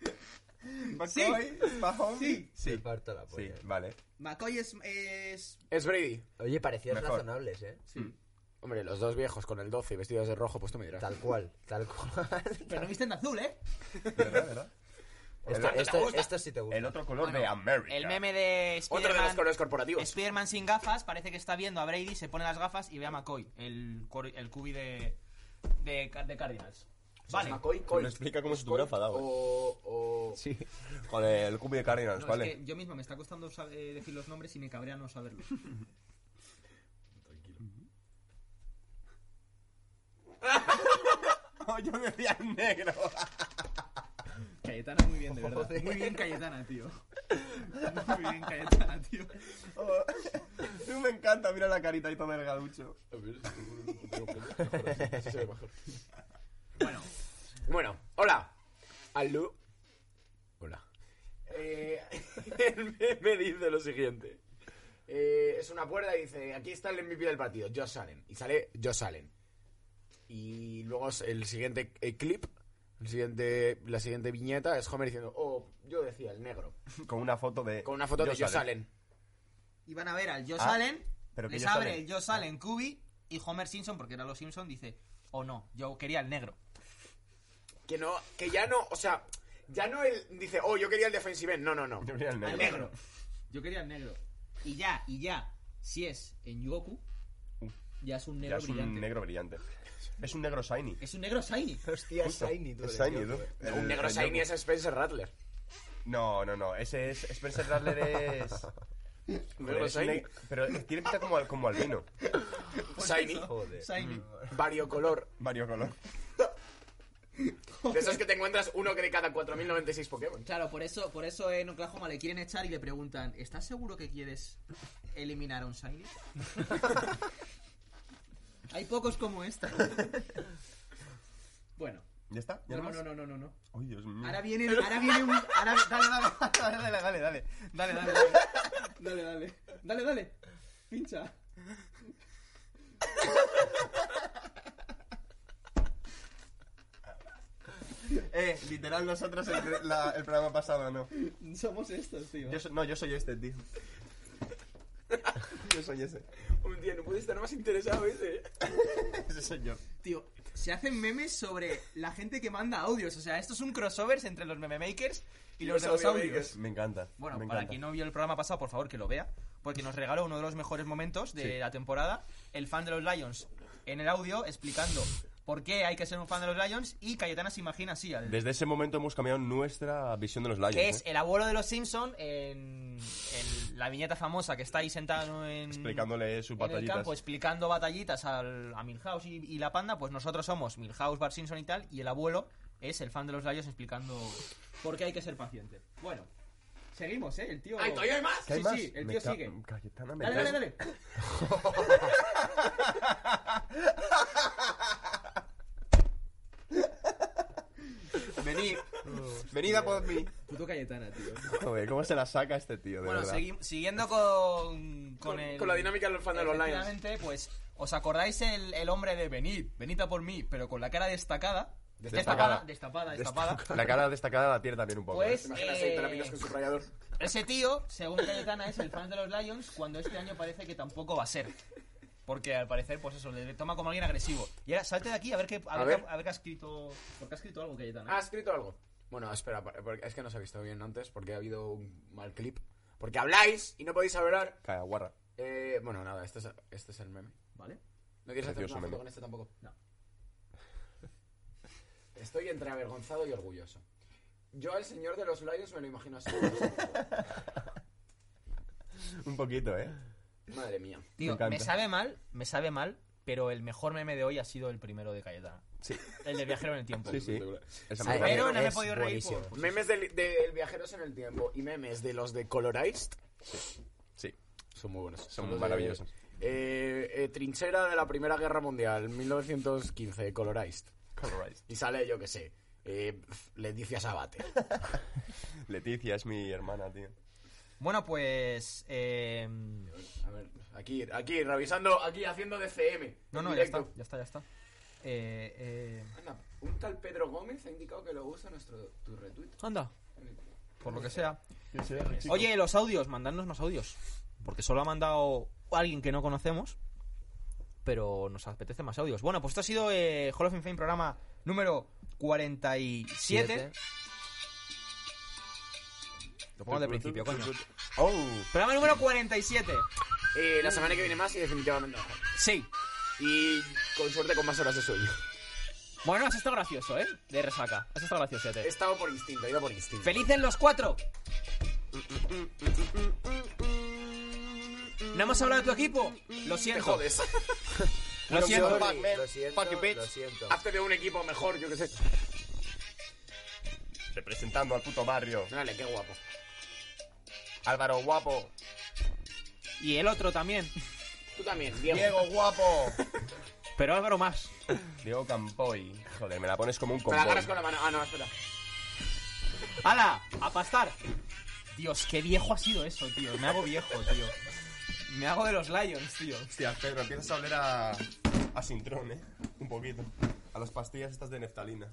[SPEAKER 5] Sí. Sí.
[SPEAKER 3] Me
[SPEAKER 5] Sí.
[SPEAKER 3] parto la polla.
[SPEAKER 5] vale.
[SPEAKER 9] McCoy es, es-
[SPEAKER 2] Es Brady.
[SPEAKER 3] Oye, parecían
[SPEAKER 5] Mejor.
[SPEAKER 3] razonables, ¿eh?
[SPEAKER 2] Hombre, los dos viejos con el 12 vestidos de rojo, pues tú me dirás.
[SPEAKER 3] Tal cual, tal cual.
[SPEAKER 9] Pero no visten de azul, ¿eh?
[SPEAKER 5] ¿Verdad, verdad?
[SPEAKER 3] esto,
[SPEAKER 5] El-
[SPEAKER 3] esto- esto sí te gusta.
[SPEAKER 5] [laughs] El otro color de America.
[SPEAKER 4] El meme de
[SPEAKER 2] Otro de los
[SPEAKER 4] Spider-Man
[SPEAKER 2] colores corporativos.
[SPEAKER 4] Spider-Man sin gafas parece que está viendo a Brady, se pone las gafas y ve a McCoy, el, cor- el cubi de, de, Car- de Cardinals. Vale.
[SPEAKER 2] McCoy, Coy.
[SPEAKER 5] Me explica cómo se
[SPEAKER 2] Coy
[SPEAKER 5] tuviera enfadado. eh.
[SPEAKER 2] O, o...
[SPEAKER 5] Sí. Joder, el cubi de Cardinals,
[SPEAKER 9] No,
[SPEAKER 5] ¿vale?
[SPEAKER 9] Es que yo mismo me está costando sa- eh, decir los nombres y me cabrea no saberlos.
[SPEAKER 5] [laughs] yo me veía en negro.
[SPEAKER 9] [laughs] Cayetana muy bien, de verdad. Muy bien Cayetana,
[SPEAKER 5] [laughs]
[SPEAKER 9] tío. Muy bien Cayetana, tío.
[SPEAKER 5] Oh. me encanta, mira la carita y todo el galucho.
[SPEAKER 2] [laughs] Bueno. Bueno, hola. Aló. Hola. [laughs] el meme dice lo siguiente. Eh, es una cuerda y dice, aquí está el MVP del partido, Josh Allen. Y sale Josh Allen. Y luego es el siguiente eh, clip, el siguiente, la siguiente viñeta es Homer diciendo, oh, yo decía, el negro.
[SPEAKER 5] Con una foto de.
[SPEAKER 2] Con una foto de Josh Allen.
[SPEAKER 4] Y van a ver al Josh
[SPEAKER 5] Ah,
[SPEAKER 4] Allen,
[SPEAKER 5] pero que Ah.
[SPEAKER 4] les
[SPEAKER 5] Josh
[SPEAKER 4] abre
[SPEAKER 5] Allen.
[SPEAKER 4] el Josh Allen cubi y Homer Simpson, porque era los Simpson, dice,
[SPEAKER 9] "Oh,
[SPEAKER 4] o no, yo quería el negro.
[SPEAKER 2] Que no, que ya no, o sea, ya no él dice, oh, yo quería el defensive end. No, no, [laughs] no.
[SPEAKER 5] [laughs] Yo quería el negro.
[SPEAKER 2] Al negro.
[SPEAKER 9] Yo quería el negro. Y ya, y ya, si es en Yugoku, ya es un
[SPEAKER 5] Ya
[SPEAKER 9] negro
[SPEAKER 5] es
[SPEAKER 9] brillante.
[SPEAKER 5] un negro Este. brillante. Es un negro shiny.
[SPEAKER 9] Es un negro
[SPEAKER 5] [laughs]
[SPEAKER 9] shiny.
[SPEAKER 3] Hostia, Shiny, tú.
[SPEAKER 5] Es
[SPEAKER 3] eres,
[SPEAKER 5] shiny,
[SPEAKER 3] tío.
[SPEAKER 5] tú.
[SPEAKER 2] Un
[SPEAKER 5] El-
[SPEAKER 2] negro
[SPEAKER 5] el
[SPEAKER 2] shiny
[SPEAKER 5] Yoku.
[SPEAKER 2] es Spencer Rattler.
[SPEAKER 5] No, no, no. Ese es. Spencer Rattler es.
[SPEAKER 2] Negro
[SPEAKER 5] es un
[SPEAKER 2] shiny.
[SPEAKER 5] neg- Pero tiene pinta como, al- como albino.
[SPEAKER 2] Shiny.
[SPEAKER 3] Joder.
[SPEAKER 5] Mm.
[SPEAKER 9] Shiny.
[SPEAKER 2] variocolor.
[SPEAKER 5] Vario color.
[SPEAKER 2] De esos que te encuentras uno que de cada 4096 Pokémon.
[SPEAKER 9] Claro, por eso, por eso en Oklahoma le quieren echar y le preguntan, ¿estás seguro que quieres eliminar a un
[SPEAKER 5] [laughs]
[SPEAKER 9] shiny? Hay pocos como
[SPEAKER 5] [laughs]
[SPEAKER 9] esta. bueno.
[SPEAKER 5] ¿Ya está? ¿Ya
[SPEAKER 9] No, no,
[SPEAKER 5] más?
[SPEAKER 9] no, no, no, no, no.
[SPEAKER 5] Ay, Dios mío.
[SPEAKER 9] Ahora viene, ahora viene un... Ahora, dale, dale,
[SPEAKER 5] dale, dale, dale, dale.
[SPEAKER 9] Dale, dale, dale. Dale, dale. Dale, dale. Pincha.
[SPEAKER 5] Eh, literal nosotros el, la- el programa pasado, ¿no?
[SPEAKER 9] Somos estos, tío.
[SPEAKER 5] Yo so- no, yo soy este, tío. Yo soy ese.
[SPEAKER 2] Un día no puede estar más interesado ese.
[SPEAKER 5] [laughs] Ese soy yo.
[SPEAKER 9] Tío, se hacen memes sobre la gente que manda audios. O sea, esto es un
[SPEAKER 4] Crossovers entre los meme makers y, los de
[SPEAKER 2] los
[SPEAKER 4] los
[SPEAKER 2] audio
[SPEAKER 4] audios.
[SPEAKER 2] makers.
[SPEAKER 5] Me encanta.
[SPEAKER 4] Bueno,
[SPEAKER 5] me
[SPEAKER 4] para
[SPEAKER 5] encanta.
[SPEAKER 4] quien no vio el programa pasado, por favor que lo vea, porque nos regaló uno de los mejores momentos de la temporada, el fan de los Lions, en el audio explicando por qué hay que ser un fan de los Lions y Cayetana se imagina así, al-
[SPEAKER 5] Desde ese momento hemos cambiado nuestra visión de los Lions.
[SPEAKER 4] que es
[SPEAKER 5] ¿eh?
[SPEAKER 4] el abuelo de los Simpson en, en la viñeta famosa que está ahí sentado en,
[SPEAKER 5] Explicándole sus
[SPEAKER 4] en el
[SPEAKER 5] batallitas.
[SPEAKER 4] campo, explicando batallitas al- a Milhouse y, y la panda, pues nosotros somos Milhouse, Bart Simpson y tal, y el abuelo es el fan de los Lions explicando por qué hay que ser paciente.
[SPEAKER 9] Bueno, seguimos, ¿eh? El tío.
[SPEAKER 2] ¡Ay, todavía hay más!
[SPEAKER 5] ¿Qué hay
[SPEAKER 9] Sí,
[SPEAKER 5] más?
[SPEAKER 9] sí, el
[SPEAKER 5] Me
[SPEAKER 9] tío
[SPEAKER 5] ca-
[SPEAKER 9] sigue.
[SPEAKER 5] Cayetana, me
[SPEAKER 9] Dale, dale,
[SPEAKER 5] traes-
[SPEAKER 9] dale.
[SPEAKER 5] Venid, venid a por mí.
[SPEAKER 9] Puto Cayetana, tío.
[SPEAKER 5] Joder, ¿cómo se la saca este tío? De
[SPEAKER 4] Bueno,
[SPEAKER 5] verdad.
[SPEAKER 4] segui- siguiendo con, con,
[SPEAKER 2] Con,
[SPEAKER 4] el-
[SPEAKER 2] con la dinámica del fan de los Lions.
[SPEAKER 4] efectivamente, pues, ¿os acordáis el, el hombre de venid, venid a por mí, pero con la cara destacada?
[SPEAKER 5] Destacada.
[SPEAKER 4] Destapada, destapada.
[SPEAKER 5] La cara destacada la tiene también un poco.
[SPEAKER 4] Pues,
[SPEAKER 5] ¿eh?
[SPEAKER 2] Imagina ahí te la miras
[SPEAKER 4] eh,
[SPEAKER 2] con su rayador.
[SPEAKER 4] ese tío, según Cayetana, es el fan de los Lions cuando este año parece que tampoco va a ser. Porque al parecer, pues eso, le toma como alguien agresivo. Y ahora, salte de aquí a ver qué, a
[SPEAKER 2] A
[SPEAKER 4] ver qué-
[SPEAKER 2] ver.
[SPEAKER 4] a ver qué ha escrito... Porque ha escrito algo Cayetana.
[SPEAKER 2] Ah, ¿Ha
[SPEAKER 5] Ah,
[SPEAKER 2] escrito algo? Bueno, espera, por- porque es que no se ha visto bien antes porque ha habido un mal clip. Porque habláis y no podéis hablar.
[SPEAKER 5] Caga, guarra.
[SPEAKER 2] Eh, bueno, nada, este es, este es el meme.
[SPEAKER 9] ¿Vale?
[SPEAKER 2] ¿No quieres hacer
[SPEAKER 5] Precioso
[SPEAKER 2] una foto
[SPEAKER 5] meme.
[SPEAKER 2] con este tampoco?
[SPEAKER 9] No.
[SPEAKER 2] [laughs] Estoy entre avergonzado y orgulloso. Yo al señor de los labios me lo imagino así.
[SPEAKER 5] Un poquito, ¿eh?
[SPEAKER 2] Madre mía.
[SPEAKER 4] Tío, me,
[SPEAKER 5] encanta.
[SPEAKER 4] sabe mal, me sabe mal, pero el mejor meme de hoy ha sido el primero de Cayetana. Sí. El del viajero en el tiempo.
[SPEAKER 5] Sí, sí. Esa
[SPEAKER 3] Sí,
[SPEAKER 5] me
[SPEAKER 4] Pero
[SPEAKER 3] es
[SPEAKER 4] no me he podido reír
[SPEAKER 3] buenísimo.
[SPEAKER 4] por-
[SPEAKER 2] Memes del, del Viajeros en el Tiempo y memes de los de Colorized
[SPEAKER 5] Sí.
[SPEAKER 2] son muy buenos.
[SPEAKER 5] Son
[SPEAKER 2] los de-
[SPEAKER 5] maravillosos.
[SPEAKER 2] Eh, eh, trinchera de la Primera Guerra Mundial, 1915, Colorized.
[SPEAKER 5] Colorized.
[SPEAKER 2] Y sale, yo qué sé, eh, Leticia Sabate.
[SPEAKER 5] Leticia es mi hermana, tío.
[SPEAKER 4] Bueno, pues. eh,
[SPEAKER 2] A ver, aquí, aquí, revisando, aquí, haciendo DCM.
[SPEAKER 4] no,
[SPEAKER 2] en
[SPEAKER 4] no, ya
[SPEAKER 2] directo.
[SPEAKER 4] está, ya está, ya está. Eh, eh,
[SPEAKER 2] Anda, un tal Pedro Gómez ha indicado que le gusta nuestro, tu retweet.
[SPEAKER 4] anda, por lo que sea. Oye, los audios, mandadnos más audios. Porque solo ha mandado alguien que no conocemos. Pero nos apetece más audios. Bueno, pues esto ha sido eh, Hall of Fame programa número 47.
[SPEAKER 3] Siete.
[SPEAKER 4] Lo pongo de principio, coño.
[SPEAKER 5] ¡Oh!
[SPEAKER 4] Programa número 47.
[SPEAKER 2] Eh, la semana que viene más y definitivamente mejor.
[SPEAKER 4] Sí.
[SPEAKER 2] Y con suerte con más horas de sueño.
[SPEAKER 4] Bueno, has estado gracioso, ¿eh? De resaca. Has estado graciosete.
[SPEAKER 2] He estado por instinto, he ido por instinto.
[SPEAKER 4] ¡Felices los cuatro! No hemos hablado de tu equipo. Lo
[SPEAKER 2] Te [laughs]
[SPEAKER 4] siento.
[SPEAKER 2] jodes.
[SPEAKER 4] Lo siento.
[SPEAKER 3] Sorry,
[SPEAKER 5] Pac-Man.
[SPEAKER 3] Lo siento,
[SPEAKER 5] Fuck you, bitch.
[SPEAKER 3] lo siento.
[SPEAKER 2] Hazte de un equipo mejor, yo qué sé.
[SPEAKER 5] Representando al puto barrio.
[SPEAKER 2] Dale, qué guapo.
[SPEAKER 5] Álvaro Guapo.
[SPEAKER 4] Y el otro también.
[SPEAKER 2] Tú también, Diego.
[SPEAKER 5] Diego Guapo.
[SPEAKER 4] Pero Álvaro más.
[SPEAKER 5] Diego Campoy. Joder, me la pones como un
[SPEAKER 2] Me la agarras
[SPEAKER 5] combo.
[SPEAKER 2] con la mano. Ah, no, espera.
[SPEAKER 4] ¡Hala! ¡A pastar! Dios, qué viejo ha sido eso, tío. Me hago viejo, tío. Me hago de los Lions, tío.
[SPEAKER 5] Hostia, Pedro, empiezas a oler a. a Sintrón, ¿eh? Un poquito. A las pastillas estas de neftalina.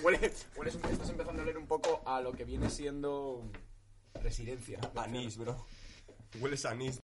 [SPEAKER 2] Huele, hueles un- estás empezando a oler un poco a lo que viene siendo residencia.
[SPEAKER 5] Anís, bro. Hueles a anís.